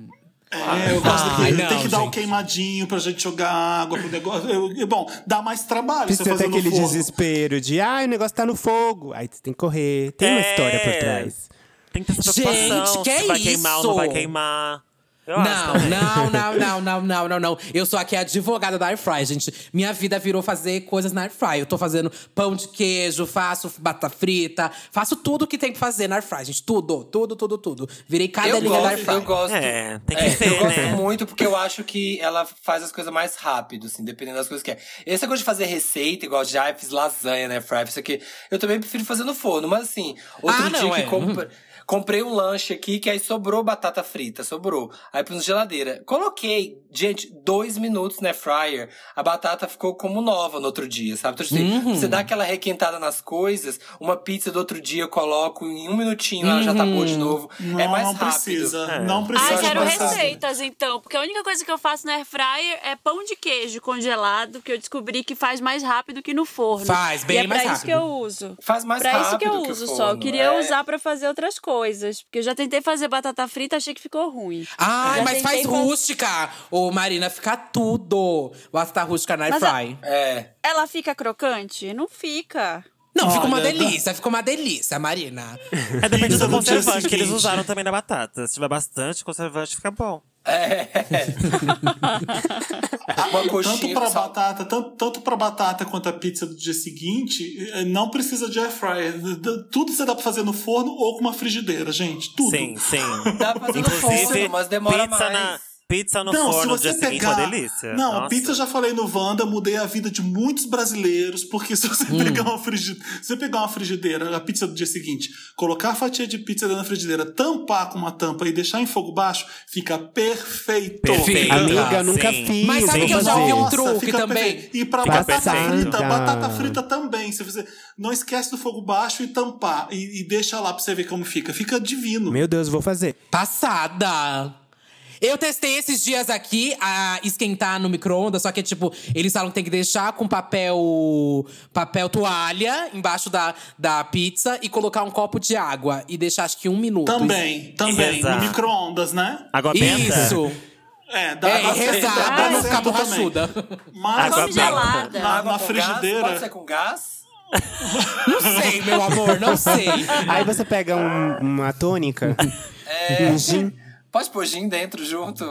[SPEAKER 4] É, eu gosto
[SPEAKER 3] Ah,
[SPEAKER 4] daquele.
[SPEAKER 3] não,
[SPEAKER 4] tem que dar um o
[SPEAKER 3] gente.
[SPEAKER 4] queimadinho pra gente jogar água pro negócio. Eu- eu- bom, dá mais trabalho você
[SPEAKER 2] Precisa ter
[SPEAKER 4] fazer no
[SPEAKER 2] aquele
[SPEAKER 4] forno.
[SPEAKER 2] desespero de, ai, o negócio tá no fogo. Aí você tem que correr. Tem uma
[SPEAKER 1] É.
[SPEAKER 2] história por trás.
[SPEAKER 1] Tem que ter essa
[SPEAKER 3] Gente,
[SPEAKER 1] preocupação.
[SPEAKER 3] que
[SPEAKER 1] se vai
[SPEAKER 6] é
[SPEAKER 1] queimar ou não
[SPEAKER 3] isso?
[SPEAKER 1] vai queimar. Eu acho
[SPEAKER 3] Não,
[SPEAKER 1] também.
[SPEAKER 4] [LAUGHS]
[SPEAKER 3] não, não, não, não, não, não, não. Eu sou aqui a advogada da Airfry, gente. Minha vida virou fazer coisas na Airfry. Eu tô fazendo pão de queijo, faço batata frita, faço tudo que tem que fazer na Airfry, gente. Tudo, tudo, tudo, tudo. Virei cada
[SPEAKER 6] Eu
[SPEAKER 3] linha da
[SPEAKER 6] gosto, eu
[SPEAKER 3] Airfry.
[SPEAKER 6] gosto.
[SPEAKER 1] É, tem que
[SPEAKER 6] É,
[SPEAKER 1] ser,
[SPEAKER 6] eu gosto
[SPEAKER 1] né?
[SPEAKER 6] muito porque eu acho que ela faz as coisas mais rápido, assim, dependendo das coisas que é. Essa coisa de fazer receita, igual já fiz lasanha, né, Fry? Isso aqui. Eu também prefiro fazer no forno, mas assim, outro
[SPEAKER 3] Ah,
[SPEAKER 6] dia
[SPEAKER 3] não,
[SPEAKER 6] que
[SPEAKER 3] é.
[SPEAKER 6] compra- Comprei um lanche aqui que aí sobrou batata frita, sobrou. Aí pus na geladeira. Coloquei, gente, dois minutos na air fryer, a batata ficou como nova no outro dia, sabe? Então, assim,
[SPEAKER 3] Uhum.
[SPEAKER 6] Você dá aquela requentada nas coisas, uma pizza do outro dia eu coloco em um minutinho, ela já tá boa
[SPEAKER 3] Uhum.
[SPEAKER 6] de novo.
[SPEAKER 4] Não,
[SPEAKER 6] é mais
[SPEAKER 4] não
[SPEAKER 6] rápido.
[SPEAKER 4] precisa.
[SPEAKER 1] É.
[SPEAKER 4] Não precisa.
[SPEAKER 5] Ai,
[SPEAKER 6] acho
[SPEAKER 4] de
[SPEAKER 5] quero
[SPEAKER 4] batata.
[SPEAKER 5] receitas, então. Porque a única coisa que eu faço no air fryer é pão de queijo congelado, que eu descobri que faz mais rápido que no forno.
[SPEAKER 3] Faz, bem
[SPEAKER 5] e é
[SPEAKER 3] mais
[SPEAKER 5] pra isso
[SPEAKER 3] rápido.
[SPEAKER 5] que eu uso.
[SPEAKER 6] Faz mais
[SPEAKER 5] pra
[SPEAKER 6] rápido.
[SPEAKER 5] isso que eu
[SPEAKER 6] o
[SPEAKER 5] uso só. Eu
[SPEAKER 6] forno,
[SPEAKER 5] queria
[SPEAKER 6] é.
[SPEAKER 5] usar pra fazer outras coisas. Porque eu já tentei fazer batata frita, achei que ficou ruim.
[SPEAKER 3] Ai,
[SPEAKER 5] Já
[SPEAKER 3] mas faz
[SPEAKER 5] tentei fazer-
[SPEAKER 3] rústica! Ô, Marina, fica tudo. Batata rústica na
[SPEAKER 5] Mas a-
[SPEAKER 3] Airfry.
[SPEAKER 6] É.
[SPEAKER 5] Ela fica crocante? Não fica.
[SPEAKER 3] Não, fica uma
[SPEAKER 4] Olha, tá.
[SPEAKER 3] delícia, fica uma delícia,
[SPEAKER 4] [LAUGHS]
[SPEAKER 3] Marina.
[SPEAKER 1] É depende
[SPEAKER 4] Pizza
[SPEAKER 1] do
[SPEAKER 4] no dia
[SPEAKER 1] conservante que eles
[SPEAKER 4] seguinte.
[SPEAKER 1] usaram também na batata. Se tiver bastante conservante, fica bom.
[SPEAKER 6] é. Uma
[SPEAKER 4] Tanto
[SPEAKER 6] coxinha
[SPEAKER 4] pra
[SPEAKER 6] com sal-
[SPEAKER 4] batata, tanto, tanto pra batata quanto a pizza do dia seguinte, eh, não precisa de air fryer. D- d- Tudo você dá pra fazer no forno ou com uma frigideira, gente. Tudo.
[SPEAKER 1] Sim, sim.
[SPEAKER 6] Dá pra fazer no
[SPEAKER 1] Inclusive,
[SPEAKER 6] forno, mas demora
[SPEAKER 1] pizza,
[SPEAKER 6] mais.
[SPEAKER 1] na, pizza no
[SPEAKER 4] Não, se
[SPEAKER 1] forno no
[SPEAKER 4] você
[SPEAKER 1] dia seguinte é
[SPEAKER 4] pegar.
[SPEAKER 1] uma delícia.
[SPEAKER 4] Não, a
[SPEAKER 1] Nossa.
[SPEAKER 4] pizza eu já falei no Wanda, mudei a vida de muitos brasileiros, porque se
[SPEAKER 2] Hum.
[SPEAKER 4] você pegar uma frigideira. Se você pegar uma frigideira, a pizza do dia seguinte, colocar a fatia de pizza dentro da frigideira, tampar com uma tampa e deixar em fogo baixo, fica perfeito.
[SPEAKER 1] Perfeito.
[SPEAKER 4] Fica-
[SPEAKER 2] Amiga, eu
[SPEAKER 1] sim.
[SPEAKER 2] nunca fiz.
[SPEAKER 3] Mas sabe
[SPEAKER 2] vou
[SPEAKER 3] que eu já ouvi
[SPEAKER 2] fazer.
[SPEAKER 3] um
[SPEAKER 4] Nossa,
[SPEAKER 3] truque
[SPEAKER 4] fica
[SPEAKER 3] também.
[SPEAKER 4] perfeito. E pra
[SPEAKER 1] Fica
[SPEAKER 4] batata
[SPEAKER 1] perfeito.
[SPEAKER 4] frita, batata frita também. Se você não esquece do fogo baixo e tampar e, e deixa lá pra você ver como fica. Fica divino.
[SPEAKER 2] Meu Deus, vou fazer.
[SPEAKER 3] Passada! Eu testei esses dias aqui a esquentar no micro-ondas, só que tipo, eles falam que tem que deixar com papel papel toalha embaixo da, da pizza e colocar um copo de água e deixar acho que um minuto.
[SPEAKER 4] Também, também. No
[SPEAKER 1] Exato.
[SPEAKER 4] micro-ondas, né?
[SPEAKER 1] Água benta.
[SPEAKER 3] Isso!
[SPEAKER 4] É, dá,
[SPEAKER 3] É,
[SPEAKER 4] dá
[SPEAKER 3] e
[SPEAKER 4] certo, dá
[SPEAKER 3] rezar pra não
[SPEAKER 4] certo
[SPEAKER 3] ficar
[SPEAKER 4] também.
[SPEAKER 3] borrachuda.
[SPEAKER 4] Mas assim,
[SPEAKER 1] Água
[SPEAKER 5] Congelada.
[SPEAKER 4] na,
[SPEAKER 6] Água
[SPEAKER 4] na
[SPEAKER 6] com Gás? Pode ser
[SPEAKER 4] frigideira.
[SPEAKER 6] com gás?
[SPEAKER 3] Não sei, meu amor, não sei.
[SPEAKER 4] [LAUGHS]
[SPEAKER 2] Aí você pega um- uma tônica, um gin.
[SPEAKER 6] Pode pôr gin dentro junto?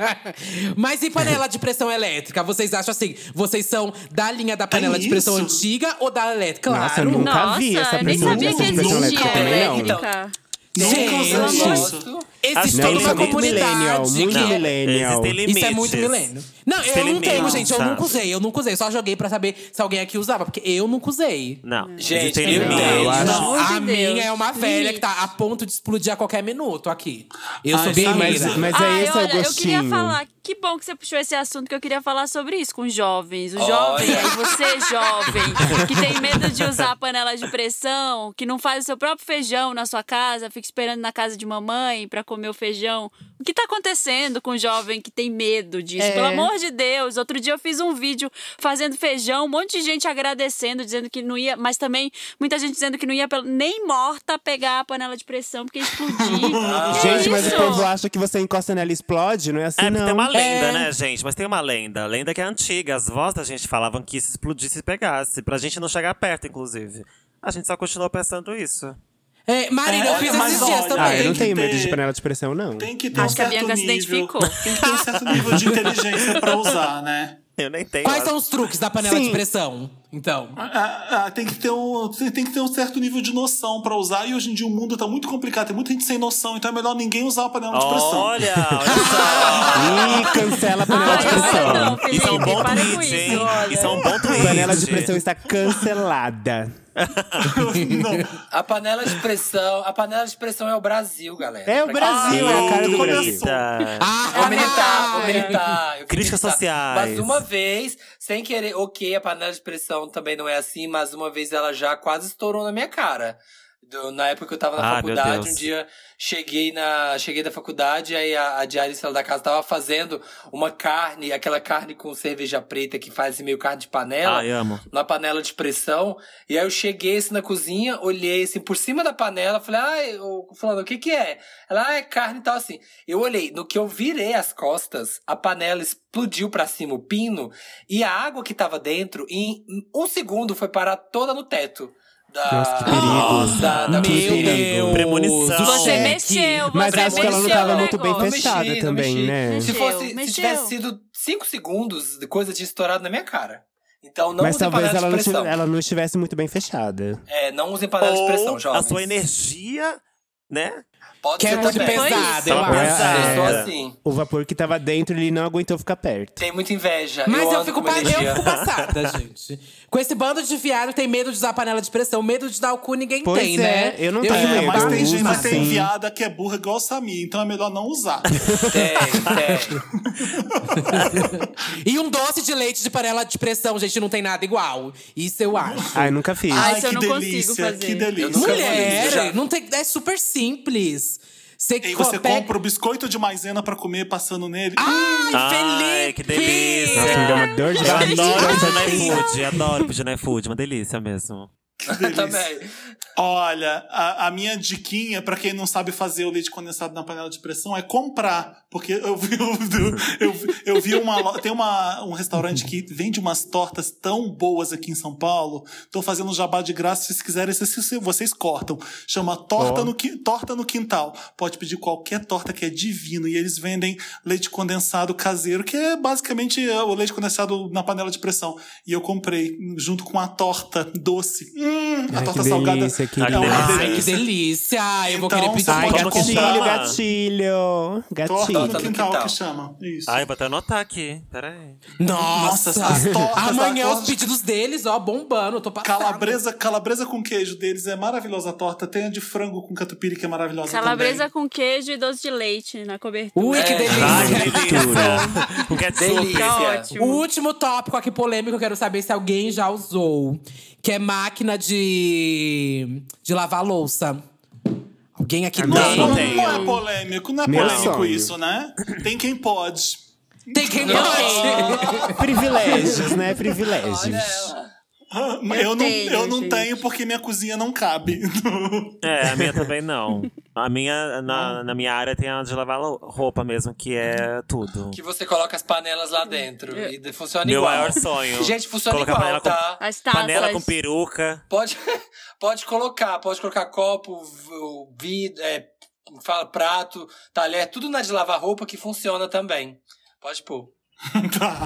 [SPEAKER 3] [LAUGHS] Mas e panela de pressão elétrica? Vocês acham assim? Vocês são da linha
[SPEAKER 5] É
[SPEAKER 3] da panela de pressão
[SPEAKER 4] isso?
[SPEAKER 3] antiga ou da elétrica? Claro.
[SPEAKER 2] Nossa, [LAUGHS] eu nunca
[SPEAKER 5] Nossa,
[SPEAKER 2] vi essa
[SPEAKER 5] eu nem
[SPEAKER 2] pressão,
[SPEAKER 5] sabia
[SPEAKER 2] essa
[SPEAKER 5] que
[SPEAKER 2] pressão
[SPEAKER 5] existia
[SPEAKER 2] elétrica também não.
[SPEAKER 5] elétrica.
[SPEAKER 3] Gente,
[SPEAKER 4] Nunca usei
[SPEAKER 5] pelo amor
[SPEAKER 4] isso.
[SPEAKER 6] Gosto.
[SPEAKER 3] Existe
[SPEAKER 1] Acho
[SPEAKER 3] toda
[SPEAKER 1] que
[SPEAKER 3] uma
[SPEAKER 1] tem limite.
[SPEAKER 3] comunidade.
[SPEAKER 2] é Millennial, muito
[SPEAKER 3] que é-
[SPEAKER 2] millennial.
[SPEAKER 1] Existem limites.
[SPEAKER 3] Isso é muito milênio. Não, eu
[SPEAKER 1] Tem
[SPEAKER 3] não
[SPEAKER 1] limites,
[SPEAKER 3] tenho, gente. Eu
[SPEAKER 1] sabe?
[SPEAKER 3] nunca usei, eu nunca usei. Só joguei pra saber se alguém aqui usava, porque eu nunca usei.
[SPEAKER 1] Não,
[SPEAKER 6] Gente,
[SPEAKER 1] existem
[SPEAKER 6] eu
[SPEAKER 1] limites.
[SPEAKER 6] tenho.
[SPEAKER 1] Eu acho-
[SPEAKER 3] Não,
[SPEAKER 5] Pelo amor de
[SPEAKER 3] a
[SPEAKER 5] Deus.
[SPEAKER 3] minha é uma velha que tá a ponto de explodir a qualquer minuto aqui. Eu sou
[SPEAKER 4] Ai,
[SPEAKER 3] bem
[SPEAKER 4] sabe,
[SPEAKER 2] Mas,
[SPEAKER 3] mira.
[SPEAKER 2] mas é
[SPEAKER 5] Ai,
[SPEAKER 2] esse é o
[SPEAKER 5] olha, eu
[SPEAKER 2] gostinho.
[SPEAKER 5] queria falar. Que bom que você puxou esse assunto, que eu queria falar sobre isso com os jovens. O
[SPEAKER 6] Olha.
[SPEAKER 5] jovem, aí você jovem, que tem medo de usar a panela de pressão, que não faz o seu próprio feijão na sua casa, fica esperando na casa de mamãe pra comer o feijão. O que tá acontecendo com o jovem que tem medo disso?
[SPEAKER 2] É.
[SPEAKER 5] Pelo amor de Deus, outro dia eu fiz um vídeo fazendo feijão, um monte de gente agradecendo, dizendo que não ia, mas também muita gente dizendo que não ia pelo- nem morta pegar a panela de
[SPEAKER 2] [LAUGHS]
[SPEAKER 5] pressão porque ia explodir. Que
[SPEAKER 2] Gente, mas
[SPEAKER 5] Ah, isso?
[SPEAKER 2] o povo acha que você encosta nela e explode, não é assim
[SPEAKER 1] É, porque
[SPEAKER 2] não.
[SPEAKER 1] tem uma lenda,
[SPEAKER 3] É.
[SPEAKER 1] né, gente? Mas tem uma lenda. A lenda que é antiga. As vozes da gente falavam que isso explodisse e pegasse. Pra gente não chegar perto, inclusive. A gente só continuou pensando isso.
[SPEAKER 3] É, Marina, eu
[SPEAKER 4] É,
[SPEAKER 3] fiz
[SPEAKER 4] mas
[SPEAKER 3] esses
[SPEAKER 4] olha,
[SPEAKER 3] dias
[SPEAKER 4] Ah,
[SPEAKER 2] Ah, eu
[SPEAKER 3] também.
[SPEAKER 2] não
[SPEAKER 4] tem que
[SPEAKER 2] tenho medo de
[SPEAKER 4] ter-
[SPEAKER 2] panela de pressão, não.
[SPEAKER 4] Tem que ter um
[SPEAKER 5] Acho que a
[SPEAKER 4] certo
[SPEAKER 5] Bianca se
[SPEAKER 4] nível.
[SPEAKER 5] identificou.
[SPEAKER 4] [LAUGHS] Tem que ter um certo nível de
[SPEAKER 5] [LAUGHS]
[SPEAKER 4] inteligência pra usar, né?
[SPEAKER 1] Eu nem tenho.
[SPEAKER 3] Quais
[SPEAKER 1] a-
[SPEAKER 3] são os truques da panela de
[SPEAKER 2] Sim.
[SPEAKER 3] pressão? Então.
[SPEAKER 4] Ah, ah, ah, tem, que ter um, tem tem que ter um certo nível de noção pra usar. E hoje em dia o mundo tá muito complicado, tem muita gente sem noção, então é melhor ninguém usar o panela de pressão.
[SPEAKER 1] Olha, olha
[SPEAKER 2] Ih, cancela a panela
[SPEAKER 5] Ah,
[SPEAKER 2] de
[SPEAKER 5] eu sei
[SPEAKER 2] pressão.
[SPEAKER 5] não,
[SPEAKER 1] só. Isso é um
[SPEAKER 5] Felipe,
[SPEAKER 1] bom
[SPEAKER 5] para com
[SPEAKER 1] tweet, hein?
[SPEAKER 5] isso, olha.
[SPEAKER 1] Isso é um bom tweet.
[SPEAKER 2] Panela de pressão está cancelada.
[SPEAKER 6] A panela de pressão, a panela de pressão é o Brasil, galera.
[SPEAKER 2] É o
[SPEAKER 6] Pra
[SPEAKER 2] Brasil, é a cara do Brasil.
[SPEAKER 1] Eita.
[SPEAKER 6] [LAUGHS]
[SPEAKER 3] Ah,
[SPEAKER 6] Vou militar, vou militar. Eu fui
[SPEAKER 1] Críticas
[SPEAKER 6] militar.
[SPEAKER 1] sociais.
[SPEAKER 6] Mas uma vez, sem querer, ok, a panela de pressão também não é assim, mas uma vez ela já quase estourou na minha cara. Do- na época que eu tava na
[SPEAKER 1] Ah, meu
[SPEAKER 6] faculdade,
[SPEAKER 1] Deus.
[SPEAKER 6] um dia cheguei na cheguei da faculdade, aí a, a diarista da casa tava fazendo uma carne, aquela carne com cerveja preta que faz meio carne de panela
[SPEAKER 1] Ai, amo.
[SPEAKER 6] na panela de pressão. E aí eu cheguei assim na cozinha, olhei assim por cima da panela, falei, ai, ô, fulano, o que que é? Ela, ah, é carne e tal, assim. Eu olhei, no que eu virei as costas, a panela explodiu pra cima o pino e a água que tava dentro, em um segundo, foi parar toda no teto. Da,
[SPEAKER 2] Nossa, que perigo.
[SPEAKER 6] da, da
[SPEAKER 3] Meu
[SPEAKER 6] cozinha.
[SPEAKER 3] Deus.
[SPEAKER 1] Premonição.
[SPEAKER 5] Você
[SPEAKER 2] Cheque.
[SPEAKER 5] mexeu, você
[SPEAKER 2] Mas acho que ela não
[SPEAKER 5] mexeu
[SPEAKER 2] tava
[SPEAKER 5] no
[SPEAKER 2] muito bem
[SPEAKER 5] negócio.
[SPEAKER 6] fechada.
[SPEAKER 2] fechada
[SPEAKER 6] Não mexi,
[SPEAKER 2] também,
[SPEAKER 6] não mexi.
[SPEAKER 2] né?
[SPEAKER 6] Se,
[SPEAKER 5] Mexeu,
[SPEAKER 6] fosse, se
[SPEAKER 5] mexeu.
[SPEAKER 6] tivesse sido cinco segundos, de coisa tinha estourado na minha cara. Então não
[SPEAKER 2] Mas
[SPEAKER 6] usem
[SPEAKER 2] talvez ela
[SPEAKER 6] panela de
[SPEAKER 2] não, tive-
[SPEAKER 6] pressão.
[SPEAKER 2] ela não estivesse muito bem fechada.
[SPEAKER 6] É, não usem panela de pressão,
[SPEAKER 1] Ou a
[SPEAKER 6] jovens.
[SPEAKER 1] sua energia, né?
[SPEAKER 6] Pode
[SPEAKER 3] Que é
[SPEAKER 6] ser
[SPEAKER 3] muito
[SPEAKER 6] também.
[SPEAKER 5] Foi
[SPEAKER 3] pesado,
[SPEAKER 5] isso.
[SPEAKER 3] eu
[SPEAKER 1] Ela
[SPEAKER 3] acho.
[SPEAKER 1] pensa-
[SPEAKER 6] Eu sou
[SPEAKER 1] É.
[SPEAKER 6] assim.
[SPEAKER 2] O vapor que tava dentro, ele não aguentou ficar perto.
[SPEAKER 6] Tem muita inveja.
[SPEAKER 3] Mas eu,
[SPEAKER 6] ando
[SPEAKER 3] fico,
[SPEAKER 6] com
[SPEAKER 3] pa- eu
[SPEAKER 6] energia.
[SPEAKER 3] fico passada, gente. Com esse bando de viado, tem medo de usar panela de pressão, medo de dar o cu, ninguém
[SPEAKER 2] Pois
[SPEAKER 3] tem,
[SPEAKER 2] é,
[SPEAKER 3] né?
[SPEAKER 2] eu não tenho
[SPEAKER 4] É,
[SPEAKER 2] medo,
[SPEAKER 4] mas
[SPEAKER 2] eu
[SPEAKER 4] tem gente, mas
[SPEAKER 2] uso,
[SPEAKER 4] tem
[SPEAKER 2] sim.
[SPEAKER 4] viada que é burra igual o Samir, então é melhor não
[SPEAKER 5] [LAUGHS]
[SPEAKER 4] usar.
[SPEAKER 6] Tem, tem.
[SPEAKER 3] [LAUGHS] E um doce de leite de panela de pressão, gente, não tem nada igual. Isso eu acho.
[SPEAKER 2] Ai, nunca fiz.
[SPEAKER 5] Ai,
[SPEAKER 4] que
[SPEAKER 5] isso eu não consigo
[SPEAKER 4] delícia,
[SPEAKER 5] fazer.
[SPEAKER 4] que delícia.
[SPEAKER 6] Eu nunca
[SPEAKER 3] Mulher,
[SPEAKER 6] fiz, já.
[SPEAKER 3] não tem, é super simples. Você,
[SPEAKER 4] E você
[SPEAKER 3] co- pega-
[SPEAKER 4] compra o biscoito de maisena pra comer passando nele.
[SPEAKER 6] Ah,
[SPEAKER 3] Ai,
[SPEAKER 1] Ai,
[SPEAKER 3] Felipe!
[SPEAKER 1] que delícia.
[SPEAKER 2] Nossa, me deu uma dor de
[SPEAKER 1] Eu
[SPEAKER 2] barriga.
[SPEAKER 1] adoro pedir no iFood, adoro pedir no iFood, uma delícia mesmo.
[SPEAKER 3] [LAUGHS]
[SPEAKER 6] [LAUGHS] Também.
[SPEAKER 4] Olha, a, a minha diquinha, pra quem não sabe fazer o leite condensado na panela de pressão, é comprar. Porque eu vi, eu, vi- eu vi uma. lo- Tem uma, um restaurante que vende umas tortas tão boas aqui em São Paulo. Tô fazendo um jabá de graça, se vocês quiserem, se- se- se vocês cortam. Chama torta,
[SPEAKER 2] Ó.
[SPEAKER 4] no, Qui- torta no Quintal. Pode pedir qualquer torta que é divino. E eles vendem leite condensado caseiro, que é basicamente é, o leite condensado na panela de pressão. E eu comprei junto com a torta doce. Hum, a
[SPEAKER 2] Ai,
[SPEAKER 4] torta
[SPEAKER 2] que
[SPEAKER 4] salgada.
[SPEAKER 2] delícia, que
[SPEAKER 4] é uma
[SPEAKER 1] delícia.
[SPEAKER 3] Ai, que delícia! Ai, eu vou
[SPEAKER 4] Então,
[SPEAKER 3] querer pedir
[SPEAKER 4] você
[SPEAKER 2] Ai,
[SPEAKER 4] pode
[SPEAKER 3] uma
[SPEAKER 4] comprar.
[SPEAKER 2] gatilho,
[SPEAKER 4] comprar.
[SPEAKER 2] gatilho. Gatilho.
[SPEAKER 4] Torta
[SPEAKER 6] Torta
[SPEAKER 4] no
[SPEAKER 6] no
[SPEAKER 4] quintal
[SPEAKER 6] quintal.
[SPEAKER 4] que chama. Isso.
[SPEAKER 1] Ai, vou até anotar aqui, peraí.
[SPEAKER 3] Nossa!
[SPEAKER 4] Nossa, as tortas,
[SPEAKER 3] Amanhã
[SPEAKER 4] as
[SPEAKER 3] os
[SPEAKER 4] tortas-
[SPEAKER 3] pedidos deles, ó, bombando. Eu tô passada.
[SPEAKER 4] Calabresa, calabresa com queijo deles é maravilhosa a torta. Tem a de frango com catupiry que é maravilhosa
[SPEAKER 5] Calabresa
[SPEAKER 4] também.
[SPEAKER 5] com queijo e doce de leite na cobertura.
[SPEAKER 3] Ui, que
[SPEAKER 6] É.
[SPEAKER 1] Ai, que
[SPEAKER 3] delícia!
[SPEAKER 1] delícia. Com
[SPEAKER 5] Tá
[SPEAKER 1] ketchup.
[SPEAKER 6] Delícia.
[SPEAKER 5] ótimo.
[SPEAKER 3] O último tópico aqui polêmico, eu quero saber se alguém já usou. Que é máquina de, de lavar louça. Alguém aqui
[SPEAKER 2] Não,
[SPEAKER 3] tem?
[SPEAKER 4] Não,
[SPEAKER 1] Não
[SPEAKER 4] não
[SPEAKER 1] tenho.
[SPEAKER 4] é polêmico, não é
[SPEAKER 2] Meu
[SPEAKER 4] polêmico
[SPEAKER 2] sonho.
[SPEAKER 4] isso, né? Tem quem pode.
[SPEAKER 3] Tem quem pode?
[SPEAKER 2] Privilégios, né? Privilégios.
[SPEAKER 4] Ah, mas
[SPEAKER 5] Eu
[SPEAKER 4] Eu, não,
[SPEAKER 5] tenho,
[SPEAKER 4] eu não
[SPEAKER 5] gente.
[SPEAKER 4] tenho porque minha cozinha não cabe. [LAUGHS]
[SPEAKER 1] É, a minha também não. A minha, na, na minha área tem a de lavar lo- roupa mesmo, que é tudo.
[SPEAKER 6] Que você coloca as panelas lá dentro. E de- funciona
[SPEAKER 1] Meu
[SPEAKER 6] igual.
[SPEAKER 1] maior sonho.
[SPEAKER 6] Gente, funciona
[SPEAKER 1] Colocar panela
[SPEAKER 6] igual,
[SPEAKER 1] com-
[SPEAKER 6] tá?
[SPEAKER 5] As taças.
[SPEAKER 1] Panela com peruca.
[SPEAKER 6] Pode, [LAUGHS] pode colocar, pode colocar copo, vidro, é, fala, prato, talher, tudo na de lavar roupa que funciona também. Pode pôr.
[SPEAKER 4] Tá.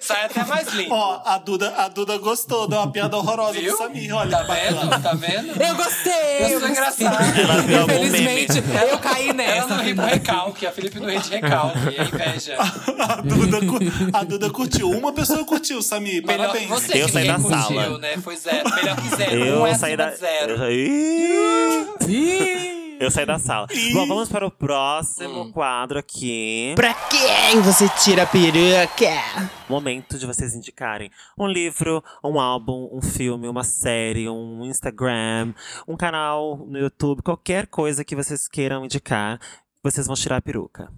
[SPEAKER 6] Sai até mais limpo.
[SPEAKER 4] Ó, a Duda, a Duda gostou, deu uma piada horrorosa
[SPEAKER 6] viu?
[SPEAKER 4] do Samir, olha. [LAUGHS]
[SPEAKER 6] Tá vendo? Tá vendo?
[SPEAKER 3] Eu gostei!
[SPEAKER 6] Eu sou
[SPEAKER 3] gostei.
[SPEAKER 6] engraçada.
[SPEAKER 1] Ela viu algum
[SPEAKER 3] Infelizmente,
[SPEAKER 1] meme.
[SPEAKER 3] eu caí
[SPEAKER 6] Ela
[SPEAKER 3] nessa.
[SPEAKER 6] não ri com recalque, a Felipe não ri de recalque, é inveja.
[SPEAKER 4] A Duda, cu- a Duda curtiu. Uma pessoa curtiu, Samir,
[SPEAKER 6] Melhor que
[SPEAKER 4] parabéns.
[SPEAKER 6] você,
[SPEAKER 1] Eu
[SPEAKER 6] que
[SPEAKER 1] saí
[SPEAKER 6] ninguém
[SPEAKER 1] da
[SPEAKER 6] curtiu,
[SPEAKER 1] sala.
[SPEAKER 6] né? Foi zero. Melhor que zero. um
[SPEAKER 1] Eu
[SPEAKER 6] é
[SPEAKER 1] saí
[SPEAKER 6] acima
[SPEAKER 1] da.
[SPEAKER 6] de zero.
[SPEAKER 1] Eu, Ih!
[SPEAKER 3] Ih!
[SPEAKER 1] Eu saí da sala. Bom, vamos para o próximo quadro aqui.
[SPEAKER 2] Pra quem você tira a peruca?
[SPEAKER 1] Momento de vocês indicarem um livro, um álbum, um filme, uma série, um Instagram, um canal no YouTube, qualquer coisa que vocês queiram indicar,
[SPEAKER 3] Ah.
[SPEAKER 1] vocês vão tirar a peruca.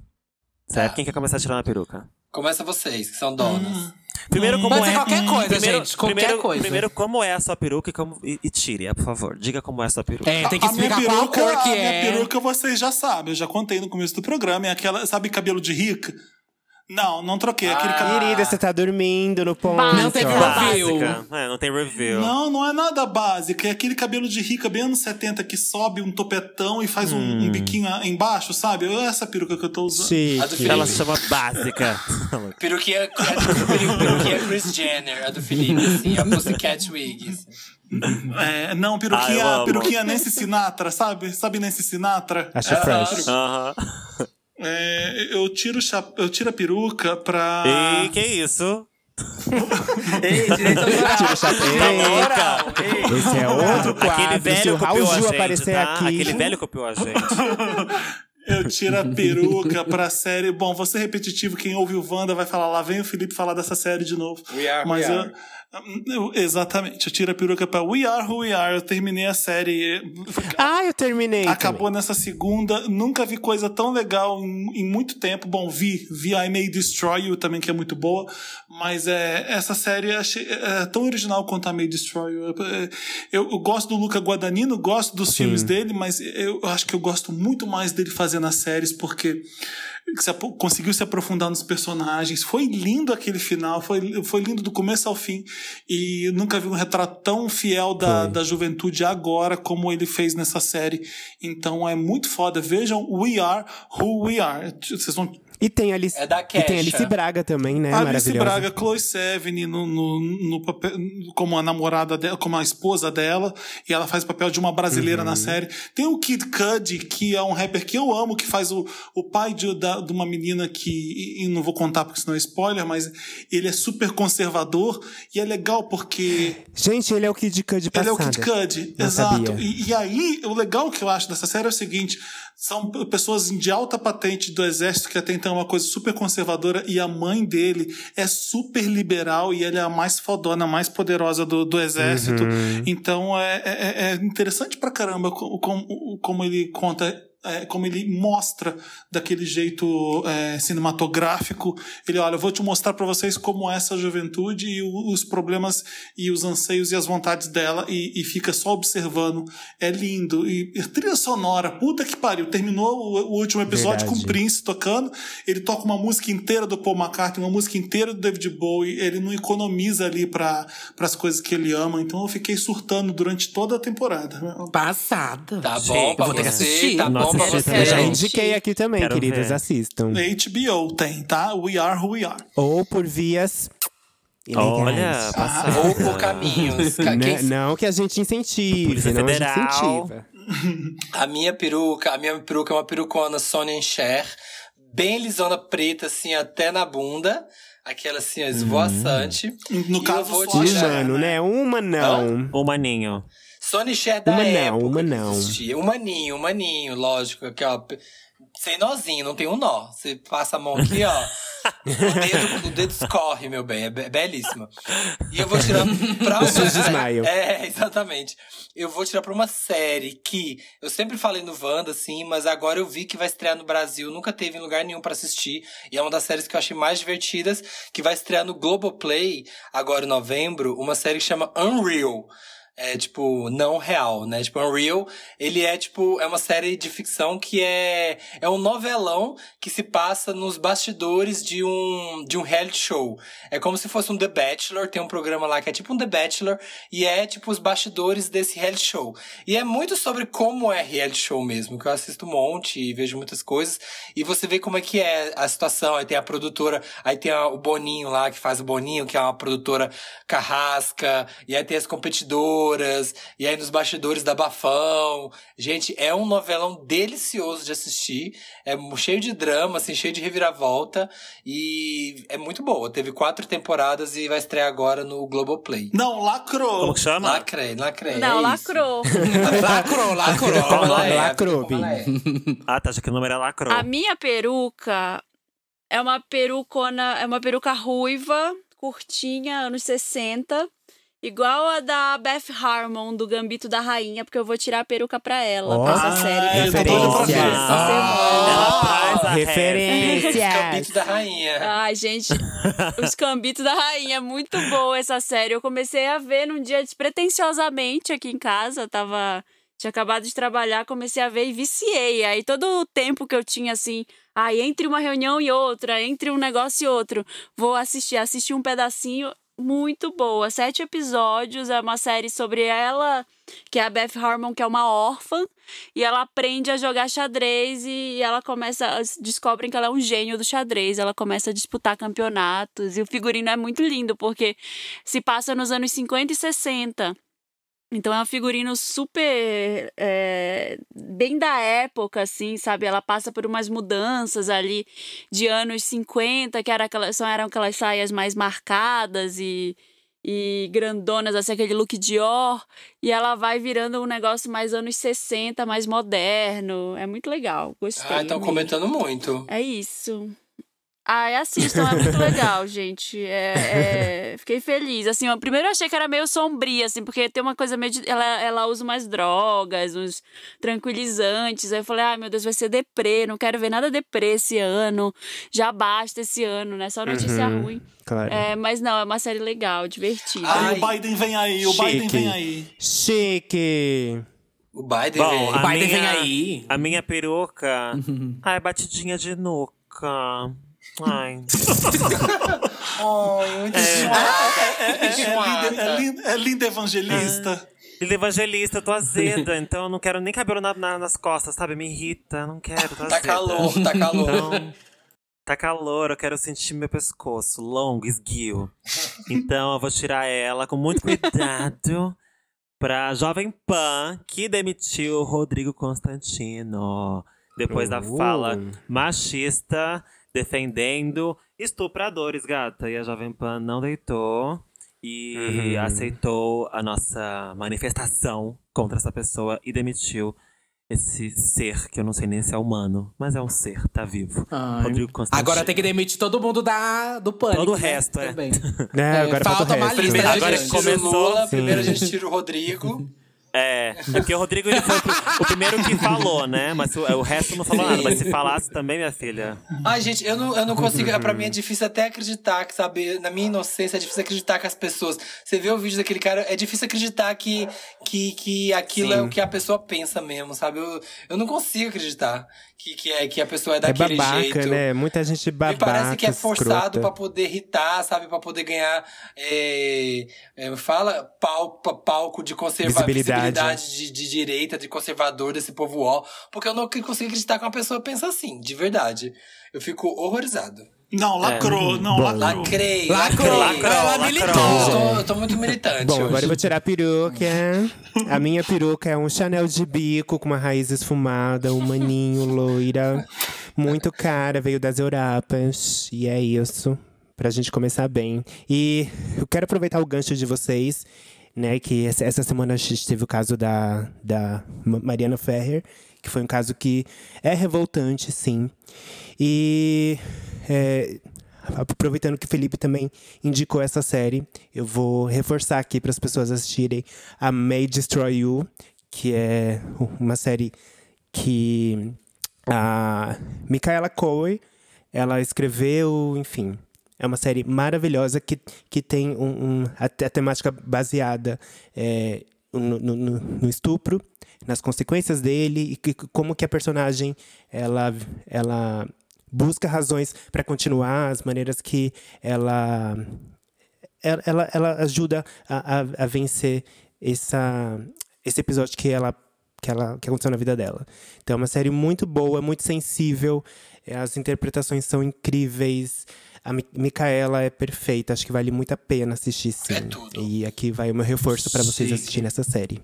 [SPEAKER 1] Certo? Quem quer começar tirando a peruca?
[SPEAKER 6] Começa vocês, que são donas.
[SPEAKER 1] Primeiro, como
[SPEAKER 3] Hum. Pode
[SPEAKER 1] é.
[SPEAKER 3] ser qualquer coisa,
[SPEAKER 1] primeiro,
[SPEAKER 3] gente. Qualquer
[SPEAKER 1] primeiro,
[SPEAKER 3] coisa.
[SPEAKER 1] Primeiro, como é a sua peruca e, como, e, e tire, por favor. Diga como é a sua peruca.
[SPEAKER 3] É, tem que
[SPEAKER 4] a minha
[SPEAKER 3] explicar qual
[SPEAKER 4] peruca,
[SPEAKER 3] cor que
[SPEAKER 4] a
[SPEAKER 3] é.
[SPEAKER 4] minha peruca vocês já sabem, eu já contei no começo do programa. É aquela, sabe cabelo de rica? Não, não troquei. é Aquele
[SPEAKER 6] Ah.
[SPEAKER 4] cabelo.
[SPEAKER 2] Querida, você tá dormindo no ponto.
[SPEAKER 3] Não teve
[SPEAKER 2] ó.
[SPEAKER 3] review.
[SPEAKER 1] Básica. É, não tem review.
[SPEAKER 4] Não, não é nada básico. É aquele cabelo de rica bem anos 70 que sobe um topetão e faz um-
[SPEAKER 3] Hum.
[SPEAKER 4] um, biquinho a- embaixo, sabe? É essa peruca que eu tô usando.
[SPEAKER 6] A do
[SPEAKER 2] Chique.
[SPEAKER 6] Felipe.
[SPEAKER 1] Ela se chama básica.
[SPEAKER 6] Peruquinha, a do Felipe, peruquinha Chris Jenner, a do Felipe, assim, a Pussycat Wig. assim.
[SPEAKER 4] É, não,
[SPEAKER 1] Ah, eu
[SPEAKER 4] peruquinha,
[SPEAKER 1] amo.
[SPEAKER 4] peruquinha Nancy Sinatra, sabe? Sabe Nancy Sinatra?
[SPEAKER 2] Acha fresh.
[SPEAKER 1] Aham.
[SPEAKER 4] É, eu, tiro o chap- eu tiro a peruca pra.
[SPEAKER 1] E que é isso?
[SPEAKER 6] [LAUGHS] Ei, direito autoral.
[SPEAKER 2] Tira
[SPEAKER 1] Tá
[SPEAKER 2] o chapéu.
[SPEAKER 6] Autoral, ei.
[SPEAKER 2] Esse é outro quadro.
[SPEAKER 1] Aquele
[SPEAKER 2] Se
[SPEAKER 1] velho
[SPEAKER 2] o Raul
[SPEAKER 1] copiou a
[SPEAKER 2] Gil
[SPEAKER 1] gente,
[SPEAKER 2] aparecer
[SPEAKER 1] tá?
[SPEAKER 2] aqui.
[SPEAKER 1] Aquele velho copiou a [LAUGHS] gente.
[SPEAKER 4] Eu tiro a peruca pra série. Bom, vou ser repetitivo, quem ouve o Wanda vai falar, lá vem o Felipe falar dessa série de novo.
[SPEAKER 6] We are,
[SPEAKER 4] Mas
[SPEAKER 6] we
[SPEAKER 4] eu,
[SPEAKER 6] are.
[SPEAKER 4] eu- Exatamente, eu tiro a peruca pra We Are Who We Are. Eu terminei a série.
[SPEAKER 2] Ah, eu terminei.
[SPEAKER 4] Acabou nessa segunda. Nunca vi coisa tão legal em, em muito tempo. Bom, vi, vi I May Destroy You também, que é muito boa. Mas é, essa série eu achei, é, é tão original quanto I May Destroy You. É, Eu, eu gosto do Luca Guadagnino, gosto dos filmes dele, mas eu, eu acho que eu gosto muito mais dele fazendo as séries, porque se apro- conseguiu se aprofundar nos personagens. Foi lindo aquele final, foi, foi lindo do começo ao fim. E nunca vi um retrato tão fiel da, da juventude agora como ele fez nessa série. Então é muito foda. Vejam We Are Who We Are. Vocês vão.
[SPEAKER 2] E tem Alice,
[SPEAKER 6] É da
[SPEAKER 2] e tem Alice
[SPEAKER 6] Kesha.
[SPEAKER 2] Braga também, né?
[SPEAKER 4] Alice
[SPEAKER 2] Maravilhosa.
[SPEAKER 4] Braga, Chloe Sevigny no, no, no papel, como a namorada dela, como a esposa dela, e ela faz o papel de uma brasileira
[SPEAKER 2] Uhum.
[SPEAKER 4] na série. Tem o Kid Cudi, que é um rapper que eu amo, que faz o, o pai de, da- de uma menina que, e, e não vou contar porque senão é spoiler, mas ele é super conservador e é legal porque
[SPEAKER 2] Gente, ele é o Kid Cudi
[SPEAKER 4] ele é o
[SPEAKER 2] passado.
[SPEAKER 4] Kid Cudi,
[SPEAKER 2] Não
[SPEAKER 4] exato.
[SPEAKER 2] sabia.
[SPEAKER 4] E, e aí, o legal que eu acho dessa série é o seguinte: são p- pessoas de alta patente do exército que até então é uma coisa super conservadora, e a mãe dele é super liberal e ele é a mais fodona, a mais poderosa do, do exército.
[SPEAKER 2] Uhum.
[SPEAKER 4] Então é, é- é interessante pra caramba co- como, como ele conta. é, como ele mostra daquele jeito é, cinematográfico. Ele, olha, eu vou te mostrar pra vocês como é essa juventude e o- os problemas e os anseios e as vontades dela e, e fica só observando. É lindo. E, e trilha sonora, puta que pariu. Terminou o, o último episódio com o
[SPEAKER 2] Verdade.
[SPEAKER 4] Prince tocando. Ele toca uma música inteira do Paul McCartney, uma música inteira do David Bowie. Ele não economiza ali para as coisas que ele ama. Então eu fiquei surtando durante toda a temporada.
[SPEAKER 3] Passada.
[SPEAKER 6] Tá bom
[SPEAKER 1] Gente,
[SPEAKER 6] pra
[SPEAKER 1] eu vou ter que
[SPEAKER 6] você,
[SPEAKER 3] assistir.
[SPEAKER 6] tá bom
[SPEAKER 1] Nossa,
[SPEAKER 6] pra
[SPEAKER 1] assisti
[SPEAKER 6] você.
[SPEAKER 1] também.
[SPEAKER 2] Eu já
[SPEAKER 1] Gente.
[SPEAKER 2] indiquei aqui também,
[SPEAKER 1] Quero
[SPEAKER 2] queridas.
[SPEAKER 1] ver.
[SPEAKER 2] Assistam.
[SPEAKER 4] HBO tem, tá? We Are Who We Are.
[SPEAKER 2] Ou por vias ilegais.
[SPEAKER 1] Olha, passada.
[SPEAKER 6] Ou
[SPEAKER 1] [LAUGHS]
[SPEAKER 6] por caminhos. Ca-
[SPEAKER 2] Né?
[SPEAKER 6] quem-
[SPEAKER 2] Não que a gente incentive,
[SPEAKER 1] Polícia
[SPEAKER 2] não a gente
[SPEAKER 1] Federal.
[SPEAKER 2] incentiva.
[SPEAKER 6] A minha peruca, a minha peruca é uma perucona Sony Cher, bem lisona preta, assim, até na bunda. Aquela assim,
[SPEAKER 1] Hum.
[SPEAKER 6] ó, esvoaçante.
[SPEAKER 4] No
[SPEAKER 6] E
[SPEAKER 4] caso,
[SPEAKER 6] eu vou
[SPEAKER 4] só
[SPEAKER 6] te
[SPEAKER 4] Poxa,
[SPEAKER 2] Um
[SPEAKER 6] dar-
[SPEAKER 2] ano, né? Uma não.
[SPEAKER 1] O maninho.
[SPEAKER 6] Sony Cher da
[SPEAKER 2] Uma não,
[SPEAKER 6] época.
[SPEAKER 2] uma
[SPEAKER 6] que
[SPEAKER 2] não.
[SPEAKER 6] existia. Um maninho, um maninho, lógico. Aqui, ó, pe- sem nozinho, não tem um nó. Você passa a mão aqui, ó. o, dedo, o dedo escorre, meu bem. É be- belíssima. E eu vou tirar pra uma [LAUGHS]
[SPEAKER 2] Pessoas desmaiam.
[SPEAKER 6] É, exatamente. Eu vou tirar pra uma série que eu sempre falei no Wanda, assim, mas agora eu vi que vai estrear no Brasil. Nunca teve em lugar nenhum pra assistir. E é uma das séries que eu achei mais divertidas, que vai estrear no Globoplay, agora em novembro, uma série que chama Unreal. É tipo, não real, né? Tipo, Unreal, ele é tipo, é uma série de ficção que é é um novelão que se passa nos bastidores de um de um reality show. É como se fosse um The Bachelor, tem um programa lá que é tipo um The Bachelor e é tipo os bastidores desse reality show. E é muito sobre como é reality show mesmo, que eu assisto um monte e vejo muitas coisas e você vê como é que é a situação, aí tem a produtora, aí tem a- o Boninho lá que faz o Boninho, que é uma produtora carrasca, e aí tem as competidoras, e aí nos bastidores da Bafão. Gente, é um novelão delicioso de assistir, é mu- cheio de drama, assim, cheio de reviravolta, e é muito boa. Teve quatro temporadas e vai estrear agora no Globoplay.
[SPEAKER 4] Não, lacrou.
[SPEAKER 1] Como que chama?
[SPEAKER 6] Lacrei, lacrei.
[SPEAKER 5] Não, [LAUGHS]
[SPEAKER 6] é
[SPEAKER 5] lacrou.
[SPEAKER 6] Isso. lacrou, lacrou.
[SPEAKER 1] Qual
[SPEAKER 6] Como ela
[SPEAKER 1] nome?
[SPEAKER 6] é,
[SPEAKER 2] Lacrou,
[SPEAKER 6] como ela é.
[SPEAKER 1] Ah, tá. Já que o número era lacro.
[SPEAKER 5] A minha peruca é uma perucona, é uma peruca ruiva, curtinha, anos 60, Igual a da Beth Harmon, do Gambito da Rainha, porque eu vou tirar a peruca pra ela,
[SPEAKER 2] Ó.
[SPEAKER 5] pra essa série.
[SPEAKER 4] Ah,
[SPEAKER 5] que
[SPEAKER 4] eu
[SPEAKER 5] eu tô
[SPEAKER 2] tô
[SPEAKER 5] vendo
[SPEAKER 2] referências.
[SPEAKER 5] essa semana.
[SPEAKER 1] Ela traz a
[SPEAKER 2] Referência.
[SPEAKER 6] Esse capítulo da rainha.
[SPEAKER 5] Ai, gente, Os Cambitos da Rainha, muito boa essa série. Eu comecei a ver num dia despretensiosamente aqui em casa, tava tinha acabado de trabalhar, comecei a ver e viciei. Aí todo o tempo que eu tinha assim, ai, entre uma reunião e outra, entre um negócio e outro, vou assistir, assisti um pedacinho muito boa, sete episódios, é uma série sobre ela, que é a Beth Harmon, que é uma órfã, e ela aprende a jogar xadrez e ela começa. elas Descobrem que ela é um gênio do xadrez. Ela começa a disputar campeonatos. E o figurino é muito lindo, porque se passa nos anos 50 e 60. Então é um figurino super. é, bem da época, assim, sabe? Ela passa por umas mudanças ali de anos 50, que era aquela, só eram aquelas saias mais marcadas e, e grandonas, assim, aquele look Dior. E ela vai virando um negócio mais anos 60, mais moderno. É muito legal. Gostei.
[SPEAKER 6] Ah, estão
[SPEAKER 5] muito.
[SPEAKER 6] comentando muito.
[SPEAKER 5] É isso. Ai, assistam, é muito
[SPEAKER 6] [LAUGHS]
[SPEAKER 5] legal, gente. É, é, Fiquei feliz. Assim, eu primeiro eu achei que era meio sombria, assim, porque tem uma coisa meio. De... Ela, ela usa umas drogas, uns tranquilizantes. Aí eu falei, ai meu Deus, vai ser deprê, não quero ver nada deprê esse ano. Já basta esse ano, né? Só notícia
[SPEAKER 2] Uhum.
[SPEAKER 5] ruim.
[SPEAKER 2] Claro.
[SPEAKER 5] É, mas não, é uma série legal, divertida. [LAUGHS]
[SPEAKER 6] Ah,
[SPEAKER 4] Aí o Biden vem aí, o Biden
[SPEAKER 2] Chique.
[SPEAKER 4] vem aí.
[SPEAKER 2] Chique!
[SPEAKER 6] O Biden
[SPEAKER 1] Bom,
[SPEAKER 6] vem.
[SPEAKER 1] a
[SPEAKER 3] Biden
[SPEAKER 1] minha,
[SPEAKER 3] vem aí.
[SPEAKER 1] A minha peruca. Ai, batidinha de nuca. Ai.
[SPEAKER 4] É, é linda,
[SPEAKER 6] tá?
[SPEAKER 4] é linda- é linda evangelista.
[SPEAKER 1] Ele é evangelista, eu tô azeda, então eu não quero nem cabelo na- na- nas costas, sabe? Me irrita, não quero, tô azeda.
[SPEAKER 6] [LAUGHS] Tá calor, tá calor.
[SPEAKER 1] Então, tá calor, eu quero sentir meu pescoço longo, esguio. Então eu vou tirar ela com muito cuidado pra Jovem Pan, que demitiu o Rodrigo Constantino. Depois da
[SPEAKER 2] Uh.
[SPEAKER 1] fala machista, defendendo estupradores, gata. E a Jovem Pan não deitou e
[SPEAKER 2] Uhum.
[SPEAKER 1] aceitou a nossa manifestação contra essa pessoa e demitiu esse ser, que eu não sei nem se é humano, mas é um ser, tá vivo.
[SPEAKER 3] Ai.
[SPEAKER 1] Rodrigo Constantino.
[SPEAKER 3] Agora tem que demitir todo mundo da, do pânico.
[SPEAKER 1] Todo o
[SPEAKER 3] né?
[SPEAKER 1] resto, é.
[SPEAKER 3] Também.
[SPEAKER 2] É, agora falta o
[SPEAKER 3] falta uma
[SPEAKER 2] resto.
[SPEAKER 3] lista.
[SPEAKER 6] Primeiro
[SPEAKER 3] né,
[SPEAKER 6] a
[SPEAKER 1] Agora
[SPEAKER 6] gente
[SPEAKER 3] gente?
[SPEAKER 6] tira o
[SPEAKER 1] começou,
[SPEAKER 6] Lula,
[SPEAKER 2] sim.
[SPEAKER 6] primeiro a gente tira o Rodrigo.
[SPEAKER 1] É, é porque o Rodrigo ele foi o pri- o primeiro que falou, né? Mas o, o resto não falou nada. Mas se falasse também, minha filha.
[SPEAKER 6] Ai, gente, eu não, eu não consigo. Pra mim é difícil até acreditar, que, sabe? Na minha inocência, é difícil acreditar que as pessoas. Você vê o vídeo daquele cara, é difícil acreditar que, que, que aquilo é o que a pessoa pensa mesmo, sabe? Eu, eu não consigo acreditar que, que, é, que a pessoa é
[SPEAKER 2] É
[SPEAKER 6] daquele
[SPEAKER 2] babaca,
[SPEAKER 6] jeito.
[SPEAKER 2] né? Muita gente
[SPEAKER 6] Me
[SPEAKER 2] babaca.
[SPEAKER 6] parece que é forçado
[SPEAKER 2] escrota.
[SPEAKER 6] pra poder irritar, sabe? Pra poder ganhar. é, é, fala pal- pa- palco de conserva
[SPEAKER 2] Visibilidade.
[SPEAKER 6] visibilidade de, de direita, de conservador desse povo ó. Porque eu não consigo acreditar que uma pessoa pensa assim, de verdade. Eu fico horrorizado.
[SPEAKER 1] É.
[SPEAKER 4] Não,
[SPEAKER 1] Uhum.
[SPEAKER 4] lacrou, não, lacrou.
[SPEAKER 6] Lacrei.
[SPEAKER 3] Lacrou,
[SPEAKER 6] lacrei.
[SPEAKER 1] lacrou,
[SPEAKER 3] ela
[SPEAKER 1] lacrou.
[SPEAKER 6] Eu
[SPEAKER 3] militou.
[SPEAKER 6] tô, eu tô muito militante.
[SPEAKER 2] Bom,
[SPEAKER 6] hoje.
[SPEAKER 2] agora eu vou tirar a peruca. A minha peruca é um Chanel de bico com uma raiz esfumada, um maninho loira. Muito cara, veio das Europas. E é isso. Pra gente começar bem. E eu quero aproveitar o gancho de vocês, né? Que essa essa semana a gente teve o caso da, da Ma- Mariana Ferrer, que foi um caso que é revoltante, sim. E. é, Aproveitando que o Felipe também indicou essa série, eu vou reforçar aqui para as pessoas assistirem a May Destroy You, que é uma série que a Michaela Coe ela escreveu, enfim. É uma série maravilhosa que, que tem um, um- a, te- a temática baseada é, no, no- no- no estupro, nas consequências dele e que- como que a personagem ela, ela busca razões para continuar, as maneiras que ela ela, ela, ela ajuda a, a, a vencer essa, esse episódio que ela, que ela que aconteceu na vida dela. Então é uma série muito boa, muito sensível, eh, as interpretações são incríveis. A Mi- Micaela é perfeita, acho que vale muito a pena assistir sim.
[SPEAKER 6] É tudo.
[SPEAKER 2] E aqui vai o meu reforço para vocês
[SPEAKER 6] Chique.
[SPEAKER 2] assistirem essa série.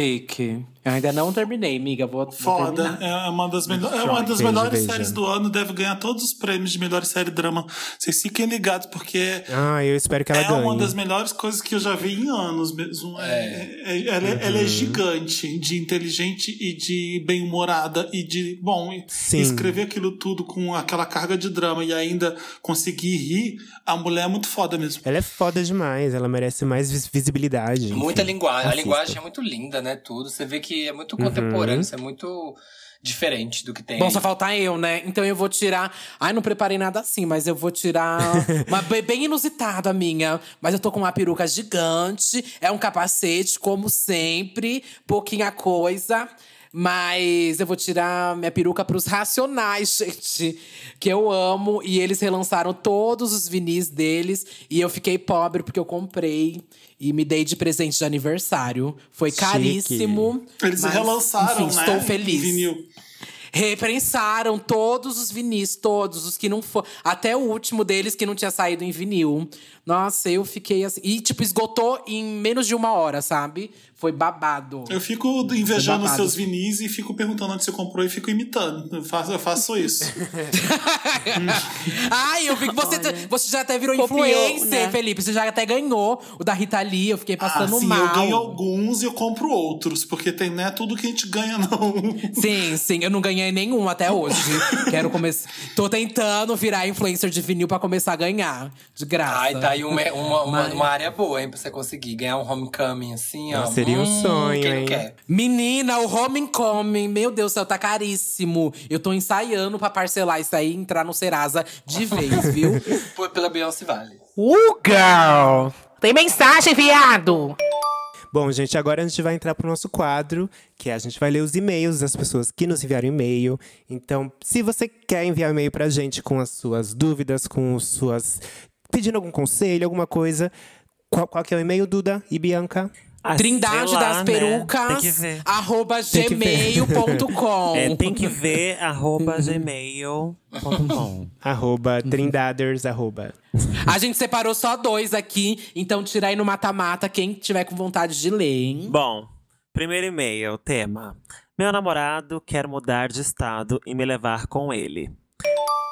[SPEAKER 3] Chique. Eu ainda não terminei, amiga. Vou, vou
[SPEAKER 4] Foda.
[SPEAKER 3] terminar.
[SPEAKER 4] É uma das, melho- é uma das
[SPEAKER 2] Veja,
[SPEAKER 4] melhores
[SPEAKER 2] veja.
[SPEAKER 4] séries do ano. Deve ganhar todos os prêmios de melhor série drama. Vocês fiquem ligados, porque
[SPEAKER 2] Ah, eu espero que ela
[SPEAKER 4] é
[SPEAKER 2] ganhe.
[SPEAKER 4] uma das melhores coisas que eu já vi em anos mesmo. É. é- ela, é-
[SPEAKER 3] Uhum.
[SPEAKER 4] ela é gigante de inteligente e de bem-humorada e de. Bom, e-
[SPEAKER 2] Sim.
[SPEAKER 4] e escrever aquilo tudo com aquela carga de drama e ainda conseguir rir, a mulher é muito foda mesmo.
[SPEAKER 2] Ela é foda demais, ela merece mais vis- visibilidade. enfim.
[SPEAKER 6] Muita linguagem. A
[SPEAKER 2] assista.
[SPEAKER 6] linguagem é muito linda, né? Tudo. Você vê que é
[SPEAKER 2] Uhum.
[SPEAKER 6] muito contemporâneo, isso é muito diferente do que tem.
[SPEAKER 3] Bom,
[SPEAKER 6] aí.
[SPEAKER 3] só falta eu, né? Então eu vou tirar. Ai, não preparei nada assim, mas eu vou tirar
[SPEAKER 4] [LAUGHS]
[SPEAKER 3] uma be- bem inusitada a minha. Mas eu tô com uma peruca gigante, é um capacete, como sempre, pouquinha coisa. Mas eu vou tirar minha peruca pros Racionais, [LAUGHS] gente. Que eu amo. E eles relançaram todos os vinis deles. E eu fiquei pobre porque eu comprei. E me dei de presente de aniversário. Foi
[SPEAKER 2] Chique.
[SPEAKER 3] caríssimo.
[SPEAKER 4] Eles
[SPEAKER 3] mas,
[SPEAKER 4] relançaram,
[SPEAKER 3] enfim,
[SPEAKER 4] né?
[SPEAKER 3] Estou feliz.
[SPEAKER 4] Vinil.
[SPEAKER 3] Reprensaram todos os vinis, todos os que não foram. Até o último deles que não tinha saído em vinil. Nossa, eu fiquei assim. E, tipo, esgotou em menos de uma hora, sabe? Foi babado.
[SPEAKER 4] Eu fico invejando
[SPEAKER 3] babado.
[SPEAKER 4] seus vinis e fico perguntando onde você comprou e fico imitando. Eu faço, eu faço isso.
[SPEAKER 3] Ai, eu vi que você,
[SPEAKER 5] Olha.
[SPEAKER 3] você já até virou
[SPEAKER 5] Copiou,
[SPEAKER 3] influencer,
[SPEAKER 5] né?
[SPEAKER 3] Felipe. Você já até ganhou o da Rita Lee. Eu fiquei passando
[SPEAKER 4] Ah, sim,
[SPEAKER 3] mal.
[SPEAKER 4] eu ganho alguns e eu compro outros, porque tem não é tudo que a gente ganha, não.
[SPEAKER 3] [LAUGHS] Sim, sim, eu não ganhei nenhum até hoje. Quero começar. Tô tentando virar influencer de vinil pra começar a ganhar. De graça.
[SPEAKER 6] Ai, tá aí uma, uma, uma,
[SPEAKER 3] Mas-
[SPEAKER 6] uma área boa, hein, pra você conseguir ganhar um homecoming assim, ó.
[SPEAKER 2] Nossa, seria um sonho,
[SPEAKER 6] quem não
[SPEAKER 2] hein?
[SPEAKER 6] quer?
[SPEAKER 3] Menina, o homecoming, meu Deus do céu, tá caríssimo. Eu tô ensaiando pra parcelar isso aí e entrar no Serasa de
[SPEAKER 1] [LAUGHS]
[SPEAKER 3] vez, viu?
[SPEAKER 6] Foi pela Beyoncé Vale.
[SPEAKER 7] Uh, girl! Tem mensagem, viado!
[SPEAKER 2] Bom, gente, agora a gente vai entrar pro nosso quadro, que é, a gente vai ler os e-mails das pessoas que nos enviaram e-mail. Então, se você quer enviar e-mail pra gente com as suas dúvidas, com suas. pedindo algum conselho, alguma coisa. Qual, qual que é o e-mail, Duda e Bianca?
[SPEAKER 1] Ah,
[SPEAKER 3] Trindade
[SPEAKER 1] sei lá,
[SPEAKER 3] das
[SPEAKER 1] né? Tem
[SPEAKER 3] perucas,
[SPEAKER 1] que ver.
[SPEAKER 3] arroba
[SPEAKER 2] Tem que ver.
[SPEAKER 1] [LAUGHS]
[SPEAKER 3] gmail.com.
[SPEAKER 1] É, tem que ver, arroba
[SPEAKER 3] Uhum.
[SPEAKER 1] gmail.com.
[SPEAKER 2] Arroba
[SPEAKER 1] Uhum.
[SPEAKER 2] Trindaders, arroba.
[SPEAKER 3] A gente separou só dois aqui, então tira aí no mata-mata quem tiver com vontade de ler, hein?
[SPEAKER 1] Bom, primeiro e-mail, tema. Meu namorado quer mudar de estado e me levar com ele.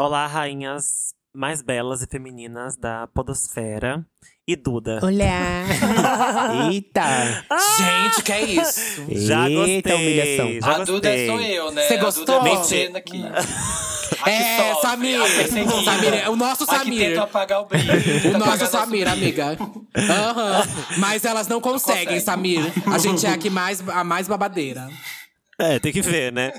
[SPEAKER 1] Olá, rainhas mais belas e femininas da podosfera. E Duda.
[SPEAKER 7] Olá!
[SPEAKER 1] Ah.
[SPEAKER 2] Eita!
[SPEAKER 3] Gente, que é
[SPEAKER 1] [LAUGHS]
[SPEAKER 3] isso?
[SPEAKER 1] Já
[SPEAKER 2] Eita,
[SPEAKER 1] gostei.
[SPEAKER 2] humilhação.
[SPEAKER 1] Já
[SPEAKER 6] a Duda
[SPEAKER 1] gostei.
[SPEAKER 6] sou eu, né?
[SPEAKER 3] Você
[SPEAKER 6] A Duda
[SPEAKER 3] gostou?
[SPEAKER 6] é você aqui. [LAUGHS] Aqui
[SPEAKER 3] É,
[SPEAKER 6] sofre,
[SPEAKER 3] Samir.
[SPEAKER 6] a perseguida,
[SPEAKER 3] Samir, é o nosso
[SPEAKER 6] a que
[SPEAKER 3] Samir.
[SPEAKER 6] tenta apagar o brilho.
[SPEAKER 3] [LAUGHS] O
[SPEAKER 6] tenta apagar
[SPEAKER 3] nosso
[SPEAKER 6] nosso
[SPEAKER 3] Samir,
[SPEAKER 6] brilho.
[SPEAKER 3] amiga. Aham. Mas elas não conseguem,
[SPEAKER 6] consegue.
[SPEAKER 3] Samir. A gente é a, que mais, a mais babadeira.
[SPEAKER 1] É, tem que ver, né?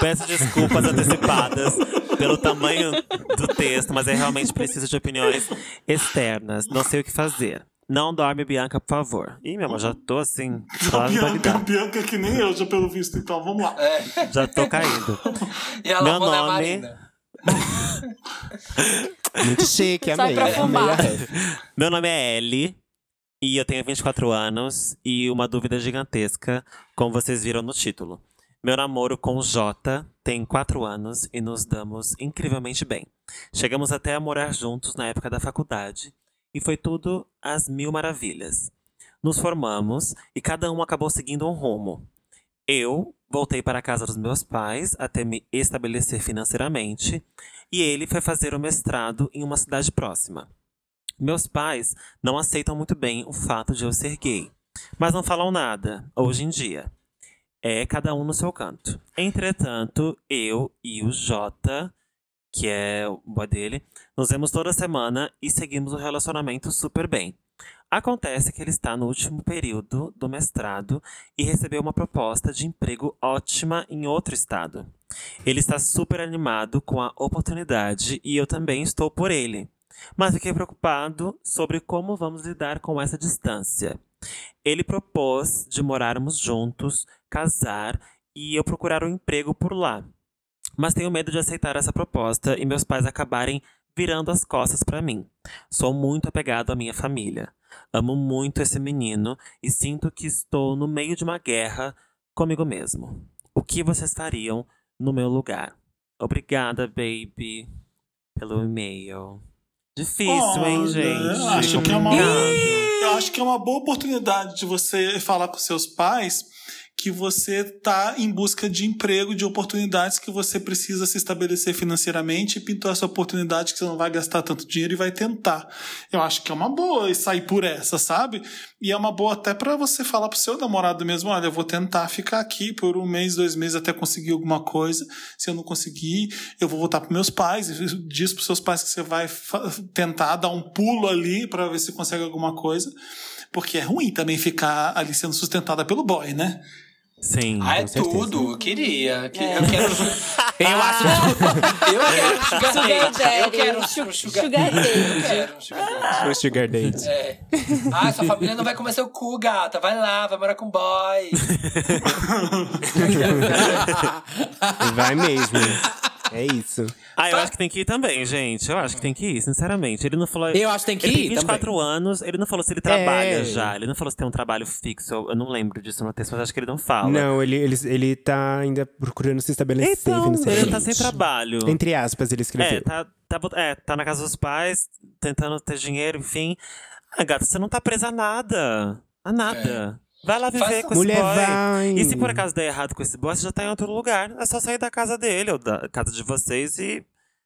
[SPEAKER 1] Peço desculpas antecipadas pelo tamanho do texto, mas eu realmente preciso de opiniões externas. Não sei o que fazer. Não dorme, Bianca, por favor. Ih, meu amor, já tô assim. Claro, É
[SPEAKER 4] Bianca, Bianca, que nem eu, já pelo visto. Então, vamos lá.
[SPEAKER 1] já tô caindo.
[SPEAKER 6] E ela
[SPEAKER 1] Meu
[SPEAKER 6] Meu nome...
[SPEAKER 1] nome-
[SPEAKER 6] Marina.
[SPEAKER 1] [LAUGHS]
[SPEAKER 2] Muito chique, amei.
[SPEAKER 5] Sai pra
[SPEAKER 2] amei. [LAUGHS]
[SPEAKER 5] fumar.
[SPEAKER 1] Meu nome é Ellie e eu tenho 24 anos e uma dúvida gigantesca, como vocês viram no título. Meu namoro com o Jota tem 4 anos e nos damos incrivelmente bem. Chegamos até a morar juntos na época da faculdade e foi tudo às mil maravilhas. Nos formamos e cada um acabou seguindo um rumo. Eu voltei para a casa dos meus pais até me estabelecer financeiramente e ele foi fazer o mestrado em uma cidade próxima. Meus pais não aceitam muito bem o fato de eu ser gay, mas não falam nada hoje em dia. É cada um no seu canto. Entretanto, eu e o Jota, que é o boy dele, nos vemos toda semana e seguimos o relacionamento super bem. Acontece que ele está no último período do mestrado e recebeu uma proposta de emprego ótima em outro estado. Ele está super animado com a oportunidade e eu também estou por ele mas fiquei preocupado sobre como vamos lidar com essa distância. Ele propôs de morarmos juntos, casar e eu procurar um emprego por lá. Mas tenho medo de aceitar essa proposta e meus pais acabarem virando as costas para mim. Sou muito apegado à minha família. Amo muito esse menino e sinto que estou no meio de uma guerra comigo mesmo. O que vocês fariam no meu lugar? Obrigada, baby, pelo e-mail. Difícil, hein,
[SPEAKER 4] Olha,
[SPEAKER 1] gente?
[SPEAKER 4] acho que é uma-
[SPEAKER 1] Complicado.
[SPEAKER 4] eu acho que é uma boa oportunidade de você falar com seus pais que você está em busca de emprego, de oportunidades que você precisa se estabelecer financeiramente e pintou essa oportunidade que você não vai gastar tanto dinheiro e vai tentar. Eu acho que é uma boa e sair por essa, sabe? E é uma boa até para você falar pro seu namorado mesmo, olha, eu vou tentar ficar aqui por um mês, dois meses até conseguir alguma coisa. Se eu não conseguir, eu vou voltar para meus pais. Diz pros seus pais que você vai fa- tentar dar um pulo ali para ver se consegue alguma coisa. Porque é ruim também ficar ali sendo sustentada pelo boy, né?
[SPEAKER 1] Sim.
[SPEAKER 6] Ah, é
[SPEAKER 1] com certeza.
[SPEAKER 6] tudo. Eu queria. que-
[SPEAKER 3] É.
[SPEAKER 6] Eu quero.
[SPEAKER 3] [LAUGHS]
[SPEAKER 6] Eu acho. Eu quero
[SPEAKER 5] Sugar daddy.
[SPEAKER 6] um sugar daddy. Eu quero um su- sugar
[SPEAKER 5] Sugar daddy.
[SPEAKER 6] Eu quero um sugar daddy.
[SPEAKER 2] O Sugar Date.
[SPEAKER 6] É. Ah, sua família não vai comer seu cu, gata. Vai lá, vai morar com boy.
[SPEAKER 2] Vai mesmo. É isso.
[SPEAKER 1] Ah, eu acho que tem que ir também, gente. Eu acho que tem que ir, sinceramente. Ele não falou.
[SPEAKER 3] Eu acho que tem que
[SPEAKER 1] ele
[SPEAKER 3] ir
[SPEAKER 1] Tem 24 anos, ele não falou se ele trabalha já. Ele não falou se tem um trabalho fixo. Eu não lembro disso no texto, mas acho que ele não fala.
[SPEAKER 2] Não, ele, ele, ele tá ainda procurando se estabelecer
[SPEAKER 1] Então, ele tá sem
[SPEAKER 2] financeiramente.
[SPEAKER 1] trabalho.
[SPEAKER 2] Entre aspas, ele escreveu.
[SPEAKER 1] É tá, tá, bot- é, tá na casa dos pais, tentando ter dinheiro, enfim. Ah, gata, você não tá presa a nada. A nada. Vai lá viver
[SPEAKER 6] Faça-
[SPEAKER 1] com
[SPEAKER 2] Mulher
[SPEAKER 1] esse boy.
[SPEAKER 2] vai.
[SPEAKER 1] E se por acaso der errado com esse boy, você já tá em outro lugar. É só sair da casa dele, ou da casa de vocês, e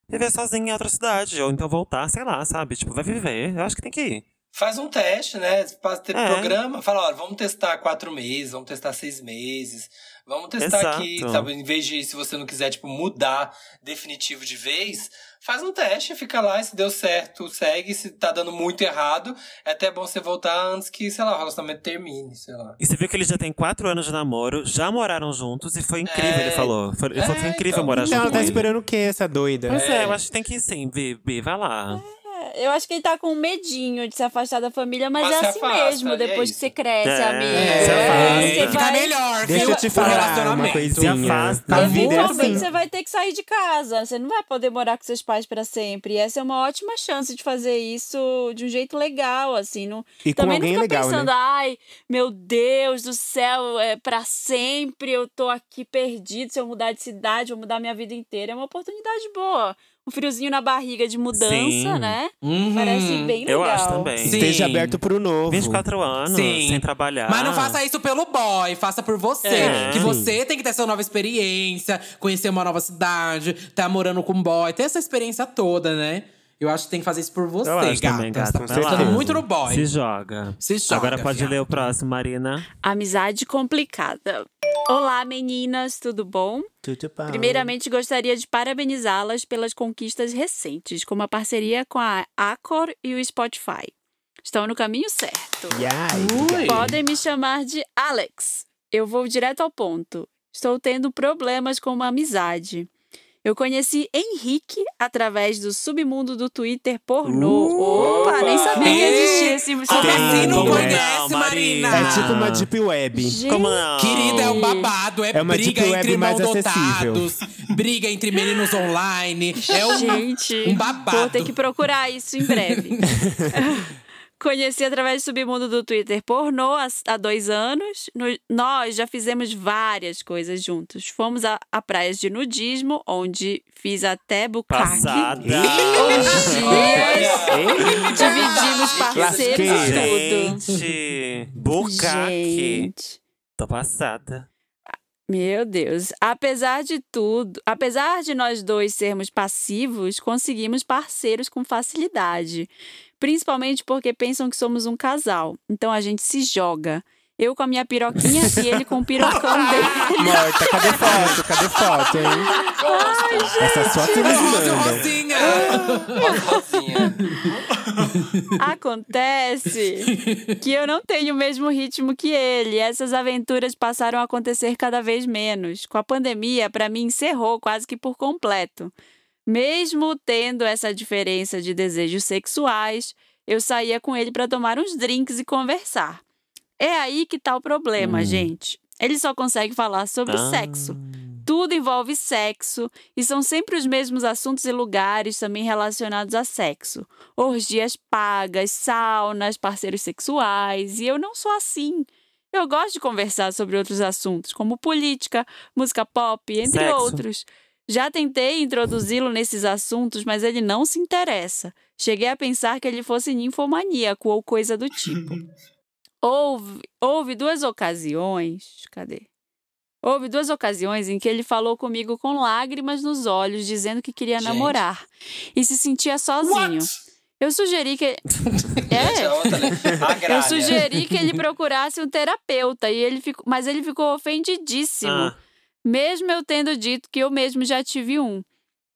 [SPEAKER 1] viver sozinho em outra cidade. Ou então voltar, sei lá, sabe? Tipo, vai viver. Eu acho que tem que ir.
[SPEAKER 6] Faz um teste, né? Faz ter
[SPEAKER 1] É.
[SPEAKER 6] programa. Fala, olha, vamos testar quatro meses, vamos testar seis meses. Vamos testar
[SPEAKER 1] Exato.
[SPEAKER 6] aqui, sabe? Em vez de, se você não quiser, tipo, mudar definitivo de vez, faz um teste, fica lá e se deu certo, segue. Se tá dando muito errado, é até bom você voltar antes que, sei lá, o relacionamento termine, sei lá.
[SPEAKER 1] E você viu que ele já tem quatro anos de namoro, já moraram juntos, e foi incrível,
[SPEAKER 6] É.
[SPEAKER 1] ele falou. Foi, ele falou que foi
[SPEAKER 6] É,
[SPEAKER 1] incrível
[SPEAKER 6] então.
[SPEAKER 1] morar
[SPEAKER 6] Não,
[SPEAKER 1] junto
[SPEAKER 2] Não, ela
[SPEAKER 1] com
[SPEAKER 2] tá
[SPEAKER 1] ele.
[SPEAKER 2] esperando o quê, essa doida?
[SPEAKER 1] Pois é, eu acho que tem que ir sim, Bibi, vai lá.
[SPEAKER 5] Eu acho que ele tá com medinho de se afastar da família, mas,
[SPEAKER 6] Mas
[SPEAKER 5] é
[SPEAKER 6] se
[SPEAKER 5] assim
[SPEAKER 6] afasta, e
[SPEAKER 5] mesmo,
[SPEAKER 6] é
[SPEAKER 5] depois
[SPEAKER 6] isso.
[SPEAKER 5] que você cresce,
[SPEAKER 1] É,
[SPEAKER 5] amigo.
[SPEAKER 1] se afasta.
[SPEAKER 5] você
[SPEAKER 3] fica
[SPEAKER 5] vai-
[SPEAKER 3] melhor.
[SPEAKER 2] Deixa eu
[SPEAKER 3] fica
[SPEAKER 2] te
[SPEAKER 3] o
[SPEAKER 2] falar uma
[SPEAKER 3] relacionamento.
[SPEAKER 1] Se
[SPEAKER 2] coisinha.
[SPEAKER 1] afasta.
[SPEAKER 2] A vida é
[SPEAKER 5] Eventualmente
[SPEAKER 2] assim.
[SPEAKER 5] você vai ter que sair de casa. Você não vai poder morar com seus pais pra sempre. E essa é uma ótima chance de fazer isso de um jeito legal, assim. Não,
[SPEAKER 2] E com
[SPEAKER 5] também
[SPEAKER 2] alguém
[SPEAKER 5] não fica
[SPEAKER 2] legal,
[SPEAKER 5] pensando,
[SPEAKER 2] né?
[SPEAKER 5] ai, meu Deus do céu, é para sempre eu tô aqui perdido. Se eu mudar de cidade, vou mudar minha vida inteira. É uma oportunidade boa. Um friozinho na barriga de mudança,
[SPEAKER 1] Sim.
[SPEAKER 5] né?
[SPEAKER 3] Uhum.
[SPEAKER 5] Parece bem legal.
[SPEAKER 1] Eu acho também.
[SPEAKER 5] assim.
[SPEAKER 3] Sim.
[SPEAKER 2] Esteja aberto pro novo.
[SPEAKER 1] 24 anos,
[SPEAKER 3] Sim.
[SPEAKER 1] sem trabalhar.
[SPEAKER 3] Mas não faça isso pelo boy, faça por você.
[SPEAKER 1] É.
[SPEAKER 3] Que você tem que ter sua nova experiência, conhecer uma nova cidade, tá morando com um boy, ter essa experiência toda, né? Eu acho que tem que fazer isso por você,
[SPEAKER 1] Eu acho
[SPEAKER 3] gata.
[SPEAKER 1] também,
[SPEAKER 3] Você
[SPEAKER 1] gata.
[SPEAKER 3] tá
[SPEAKER 1] Vai
[SPEAKER 3] pensando
[SPEAKER 1] lá.
[SPEAKER 3] muito no boy.
[SPEAKER 1] Se joga.
[SPEAKER 3] Se joga,
[SPEAKER 1] Agora pode
[SPEAKER 3] viado.
[SPEAKER 1] ler o próximo, Marina.
[SPEAKER 5] Amizade complicada. Olá, meninas, tudo bom?
[SPEAKER 1] Ah,
[SPEAKER 5] Primeiramente, gostaria de parabenizá-las pelas conquistas recentes, como a parceria com a Acor e o Spotify. Estão no caminho certo.
[SPEAKER 2] Yay.
[SPEAKER 5] Podem me chamar de Alex. Eu vou direto ao ponto. Estou tendo problemas com uma amizade. Eu conheci Henrique através do submundo do Twitter pornô. Opa, nem sabia que existia esse
[SPEAKER 3] Como assim não
[SPEAKER 1] Uh! Como
[SPEAKER 3] conhece,
[SPEAKER 1] não,
[SPEAKER 3] Marina?
[SPEAKER 2] É tipo uma deep web.
[SPEAKER 5] Gente,
[SPEAKER 1] Como não?
[SPEAKER 3] Querida, é um babado, é,
[SPEAKER 2] É uma
[SPEAKER 3] briga
[SPEAKER 2] deep web
[SPEAKER 3] entre
[SPEAKER 2] mais
[SPEAKER 3] irmãos
[SPEAKER 2] acessível.
[SPEAKER 3] dotados, briga entre meninos online. É um.
[SPEAKER 5] Gente,
[SPEAKER 3] um babado.
[SPEAKER 5] vou ter que procurar isso em breve.
[SPEAKER 3] [LAUGHS]
[SPEAKER 5] [LAUGHS] Conheci através do submundo do Twitter pornô há, há dois anos. No- nós já fizemos várias coisas juntos. Fomos a, a praias de nudismo, onde fiz até bucaque.
[SPEAKER 1] Passada.
[SPEAKER 5] Orgias,
[SPEAKER 2] Ei,
[SPEAKER 5] dividimos parceiros e tudo.
[SPEAKER 1] Gente, bucaque.
[SPEAKER 5] Gente.
[SPEAKER 1] Tô passada.
[SPEAKER 5] Meu Deus. Apesar de tudo, apesar de nós dois sermos passivos, conseguimos parceiros com facilidade. Principalmente porque pensam que somos um casal. Então a gente se joga. Eu com a minha piroquinha e ele com o pirocão dele.
[SPEAKER 2] morta, cadê foto? Cadê foto, hein? é Essas fotos eles
[SPEAKER 3] Rosa,
[SPEAKER 2] mandam.
[SPEAKER 3] Rosinha!
[SPEAKER 6] Rosinha.
[SPEAKER 5] Acontece que eu não tenho o mesmo ritmo que ele. Essas aventuras passaram a acontecer cada vez menos. Com a pandemia, pra mim, encerrou quase que por completo. Mesmo tendo essa diferença de desejos sexuais, eu saía com ele pra tomar uns drinks e conversar. É aí que tá o problema, gente. Ele só consegue falar sobre
[SPEAKER 1] Ah.
[SPEAKER 5] sexo. Tudo envolve sexo e são sempre os mesmos assuntos e lugares também relacionados a sexo. Orgias pagas, saunas, parceiros sexuais, e eu não sou assim. Eu gosto de conversar sobre outros assuntos, como política, música pop, entre
[SPEAKER 1] Sexo.
[SPEAKER 5] outros. Já tentei introduzi-lo nesses assuntos, mas ele não se interessa. Cheguei a pensar que ele fosse ninfomaníaco ou coisa do tipo. houve, houve duas ocasiões. Cadê? Houve duas ocasiões em que ele falou comigo com lágrimas nos olhos, dizendo que queria
[SPEAKER 6] Gente.
[SPEAKER 5] namorar e se sentia sozinho.
[SPEAKER 4] What?
[SPEAKER 5] Eu sugeri que.
[SPEAKER 6] Gente, a
[SPEAKER 5] É.
[SPEAKER 6] outra, né?
[SPEAKER 5] [LAUGHS]
[SPEAKER 6] A
[SPEAKER 5] Eu
[SPEAKER 6] gralha.
[SPEAKER 5] sugeri que ele procurasse um terapeuta, e ele ficou... mas ele ficou ofendidíssimo
[SPEAKER 1] Ah,
[SPEAKER 5] mesmo eu tendo dito que eu mesmo já tive um.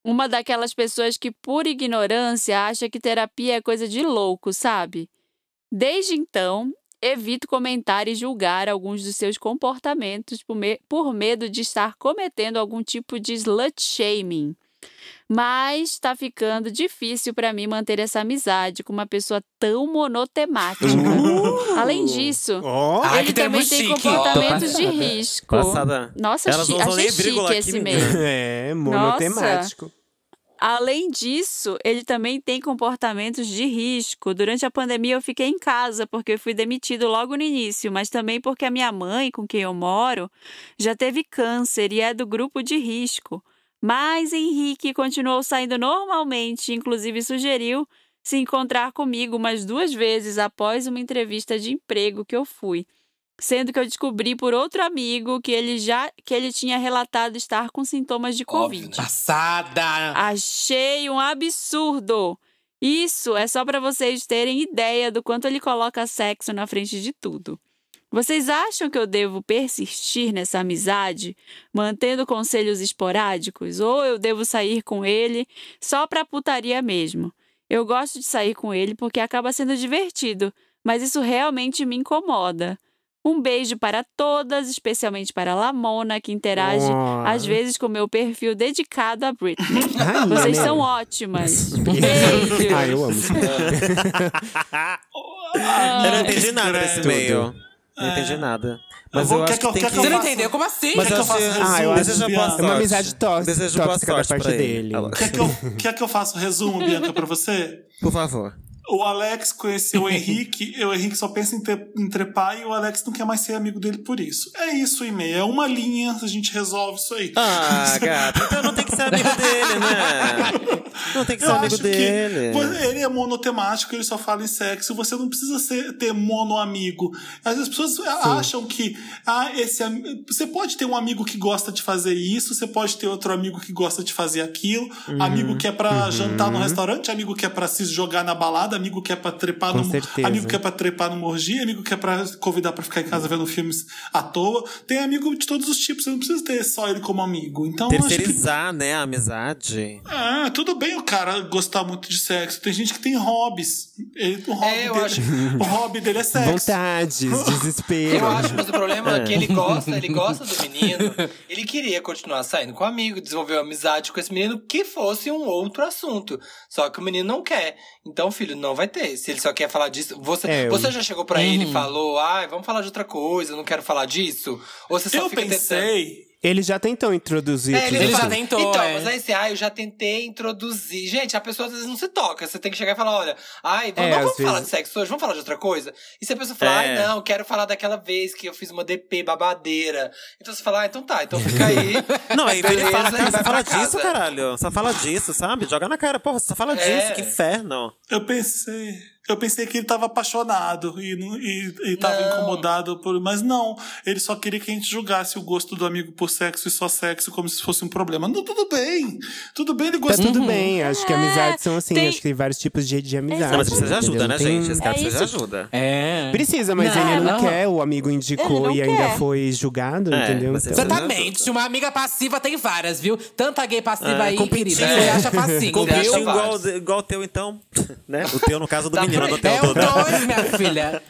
[SPEAKER 5] Uma daquelas pessoas que, por ignorância, acha que terapia é coisa de louco, sabe? Desde então, evito comentar e julgar alguns dos seus comportamentos por, me- por medo de estar cometendo algum tipo de slut shaming. Mas tá ficando difícil para mim manter essa amizade com uma pessoa tão
[SPEAKER 6] [LAUGHS]
[SPEAKER 5] monotemática. Além disso,
[SPEAKER 2] Ó,
[SPEAKER 6] Ai,
[SPEAKER 5] ele
[SPEAKER 6] que termo
[SPEAKER 5] também tem
[SPEAKER 6] chique.
[SPEAKER 5] comportamentos
[SPEAKER 1] Tô
[SPEAKER 5] de
[SPEAKER 1] passada.
[SPEAKER 5] risco.
[SPEAKER 1] passada.
[SPEAKER 5] Nossa,
[SPEAKER 1] Elas
[SPEAKER 5] chi
[SPEAKER 1] não usam
[SPEAKER 5] achei
[SPEAKER 1] nem vírgula
[SPEAKER 5] chique
[SPEAKER 1] aqui,
[SPEAKER 5] esse
[SPEAKER 1] menina.
[SPEAKER 5] meio.
[SPEAKER 2] é monotemático.
[SPEAKER 5] Além disso, ele também tem comportamentos de risco. Durante a pandemia, eu fiquei em casa porque eu fui demitido logo no início, mas também porque a minha mãe, com quem eu moro, já teve câncer e é do grupo de risco. Mas Henrique continuou saindo normalmente, inclusive sugeriu se encontrar comigo umas duas vezes após uma entrevista de emprego que eu fui. Sendo que eu descobri por outro amigo que ele já que ele tinha relatado estar com sintomas de
[SPEAKER 6] Óbvio,
[SPEAKER 5] Covid.
[SPEAKER 6] né?
[SPEAKER 3] Passada!
[SPEAKER 5] Ah. Achei um absurdo. Isso é só para vocês terem ideia do quanto ele coloca sexo na frente de tudo. Vocês acham que eu devo persistir nessa amizade, mantendo conselhos esporádicos, ou eu devo sair com ele só pra putaria mesmo? Eu gosto de sair com ele porque acaba sendo divertido, mas isso realmente me incomoda. Um beijo para todas, especialmente para Lamona, que interage
[SPEAKER 2] Ó.
[SPEAKER 5] às vezes com meu perfil dedicado a Britney.
[SPEAKER 2] Ai,
[SPEAKER 5] Vocês
[SPEAKER 2] né?
[SPEAKER 5] são ótimas.
[SPEAKER 2] [LAUGHS]
[SPEAKER 5] Beijo.
[SPEAKER 2] Ai, eu amo.
[SPEAKER 5] Ah,
[SPEAKER 1] Eu não entendi nada desse
[SPEAKER 2] Tudo. É.
[SPEAKER 1] e-mail. Não entendi nada. Mas
[SPEAKER 4] vou-
[SPEAKER 1] eu
[SPEAKER 4] quer
[SPEAKER 1] acho
[SPEAKER 4] que eu-
[SPEAKER 1] que tem
[SPEAKER 4] quer
[SPEAKER 1] que...
[SPEAKER 4] que
[SPEAKER 3] Você não
[SPEAKER 4] faço-
[SPEAKER 3] entendeu? Como assim?
[SPEAKER 1] Mas
[SPEAKER 4] Quer que eu
[SPEAKER 1] acho-
[SPEAKER 4] faça resumo?
[SPEAKER 2] Ah, eu acho-
[SPEAKER 4] Desejo
[SPEAKER 1] boa
[SPEAKER 4] boa
[SPEAKER 2] É uma
[SPEAKER 1] sorte.
[SPEAKER 2] amizade tó-
[SPEAKER 1] Desejo boa
[SPEAKER 2] tóxica da
[SPEAKER 1] sorte
[SPEAKER 2] parte
[SPEAKER 1] pra ele.
[SPEAKER 2] dele.
[SPEAKER 1] Ela-
[SPEAKER 4] Quer que, eu, quer que eu faça o resumo, Bianca, pra você?
[SPEAKER 1] Por favor.
[SPEAKER 4] O Alex conheceu o Henrique, e o Henrique só pensa em, ter, em trepar e o Alex não quer mais ser amigo dele por isso. É isso, e-mail. É uma linha, a gente resolve isso aí.
[SPEAKER 1] Ah, gato. Então não tem que ser
[SPEAKER 2] [LAUGHS]
[SPEAKER 1] amigo dele, né? Não tem que ser
[SPEAKER 4] Eu
[SPEAKER 1] amigo
[SPEAKER 4] acho que
[SPEAKER 1] dele. né?
[SPEAKER 4] vo- ele é monotemático, ele só fala em sexo. Você não precisa ser, ter monoamigo. Às vezes As pessoas acham que ah, esse ami- você pode ter um amigo que gosta de fazer isso, você pode ter outro amigo que gosta de fazer aquilo,
[SPEAKER 1] Uhum.
[SPEAKER 4] amigo que é pra jantar no restaurante, amigo que é pra se jogar na balada, amigo que é pra trepar
[SPEAKER 2] Com
[SPEAKER 4] num-
[SPEAKER 2] certeza.
[SPEAKER 4] amigo que é pra trepar numa orgia, amigo que é pra convidar pra ficar em casa vendo filmes à toa. Tem amigo de todos os tipos, você não precisa ter só ele como amigo. Então, eu acho que
[SPEAKER 1] Terceirizar, né, a amizade.
[SPEAKER 4] ah, tudo bem o cara gostar muito de sexo. Tem gente que tem hobbies. Ele- o, hobby
[SPEAKER 6] É, eu
[SPEAKER 4] dele,
[SPEAKER 6] acho.
[SPEAKER 4] o hobby dele é sexo.
[SPEAKER 2] Vontades, Ah, desespero.
[SPEAKER 6] Eu acho, mas o problema é que ele gosta, ele gosta do menino. Ele queria continuar saindo com o amigo, desenvolver uma amizade com esse menino que fosse um outro assunto. Só que o menino não quer. Então, filho, não vai ter. Se ele só quer falar disso, você,
[SPEAKER 2] É, eu-
[SPEAKER 6] você já chegou pra ele e falou, ai, vamos falar de outra coisa, eu não quero falar disso? Ou você só
[SPEAKER 4] Eu
[SPEAKER 6] fica tentando?
[SPEAKER 4] pensei.
[SPEAKER 2] Ele já tentou introduzir
[SPEAKER 6] É,
[SPEAKER 2] tudo
[SPEAKER 3] ele já
[SPEAKER 2] isso.
[SPEAKER 6] fala,
[SPEAKER 3] tentou,
[SPEAKER 6] Então,
[SPEAKER 3] é.
[SPEAKER 6] mas aí você, ah, eu já tentei introduzir. Gente, a pessoa às vezes não se toca. Você tem que chegar e falar: olha, ai,
[SPEAKER 2] É,
[SPEAKER 6] vamos, não
[SPEAKER 2] às
[SPEAKER 6] vamos falar
[SPEAKER 2] vezes-
[SPEAKER 6] de sexo hoje, vamos falar de outra coisa. E se a pessoa falar,
[SPEAKER 1] É.
[SPEAKER 6] ai, não, quero falar daquela vez que eu fiz uma DP babadeira. Então você fala, ah, então tá, então fica aí.
[SPEAKER 1] [LAUGHS] Não, aí ele
[SPEAKER 6] Beleza,
[SPEAKER 1] fala, cara,
[SPEAKER 6] e
[SPEAKER 1] só
[SPEAKER 6] vai
[SPEAKER 1] fala
[SPEAKER 6] pra casa.
[SPEAKER 1] disso, caralho. Só fala disso, sabe? Joga na cara, porra, só fala
[SPEAKER 6] É.
[SPEAKER 1] disso, que inferno.
[SPEAKER 4] Eu pensei. Eu pensei que ele tava apaixonado e, não- e, e tava
[SPEAKER 6] Não.
[SPEAKER 4] incomodado por. Mas não, ele só queria que a gente julgasse o gosto do amigo por sexo e só sexo como se fosse um problema. Não, tudo bem. Tudo bem, ele
[SPEAKER 2] Tá
[SPEAKER 4] gostou.
[SPEAKER 2] tudo bem, acho que amizades são assim,
[SPEAKER 5] tem-
[SPEAKER 2] acho que tem vários tipos de, de amizade.
[SPEAKER 1] Não, mas precisa de ajuda,
[SPEAKER 2] Ah, entendeu?
[SPEAKER 1] né,
[SPEAKER 2] Não tem-
[SPEAKER 1] gente? Esse cara
[SPEAKER 5] É
[SPEAKER 1] precisa de
[SPEAKER 5] isso.
[SPEAKER 1] ajuda.
[SPEAKER 3] É.
[SPEAKER 2] Precisa, mas
[SPEAKER 3] Não,
[SPEAKER 2] ele não,
[SPEAKER 3] não.
[SPEAKER 2] quer, o amigo indicou
[SPEAKER 5] Ele
[SPEAKER 2] e
[SPEAKER 5] não
[SPEAKER 2] ainda
[SPEAKER 5] quer.
[SPEAKER 2] foi julgado,
[SPEAKER 1] É,
[SPEAKER 2] entendeu?
[SPEAKER 1] você precisa-
[SPEAKER 3] Exatamente, uma amiga passiva tem várias, viu? Tanta gay passiva
[SPEAKER 1] É,
[SPEAKER 3] aí,
[SPEAKER 1] com
[SPEAKER 3] querida.
[SPEAKER 1] pintinho.
[SPEAKER 3] Você acha facinho,
[SPEAKER 1] Com
[SPEAKER 6] Você
[SPEAKER 3] viu?
[SPEAKER 1] pintinho
[SPEAKER 6] acha
[SPEAKER 1] igual,
[SPEAKER 6] vários.
[SPEAKER 1] igual o teu, então, [LAUGHS] né? O teu, no caso, do
[SPEAKER 6] Tá
[SPEAKER 1] menino, do
[SPEAKER 6] por aí.
[SPEAKER 2] Então,
[SPEAKER 1] teu.
[SPEAKER 3] É o
[SPEAKER 1] do- da-
[SPEAKER 3] dois, minha filha.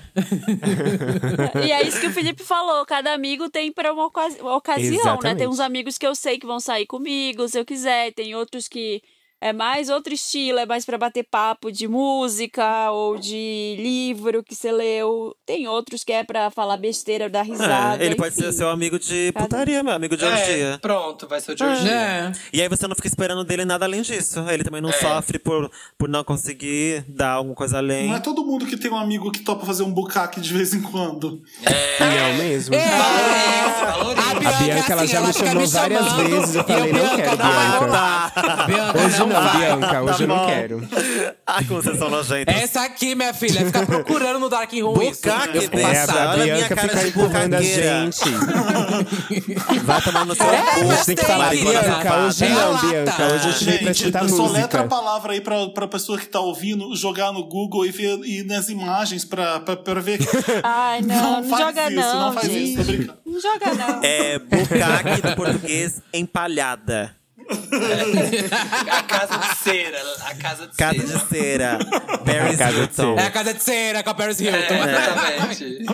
[SPEAKER 5] E é isso que o Felipe falou. Cada amigo tem para uma ocasi- ocasião, né?
[SPEAKER 2] Exatamente.
[SPEAKER 5] Tem uns amigos que eu sei que vão sair comigo, se eu quiser. Tem outros que é mais outro estilo, é mais para bater papo de música ou de livro que você leu. Tem outros que é para falar besteira, dar risada.
[SPEAKER 1] É, ele pode
[SPEAKER 5] enfim.
[SPEAKER 1] ser seu amigo de
[SPEAKER 5] Cada-
[SPEAKER 1] putaria, meu amigo de
[SPEAKER 6] É,
[SPEAKER 1] orgia.
[SPEAKER 6] pronto, vai ser o Georgia.
[SPEAKER 3] É.
[SPEAKER 1] E aí você não fica esperando dele nada além disso. Ele também não
[SPEAKER 6] É.
[SPEAKER 1] sofre por, por não conseguir dar alguma coisa além.
[SPEAKER 4] Não é todo mundo que tem um amigo que topa fazer um bucaque de vez em quando.
[SPEAKER 2] E é o mesmo.
[SPEAKER 3] É.
[SPEAKER 6] Valoriza, valoriza.
[SPEAKER 3] A assim,
[SPEAKER 2] A Bianca, ela já me chamou várias vezes, eu falei, não quero, Bianca.
[SPEAKER 3] Bianca. Bianca,
[SPEAKER 2] Hoje não,
[SPEAKER 3] vai.
[SPEAKER 2] Bianca, hoje eu
[SPEAKER 1] [LAUGHS]
[SPEAKER 2] não
[SPEAKER 1] Tá bom.
[SPEAKER 2] quero.
[SPEAKER 1] Ai, como vocês são nojentos.
[SPEAKER 3] Essa aqui, minha filha, fica procurando no Dark Room isso.
[SPEAKER 1] Bucaque
[SPEAKER 3] Eu-
[SPEAKER 1] dela.
[SPEAKER 2] É,
[SPEAKER 1] Nossa,
[SPEAKER 2] a
[SPEAKER 1] olha a minha
[SPEAKER 2] Bianca
[SPEAKER 1] cara
[SPEAKER 2] fica
[SPEAKER 1] de
[SPEAKER 2] empurrando a
[SPEAKER 1] bocagueira.
[SPEAKER 2] gente.
[SPEAKER 1] Vai tomar no seu
[SPEAKER 3] É,
[SPEAKER 1] cu.
[SPEAKER 3] mas
[SPEAKER 2] Hoje tem que
[SPEAKER 3] tem,
[SPEAKER 2] falar,
[SPEAKER 3] querida.
[SPEAKER 2] Bianca, hoje
[SPEAKER 3] É a
[SPEAKER 2] não,
[SPEAKER 3] lata.
[SPEAKER 2] Bianca, hoje
[SPEAKER 1] tá.
[SPEAKER 2] eu é te vim pra
[SPEAKER 4] Ah, Gente,
[SPEAKER 2] escutar
[SPEAKER 4] soletra
[SPEAKER 2] música.
[SPEAKER 4] a palavra aí pra, pra pessoa que tá ouvindo jogar no Google e ver e nas imagens pra, pra,
[SPEAKER 2] [LAUGHS]
[SPEAKER 4] pra ver.
[SPEAKER 5] Ai, não, não,
[SPEAKER 4] faz
[SPEAKER 5] joga
[SPEAKER 4] isso,
[SPEAKER 5] não,
[SPEAKER 4] não, faz
[SPEAKER 5] gente.
[SPEAKER 4] isso, tô brincando.
[SPEAKER 5] Não joga não.
[SPEAKER 1] [LAUGHS] É bucaque do português empalhada.
[SPEAKER 6] A casa de cera. A casa de
[SPEAKER 1] Casa
[SPEAKER 6] cera.
[SPEAKER 1] de cera. Paris
[SPEAKER 2] Casa de
[SPEAKER 1] Hilton.
[SPEAKER 2] cera.
[SPEAKER 3] É a casa de cera com a Paris Hilton.
[SPEAKER 6] É, exatamente.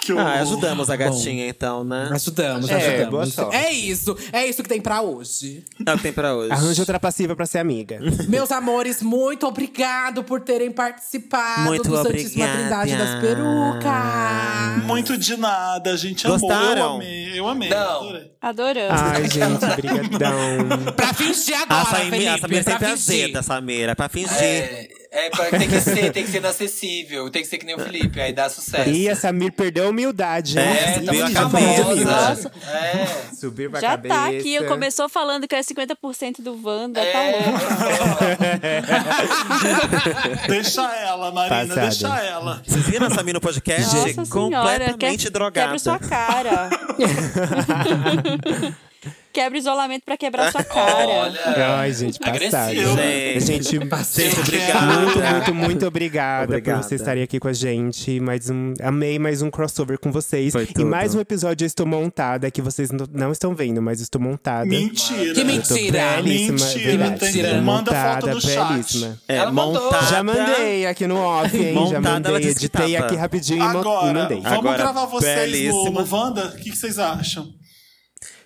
[SPEAKER 4] Que horror.
[SPEAKER 1] Ah, ajudamos a gatinha então, né?
[SPEAKER 3] Ajudamos,
[SPEAKER 2] É,
[SPEAKER 3] ajudamos.
[SPEAKER 2] boa sorte.
[SPEAKER 3] É isso, é isso que tem pra hoje.
[SPEAKER 1] É o que tem pra hoje.
[SPEAKER 2] Arranja outra passiva pra
[SPEAKER 1] [LAUGHS]
[SPEAKER 2] ser amiga.
[SPEAKER 3] Meus amores, muito obrigado por terem participado
[SPEAKER 1] Muito
[SPEAKER 3] do Santíssima
[SPEAKER 1] obrigada.
[SPEAKER 3] Trindade das Perucas.
[SPEAKER 4] Muito de nada, a gente amou. Eu
[SPEAKER 1] Gostaram?
[SPEAKER 4] amei, eu amei.
[SPEAKER 6] Não.
[SPEAKER 4] adorei.
[SPEAKER 5] Adoramos.
[SPEAKER 2] Ai, gente, brigadão.
[SPEAKER 3] Pra fingir agora,
[SPEAKER 1] A Samira, a
[SPEAKER 3] Felipe,
[SPEAKER 1] Samira é sempre
[SPEAKER 3] pra fingir.
[SPEAKER 1] azeda, Samira. Pra fingir.
[SPEAKER 6] É, é pra- tem que ser, tem que ser inacessível. Tem que ser que nem o Felipe, aí dá sucesso.
[SPEAKER 2] E a Samir perdeu a humildade,
[SPEAKER 1] É,
[SPEAKER 2] né?
[SPEAKER 6] É,
[SPEAKER 1] subiu
[SPEAKER 6] tá
[SPEAKER 1] a
[SPEAKER 6] muito
[SPEAKER 1] cabeça,
[SPEAKER 6] famosa.
[SPEAKER 1] Nossa.
[SPEAKER 6] É.
[SPEAKER 2] Subiu pra
[SPEAKER 5] Já
[SPEAKER 2] cabeça.
[SPEAKER 5] tá aqui, eu começou falando que é 50% do Wanda, tá louco.
[SPEAKER 6] É,
[SPEAKER 4] Deixa ela, Marina,
[SPEAKER 2] Passada.
[SPEAKER 4] deixa ela.
[SPEAKER 1] Vocês viram a Samira no podcast?
[SPEAKER 5] Nossa
[SPEAKER 1] Completamente
[SPEAKER 5] senhora, que-
[SPEAKER 1] drogada.
[SPEAKER 5] Quebra
[SPEAKER 1] [LAUGHS]
[SPEAKER 5] sua cara. quebra isolamento pra quebrar sua
[SPEAKER 6] É.
[SPEAKER 5] cara.
[SPEAKER 6] olha.
[SPEAKER 1] É.
[SPEAKER 2] Ai, gente, passada.
[SPEAKER 6] Agressivo.
[SPEAKER 2] Gente,
[SPEAKER 1] [LAUGHS] Gente,
[SPEAKER 2] muito, muito,
[SPEAKER 1] né? obrigada.
[SPEAKER 2] muito obrigada,
[SPEAKER 1] Obrigada.
[SPEAKER 2] por vocês estarem aqui com a gente. Mais um, amei mais um crossover com vocês.
[SPEAKER 1] Foi
[SPEAKER 2] E
[SPEAKER 1] tudo.
[SPEAKER 2] mais um episódio eu estou montada, que vocês n- não estão vendo, mas eu estou montada.
[SPEAKER 4] Mentira.
[SPEAKER 3] Que
[SPEAKER 2] Eu tô
[SPEAKER 3] mentira!
[SPEAKER 2] belíssima,
[SPEAKER 4] Mentira,
[SPEAKER 2] verdade.
[SPEAKER 4] tem-
[SPEAKER 2] Estou
[SPEAKER 4] manda foto
[SPEAKER 2] montada,
[SPEAKER 4] do chat.
[SPEAKER 2] belíssima.
[SPEAKER 1] É,
[SPEAKER 6] Ela mandou.
[SPEAKER 1] montada.
[SPEAKER 2] Já mandei aqui no off, hein? Já
[SPEAKER 1] Montada, ela
[SPEAKER 2] mandei,
[SPEAKER 1] disse que
[SPEAKER 2] editei
[SPEAKER 1] tava.
[SPEAKER 2] aqui rapidinho e mo- e
[SPEAKER 4] Agora,
[SPEAKER 2] mandei.
[SPEAKER 4] vamos
[SPEAKER 1] Agora,
[SPEAKER 4] gravar vocês no,
[SPEAKER 1] belíssima.
[SPEAKER 4] no Wanda? O que, que vocês acham?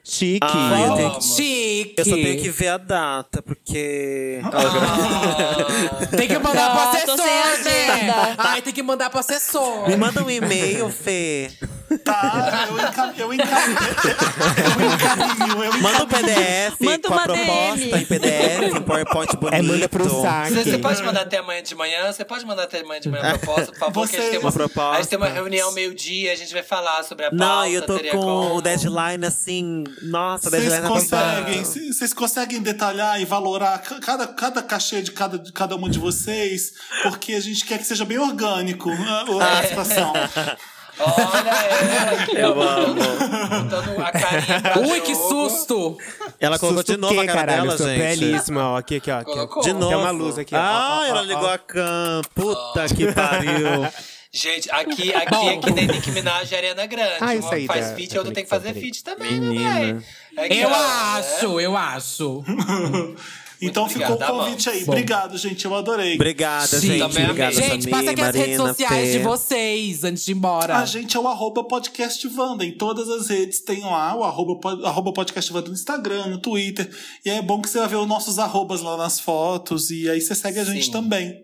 [SPEAKER 2] Chique.
[SPEAKER 1] Ai, eu, tenho Ah, que-
[SPEAKER 3] Chique!
[SPEAKER 1] eu só tenho que ver a data, porque.
[SPEAKER 6] Ah.
[SPEAKER 3] Tem que mandar
[SPEAKER 5] Não,
[SPEAKER 3] pro
[SPEAKER 5] tô
[SPEAKER 3] assessor,
[SPEAKER 5] sem
[SPEAKER 3] né?
[SPEAKER 5] agenda.
[SPEAKER 3] Ai, tem que mandar pro assessor.
[SPEAKER 1] Me manda um e-mail, Fê.
[SPEAKER 4] Tá, eu encaminho, eu encaminho. Eu encaminho, eu
[SPEAKER 1] Manda um
[SPEAKER 4] encaminho.
[SPEAKER 1] PDF
[SPEAKER 5] Manda
[SPEAKER 1] com a
[SPEAKER 5] uma
[SPEAKER 1] proposta
[SPEAKER 5] DM.
[SPEAKER 1] em PDF, em PowerPoint bonito.
[SPEAKER 2] [LAUGHS] É, manda pro saque.
[SPEAKER 6] Você, você
[SPEAKER 1] Ah.
[SPEAKER 6] pode mandar até amanhã de manhã? Você pode mandar até amanhã de manhã a proposta, por favor? que a
[SPEAKER 4] Você-
[SPEAKER 6] gente tem
[SPEAKER 1] É. Uma proposta.
[SPEAKER 6] A gente tem uma reunião meio-dia, a gente vai falar sobre a pauta.
[SPEAKER 1] Não, eu tô
[SPEAKER 6] teria
[SPEAKER 1] com
[SPEAKER 6] como.
[SPEAKER 1] o deadline assim. Nossa, o
[SPEAKER 4] Vocês
[SPEAKER 1] deadline tá
[SPEAKER 4] conseguem,
[SPEAKER 1] bombando.
[SPEAKER 4] c- vocês conseguem detalhar e valorar ca- cada, cada cachê de cada, de cada um de vocês, porque a gente quer que seja bem orgânico né, a,
[SPEAKER 6] Ah, é.
[SPEAKER 4] a
[SPEAKER 6] [LAUGHS]
[SPEAKER 4] situação.
[SPEAKER 6] Olha ela aqui,
[SPEAKER 1] Eu amo.
[SPEAKER 6] botando a carinha pra
[SPEAKER 3] Ui, que
[SPEAKER 6] jogo.
[SPEAKER 3] susto!
[SPEAKER 1] Ela colocou
[SPEAKER 2] Susto
[SPEAKER 1] de novo
[SPEAKER 2] que,
[SPEAKER 1] a cara
[SPEAKER 2] caralho,
[SPEAKER 1] dela,
[SPEAKER 2] sou
[SPEAKER 1] gente.
[SPEAKER 2] belíssima, ó. Aqui, aqui, ó. aqui, ó.
[SPEAKER 6] Colocou.
[SPEAKER 1] De novo.
[SPEAKER 2] Tem uma luz aqui, ó.
[SPEAKER 1] Ah,
[SPEAKER 2] Ó, ó,
[SPEAKER 1] ela
[SPEAKER 2] ó,
[SPEAKER 1] ligou
[SPEAKER 2] ó.
[SPEAKER 1] a cam. Puta que pariu.
[SPEAKER 6] Gente, aqui, aqui é que nem Nicki Minaj e Ariana Grande.
[SPEAKER 2] Ah, isso
[SPEAKER 6] Uma
[SPEAKER 2] aí
[SPEAKER 6] faz
[SPEAKER 1] tá.
[SPEAKER 2] dá-
[SPEAKER 6] feat,
[SPEAKER 2] dá
[SPEAKER 6] a outra tem que fazer
[SPEAKER 2] conexão,
[SPEAKER 6] feat também, né, véi? É que,
[SPEAKER 3] Eu
[SPEAKER 6] ó,
[SPEAKER 3] acho, eu acho.
[SPEAKER 4] Então
[SPEAKER 6] Muito
[SPEAKER 4] ficou o
[SPEAKER 6] obrigado, tá
[SPEAKER 4] convite aí.
[SPEAKER 3] Bom.
[SPEAKER 4] Obrigado, gente. Eu adorei.
[SPEAKER 1] Obrigada,
[SPEAKER 3] Sim.
[SPEAKER 1] gente.
[SPEAKER 6] Também
[SPEAKER 1] Obrigada,
[SPEAKER 6] amei.
[SPEAKER 3] Gente,
[SPEAKER 1] Samir,
[SPEAKER 3] passa aqui as redes
[SPEAKER 1] Marina,
[SPEAKER 3] sociais
[SPEAKER 1] Fê.
[SPEAKER 3] de vocês antes de ir embora.
[SPEAKER 4] A gente é o arroba podcast Wanda. Em todas as redes tem lá o arroba, po- arroba podcast Wanda no Instagram, no Twitter. E aí é bom que você vai ver os nossos arrobas lá nas fotos. E aí você segue a gente
[SPEAKER 6] Sim.
[SPEAKER 4] também.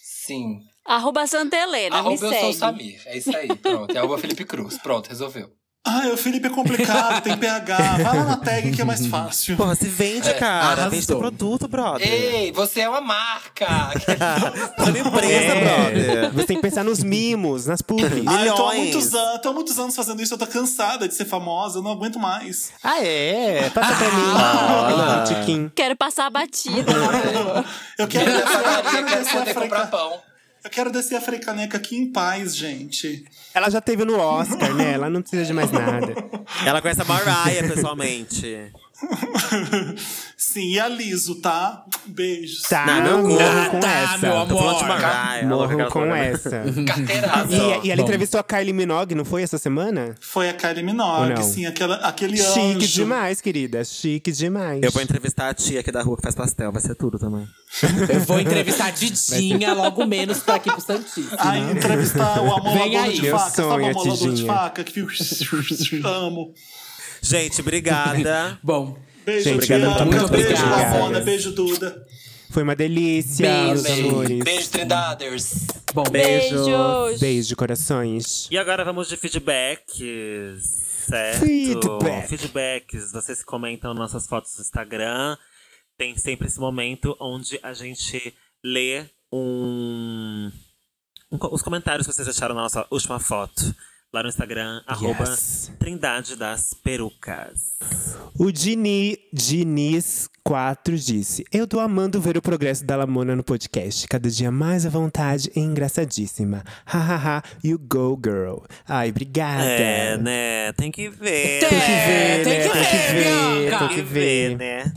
[SPEAKER 6] Sim.
[SPEAKER 5] Arroba Santa Helena, me
[SPEAKER 6] Arroba eu sou o
[SPEAKER 5] segue.
[SPEAKER 6] Samir. É isso aí, pronto. É arroba Felipe Cruz. Pronto, resolveu.
[SPEAKER 4] Ah, o Felipe é complicado, tem PH. Vai lá na tag que é mais fácil.
[SPEAKER 1] Porra, se vende, cara. Vende
[SPEAKER 3] arrasou.
[SPEAKER 1] teu produto, brother.
[SPEAKER 6] É, Ei, você é uma marca!
[SPEAKER 2] [LAUGHS]
[SPEAKER 1] Sou uma empresa,
[SPEAKER 2] É,
[SPEAKER 1] brother.
[SPEAKER 2] você tem que pensar nos mimos,
[SPEAKER 1] [LAUGHS]
[SPEAKER 2] nas publis.
[SPEAKER 4] Ah, eu tô há,
[SPEAKER 1] milhões.
[SPEAKER 4] muitos anos, tô há muitos anos fazendo isso, eu tô cansada de ser famosa, eu não aguento mais.
[SPEAKER 2] Ah, é? Passa pra mim.
[SPEAKER 1] Ah,
[SPEAKER 2] Ah, Tiquim.
[SPEAKER 5] Quero passar a batida.
[SPEAKER 4] Eu
[SPEAKER 6] Eu
[SPEAKER 4] quero, eu quero
[SPEAKER 6] quero
[SPEAKER 4] descer
[SPEAKER 2] é
[SPEAKER 4] a
[SPEAKER 6] poder comprar
[SPEAKER 4] freca-
[SPEAKER 6] pão.
[SPEAKER 4] eu quero descer a frecaneca aqui em paz, gente. [LAUGHS]
[SPEAKER 2] Ela já teve no Oscar, né? Ela não precisa de mais nada.
[SPEAKER 1] Ela conhece a Mariah pessoalmente.
[SPEAKER 4] Sim, e aliso, tá? Beijos.
[SPEAKER 2] Tá,
[SPEAKER 1] Não, não
[SPEAKER 2] morro
[SPEAKER 1] conta,
[SPEAKER 2] com
[SPEAKER 3] tá, meu
[SPEAKER 2] essa.
[SPEAKER 3] amor.
[SPEAKER 1] Tô falando de Mariah. ela vai
[SPEAKER 2] Morro
[SPEAKER 1] aquela
[SPEAKER 2] com
[SPEAKER 1] louca. [LAUGHS]
[SPEAKER 2] essa.
[SPEAKER 6] Carteirada.
[SPEAKER 2] E, e ela
[SPEAKER 3] Bom.
[SPEAKER 2] entrevistou a Kylie Minogue, não foi, essa semana?
[SPEAKER 4] Foi a Kylie
[SPEAKER 2] Ou
[SPEAKER 4] Minogue,
[SPEAKER 2] não?
[SPEAKER 4] sim, aquela, aquele
[SPEAKER 2] Chique
[SPEAKER 4] anjo.
[SPEAKER 2] demais, querida. Chique demais.
[SPEAKER 1] Eu vou entrevistar a tia aqui da rua que faz pastel, vai ser tudo também.
[SPEAKER 3] Eu vou entrevistar a Didinha logo menos pra aqui pro Santíssimo.
[SPEAKER 4] Ai, entrevistar o
[SPEAKER 3] Vem
[SPEAKER 4] amolador
[SPEAKER 3] aí.
[SPEAKER 4] de
[SPEAKER 2] Meu
[SPEAKER 4] faca, sabe
[SPEAKER 2] sonho,
[SPEAKER 4] o amolador de
[SPEAKER 2] Tidinha.
[SPEAKER 4] faca? Que [LAUGHS] amo.
[SPEAKER 1] Gente, obrigada.
[SPEAKER 3] Bom,
[SPEAKER 4] Beijo,
[SPEAKER 2] Gente, tá
[SPEAKER 4] Bianca.
[SPEAKER 2] muito
[SPEAKER 4] Beijo,
[SPEAKER 3] obrigado.
[SPEAKER 4] Lavona. Beijo, Duda.
[SPEAKER 2] Foi uma delícia, meus
[SPEAKER 3] Beijo.
[SPEAKER 2] amores.
[SPEAKER 6] Beijo, Trindaders.
[SPEAKER 3] bom.
[SPEAKER 5] Beijos.
[SPEAKER 2] Beijo,
[SPEAKER 1] [LAUGHS]
[SPEAKER 2] corações.
[SPEAKER 1] E agora vamos de feedbacks, certo?
[SPEAKER 2] Feedback.
[SPEAKER 1] Feedbacks, vocês comentam nossas fotos no Instagram. Tem sempre esse momento onde a gente lê um, um co- os comentários que vocês acharam na nossa última foto. Lá no Instagram, arroba Trindade das Perucas.
[SPEAKER 2] O Dini, Diniz4 disse: Eu tô amando ver o progresso da Lamona no podcast. Cada dia mais à vontade e engraçadíssima. Hahaha, you go, girl. Ai, obrigada.
[SPEAKER 1] É, né? Tem que ver.
[SPEAKER 2] Tem que
[SPEAKER 3] É,
[SPEAKER 2] ver,
[SPEAKER 3] tem
[SPEAKER 2] né?
[SPEAKER 3] que
[SPEAKER 2] Tem que
[SPEAKER 3] ver,
[SPEAKER 2] ver,
[SPEAKER 3] Bianca.
[SPEAKER 2] tem que ver.
[SPEAKER 1] né?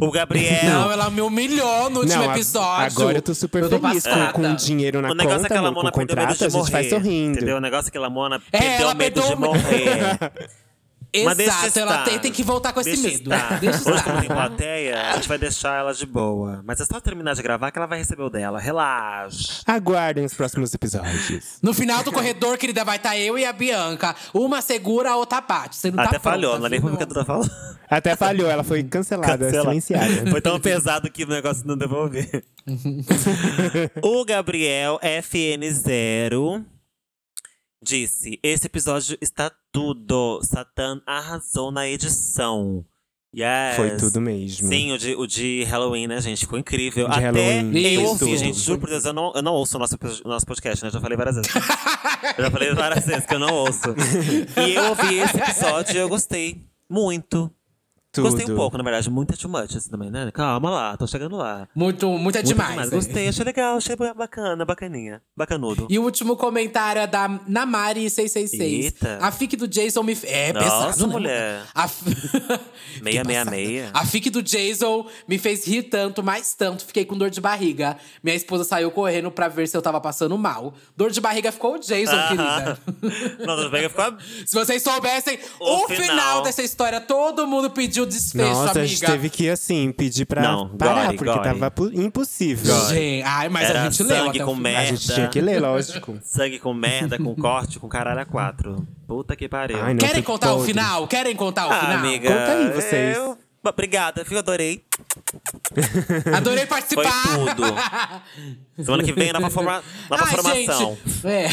[SPEAKER 1] O Gabriel.
[SPEAKER 3] Não, ela me humilhou no último
[SPEAKER 2] a-
[SPEAKER 3] episódio.
[SPEAKER 2] agora eu tô super
[SPEAKER 3] Eu tô
[SPEAKER 2] feliz com,
[SPEAKER 3] passada.
[SPEAKER 2] com o dinheiro na
[SPEAKER 1] o negócio
[SPEAKER 2] conta,
[SPEAKER 1] é que a
[SPEAKER 2] amor, com
[SPEAKER 1] Lamona
[SPEAKER 2] o
[SPEAKER 1] perdeu medo
[SPEAKER 2] contrato,
[SPEAKER 1] de
[SPEAKER 2] a gente
[SPEAKER 1] morrer.
[SPEAKER 2] vai sorrindo.
[SPEAKER 1] Entendeu? O negócio é que a Lamona
[SPEAKER 3] É,
[SPEAKER 1] perdeu
[SPEAKER 3] ela
[SPEAKER 1] medo
[SPEAKER 3] perdeu
[SPEAKER 1] de
[SPEAKER 3] o medo.
[SPEAKER 1] morrer. Mas deixa
[SPEAKER 3] Exato, ela
[SPEAKER 1] estar.
[SPEAKER 3] tem, tem que voltar [LAUGHS] com esse
[SPEAKER 1] Deixa
[SPEAKER 3] medo.
[SPEAKER 1] estar.
[SPEAKER 3] Deixa
[SPEAKER 1] Hoje, como
[SPEAKER 3] estar.
[SPEAKER 1] tem plateia, a gente vai deixar ela de boa. Mas é só terminar de gravar que ela vai receber o dela. Relaxa.
[SPEAKER 2] Aguardem os próximos
[SPEAKER 1] [LAUGHS]
[SPEAKER 2] episódios.
[SPEAKER 3] No final do corredor, querida, vai estar eu e a Bianca. Uma segura, a outra parte. Você não
[SPEAKER 1] Até
[SPEAKER 3] tá
[SPEAKER 1] falhou,
[SPEAKER 3] pronta,
[SPEAKER 1] não é nem
[SPEAKER 3] viu,
[SPEAKER 1] foi porque tu
[SPEAKER 3] meu
[SPEAKER 1] tá falando.
[SPEAKER 2] Até falhou, ela foi cancelada,
[SPEAKER 1] Cancela.
[SPEAKER 2] silenciada.
[SPEAKER 1] Foi tão pesado que o negócio não
[SPEAKER 2] [LAUGHS]
[SPEAKER 1] devolver. o Gabriel FN0 disse: Esse episódio está tudo. Satan arrasou na edição. Yes.
[SPEAKER 2] Foi tudo mesmo.
[SPEAKER 1] É, Sim, o de, o de Halloween, né, gente? Ficou incrível.
[SPEAKER 2] De
[SPEAKER 1] Até
[SPEAKER 2] Halloween,
[SPEAKER 1] eu
[SPEAKER 3] foi
[SPEAKER 1] ouvi,
[SPEAKER 2] tudo.
[SPEAKER 1] gente. Juro por Deus, eu não, eu não ouço o nosso, o nosso podcast, né? Eu já falei várias
[SPEAKER 2] [LAUGHS]
[SPEAKER 1] vezes. eu já falei várias vezes que eu não ouço. E eu ouvi esse episódio e eu gostei muito.
[SPEAKER 2] Tudo.
[SPEAKER 1] Gostei um pouco, na verdade. Muito é too much assim também, né? Calma lá, tô chegando lá.
[SPEAKER 3] Muito, muito é
[SPEAKER 1] Muito
[SPEAKER 3] demais. né?
[SPEAKER 1] Gostei, achei legal, achei bacana, bacaninha. Bacanudo.
[SPEAKER 3] E o último comentário é da Namari666.
[SPEAKER 1] Eita.
[SPEAKER 3] A fic do Jason me. fe- É,
[SPEAKER 1] Nossa,
[SPEAKER 3] pesado, né?
[SPEAKER 1] mulher.
[SPEAKER 3] A... f-
[SPEAKER 1] Meia,
[SPEAKER 3] Que
[SPEAKER 1] meia,
[SPEAKER 3] passada.
[SPEAKER 1] meia.
[SPEAKER 3] A fic do Jason me fez rir tanto, mais tanto. Fiquei com dor de barriga. Minha esposa saiu correndo pra ver se eu tava passando mal. Dor de barriga ficou o Jason,
[SPEAKER 1] Aham.
[SPEAKER 3] querida.
[SPEAKER 1] [LAUGHS]
[SPEAKER 3] [LAUGHS]
[SPEAKER 1] Nossa, o Vega ficou
[SPEAKER 3] Se vocês soubessem
[SPEAKER 1] O
[SPEAKER 3] o,
[SPEAKER 1] final.
[SPEAKER 3] final. dessa história, todo mundo pediu desfecho,
[SPEAKER 2] Nossa,
[SPEAKER 3] amiga.
[SPEAKER 2] a gente teve que, assim, pedir pra
[SPEAKER 1] Não,
[SPEAKER 2] parar,
[SPEAKER 1] gore,
[SPEAKER 2] porque
[SPEAKER 1] gore.
[SPEAKER 2] tava pu- impossível.
[SPEAKER 1] Gore.
[SPEAKER 3] Gente, ai, mas
[SPEAKER 1] Era
[SPEAKER 3] a gente leu
[SPEAKER 1] sangue
[SPEAKER 3] até o
[SPEAKER 1] com
[SPEAKER 3] final.
[SPEAKER 1] merda.
[SPEAKER 2] A gente tinha que
[SPEAKER 1] [LAUGHS]
[SPEAKER 2] ler, lógico.
[SPEAKER 1] Sangue com merda, com corte, com caralho a quatro. Puta que pariu.
[SPEAKER 2] Ai, não,
[SPEAKER 3] Querem
[SPEAKER 2] tem
[SPEAKER 3] contar o
[SPEAKER 2] podre.
[SPEAKER 3] final? Querem contar o
[SPEAKER 1] Ah,
[SPEAKER 3] final?
[SPEAKER 1] amiga.
[SPEAKER 2] Conta aí, vocês.
[SPEAKER 1] eu- Obrigada, viu? Adorei.
[SPEAKER 3] Adorei participar!
[SPEAKER 1] Foi tudo.
[SPEAKER 3] [LAUGHS]
[SPEAKER 1] Semana que vem, nova, forma... nova
[SPEAKER 3] Ai,
[SPEAKER 1] formação.
[SPEAKER 3] gente, é.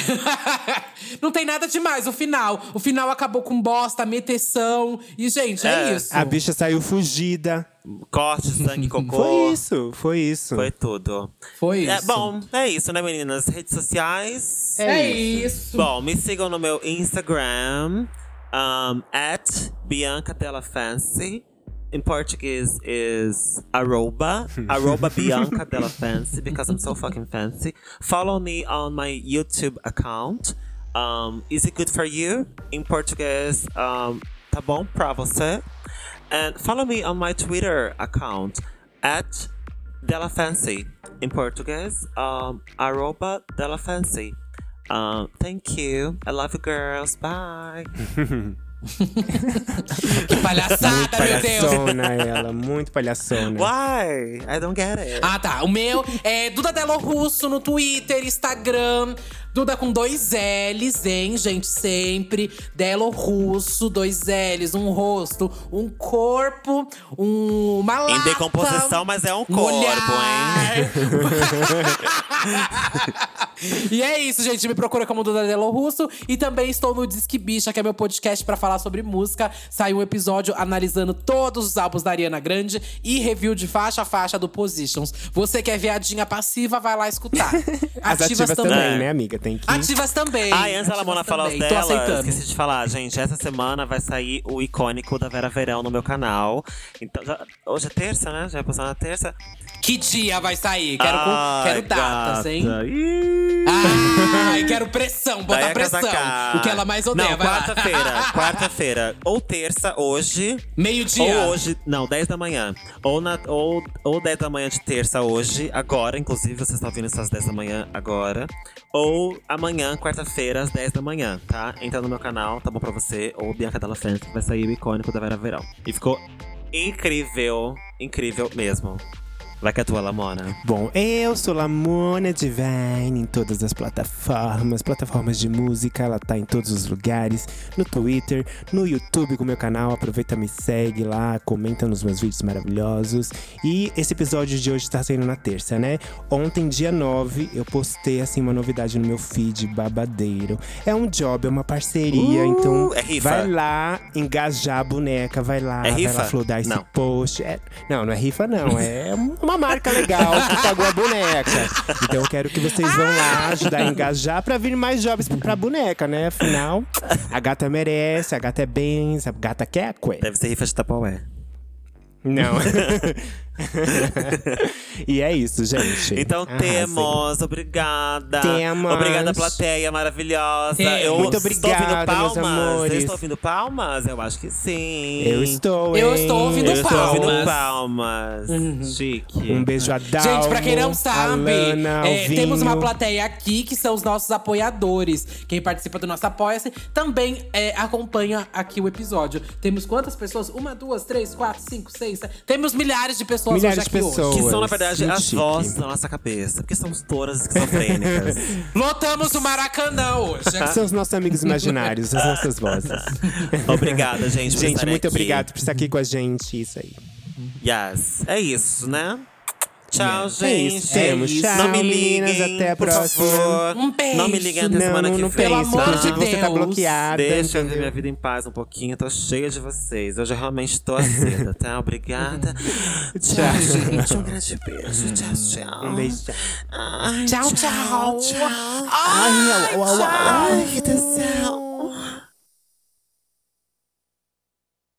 [SPEAKER 3] [LAUGHS] Não tem nada demais o final. O final acabou com bosta, meteção. E, gente, é,
[SPEAKER 1] É.
[SPEAKER 3] isso.
[SPEAKER 2] A bicha saiu fugida. [LAUGHS]
[SPEAKER 1] Corte, sangue, cocô.
[SPEAKER 2] Foi isso, foi isso.
[SPEAKER 1] Foi tudo.
[SPEAKER 3] Foi
[SPEAKER 1] É,
[SPEAKER 3] isso.
[SPEAKER 1] bom, é isso, né, meninas? Redes sociais.
[SPEAKER 3] É isso.
[SPEAKER 1] Bom, me sigam no meu Instagram, um, at Bianca Della Fancy. Em português is arroba, arroba Bianca Della Fancy, because I'm so fucking fancy. Follow me on my YouTube account. Um, is it good for you? Em português, um, tá bom pra você? And follow me on my Twitter account, at Della Fancy. Em português, um, arroba Della Fancy. Um, thank you. I love you, girls. Bye.
[SPEAKER 3] Né? Que palhaçada, meu Deus.
[SPEAKER 2] Palhaçona ela, muito palhaçona.
[SPEAKER 1] Why? I don't get it.
[SPEAKER 3] Ah, tá. O meu é Duda Delo Russo no Twitter, Instagram. Duda com dois L's, hein, gente? Sempre. Delo Russo, dois L's, um rosto, um corpo, um, uma lata.
[SPEAKER 1] em decomposição, mas é um
[SPEAKER 3] Um
[SPEAKER 1] corpo, hein?
[SPEAKER 3] olhar. [LAUGHS] e é isso, gente. Me procura como Duda Delo Russo. E também estou no Disque Bicha, que é meu podcast pra falar sobre música. Saiu um episódio analisando todos os álbuns da Ariana Grande e review de faixa a faixa do Positions. Você que é viadinha passiva, vai lá escutar.
[SPEAKER 1] [LAUGHS]
[SPEAKER 2] As ativas, também,
[SPEAKER 1] também.
[SPEAKER 2] né, amiga? Tem que.
[SPEAKER 3] Ativas também.
[SPEAKER 1] Ai, antes da
[SPEAKER 3] Ativas
[SPEAKER 1] Lamona falar os
[SPEAKER 3] também. Tô
[SPEAKER 1] dela,
[SPEAKER 3] aceitando.
[SPEAKER 1] esqueci de falar, gente. Essa semana vai sair o icônico da Vera Verão no meu canal. Então, já- hoje é terça, né? Já vai passar na terça.
[SPEAKER 3] Que dia vai sair? Quero, com-
[SPEAKER 1] Ai,
[SPEAKER 3] quero datas, hein?
[SPEAKER 1] gata. Ih.
[SPEAKER 3] Ai, quero pressão,
[SPEAKER 1] Daí
[SPEAKER 3] bota
[SPEAKER 1] a
[SPEAKER 3] pressão.
[SPEAKER 1] casaca.
[SPEAKER 3] O que ela mais odeia,
[SPEAKER 1] Não,
[SPEAKER 3] vai lá.
[SPEAKER 1] quarta-feira, quarta-feira. Ou terça, hoje.
[SPEAKER 3] [LAUGHS] Meio-dia.
[SPEAKER 1] Ou hoje, não, 10 da manhã. Ou, na, ou, ou 10 da manhã de terça hoje, agora, inclusive, vocês estão ouvindo essas 10 da manhã agora. Ou amanhã, quarta-feira, às 10 da manhã, tá? Entra no meu canal, tá bom pra você. Ou Bianca Della Fanta, vai sair o icônico da Vera Verão. E ficou incrível, incrível mesmo. Vai que é tua, Lamona.
[SPEAKER 2] Bom, eu sou Lamona Divine em todas as plataformas, plataformas de música, ela tá em todos os lugares, no Twitter, no YouTube com o meu canal, aproveita, me segue lá, comenta nos meus vídeos maravilhosos. E esse episódio de hoje tá saindo na terça, né? Ontem, dia 9, eu postei assim uma novidade no meu feed babadeiro. É um job, é uma parceria,
[SPEAKER 1] Uh,
[SPEAKER 2] então
[SPEAKER 1] é rifa.
[SPEAKER 2] vai lá engajar a boneca, vai lá,
[SPEAKER 1] É
[SPEAKER 2] vai
[SPEAKER 1] rifa?
[SPEAKER 2] lá flodar esse
[SPEAKER 1] Não.
[SPEAKER 2] post. É- não, não é rifa não, é uma uma marca legal que pagou a boneca. Então eu quero que vocês vão lá ajudar a engajar pra vir mais jobs pra boneca, né? Afinal, a gata merece, a gata é bens, a gata quer a cueca.
[SPEAKER 1] Deve ser rifa de Tupperware.
[SPEAKER 2] Não. e é isso, gente. Ah,
[SPEAKER 1] Então
[SPEAKER 2] Arrasem.
[SPEAKER 1] temos, obrigada.
[SPEAKER 2] Temos.
[SPEAKER 1] Obrigada, plateia maravilhosa.
[SPEAKER 3] Temos.
[SPEAKER 1] Eu
[SPEAKER 2] Muito
[SPEAKER 1] estou ouvindo
[SPEAKER 2] obrigado, meus
[SPEAKER 1] palmas.
[SPEAKER 2] amores.
[SPEAKER 1] Vocês estão ouvindo palmas? Eu acho que sim.
[SPEAKER 2] Eu estou,
[SPEAKER 3] Eu
[SPEAKER 2] hein?
[SPEAKER 3] estou ouvindo
[SPEAKER 1] Eu estou
[SPEAKER 3] palmas.
[SPEAKER 1] ouvindo palmas. Chique.
[SPEAKER 2] Um beijo a Dalmo,
[SPEAKER 3] Gente, pra quem não sabe,
[SPEAKER 2] a Lana,
[SPEAKER 3] é,
[SPEAKER 2] ao
[SPEAKER 3] temos uma
[SPEAKER 2] Vinho.
[SPEAKER 3] plateia aqui que são os nossos apoiadores. Quem participa do nosso Apoia-se também é, acompanha aqui o episódio. Temos quantas pessoas? Uma, duas, três, quatro, cinco, seis, sete. Temos milhares de pessoas
[SPEAKER 2] Milhares
[SPEAKER 3] hoje
[SPEAKER 2] de
[SPEAKER 3] aqui
[SPEAKER 2] pessoas.
[SPEAKER 3] hoje.
[SPEAKER 1] Que são, na verdade,
[SPEAKER 2] Muito
[SPEAKER 1] as
[SPEAKER 2] chique.
[SPEAKER 1] vozes da nossa cabeça. Porque somos todas
[SPEAKER 2] [LAUGHS]
[SPEAKER 1] esquizofrênicas.
[SPEAKER 3] Lotamos o Maracanã hoje.
[SPEAKER 1] [LAUGHS]
[SPEAKER 2] São os nossos amigos imaginários, as nossas vozes.
[SPEAKER 1] obrigada, gente. por
[SPEAKER 2] gente,
[SPEAKER 1] estarem aqui.
[SPEAKER 2] muito
[SPEAKER 1] Uhum.
[SPEAKER 2] obrigado por estar aqui com a gente. Isso aí.
[SPEAKER 1] Yes. É isso, né? Tchau, gente.
[SPEAKER 2] É isso, temos. Tchau,
[SPEAKER 1] não me
[SPEAKER 2] meninas,
[SPEAKER 1] liguem,
[SPEAKER 2] até a
[SPEAKER 1] por
[SPEAKER 2] próxima.
[SPEAKER 1] favor.
[SPEAKER 3] Um beijo.
[SPEAKER 1] Não me liguem até
[SPEAKER 2] não,
[SPEAKER 1] semana
[SPEAKER 2] não,
[SPEAKER 1] que
[SPEAKER 2] não
[SPEAKER 1] vem.
[SPEAKER 3] Pelo
[SPEAKER 2] pense,
[SPEAKER 3] amor
[SPEAKER 1] tá?
[SPEAKER 3] de
[SPEAKER 2] porque você tá
[SPEAKER 3] Deus.
[SPEAKER 2] bloqueada.
[SPEAKER 1] Deixa eu viver
[SPEAKER 2] entendeu?
[SPEAKER 1] minha vida em paz um pouquinho. Tô cheia de vocês. Hoje eu realmente tô azeda,
[SPEAKER 2] [LAUGHS]
[SPEAKER 1] tá? Obrigada. tchau, gente. Um grande beijo. Tchau, tchau.
[SPEAKER 2] Um beijo. tchau.
[SPEAKER 1] Ai,
[SPEAKER 3] Tchau, tchau.
[SPEAKER 1] Tchau, tchau.
[SPEAKER 2] Ai, au, au, au.
[SPEAKER 1] Ai, que tesão.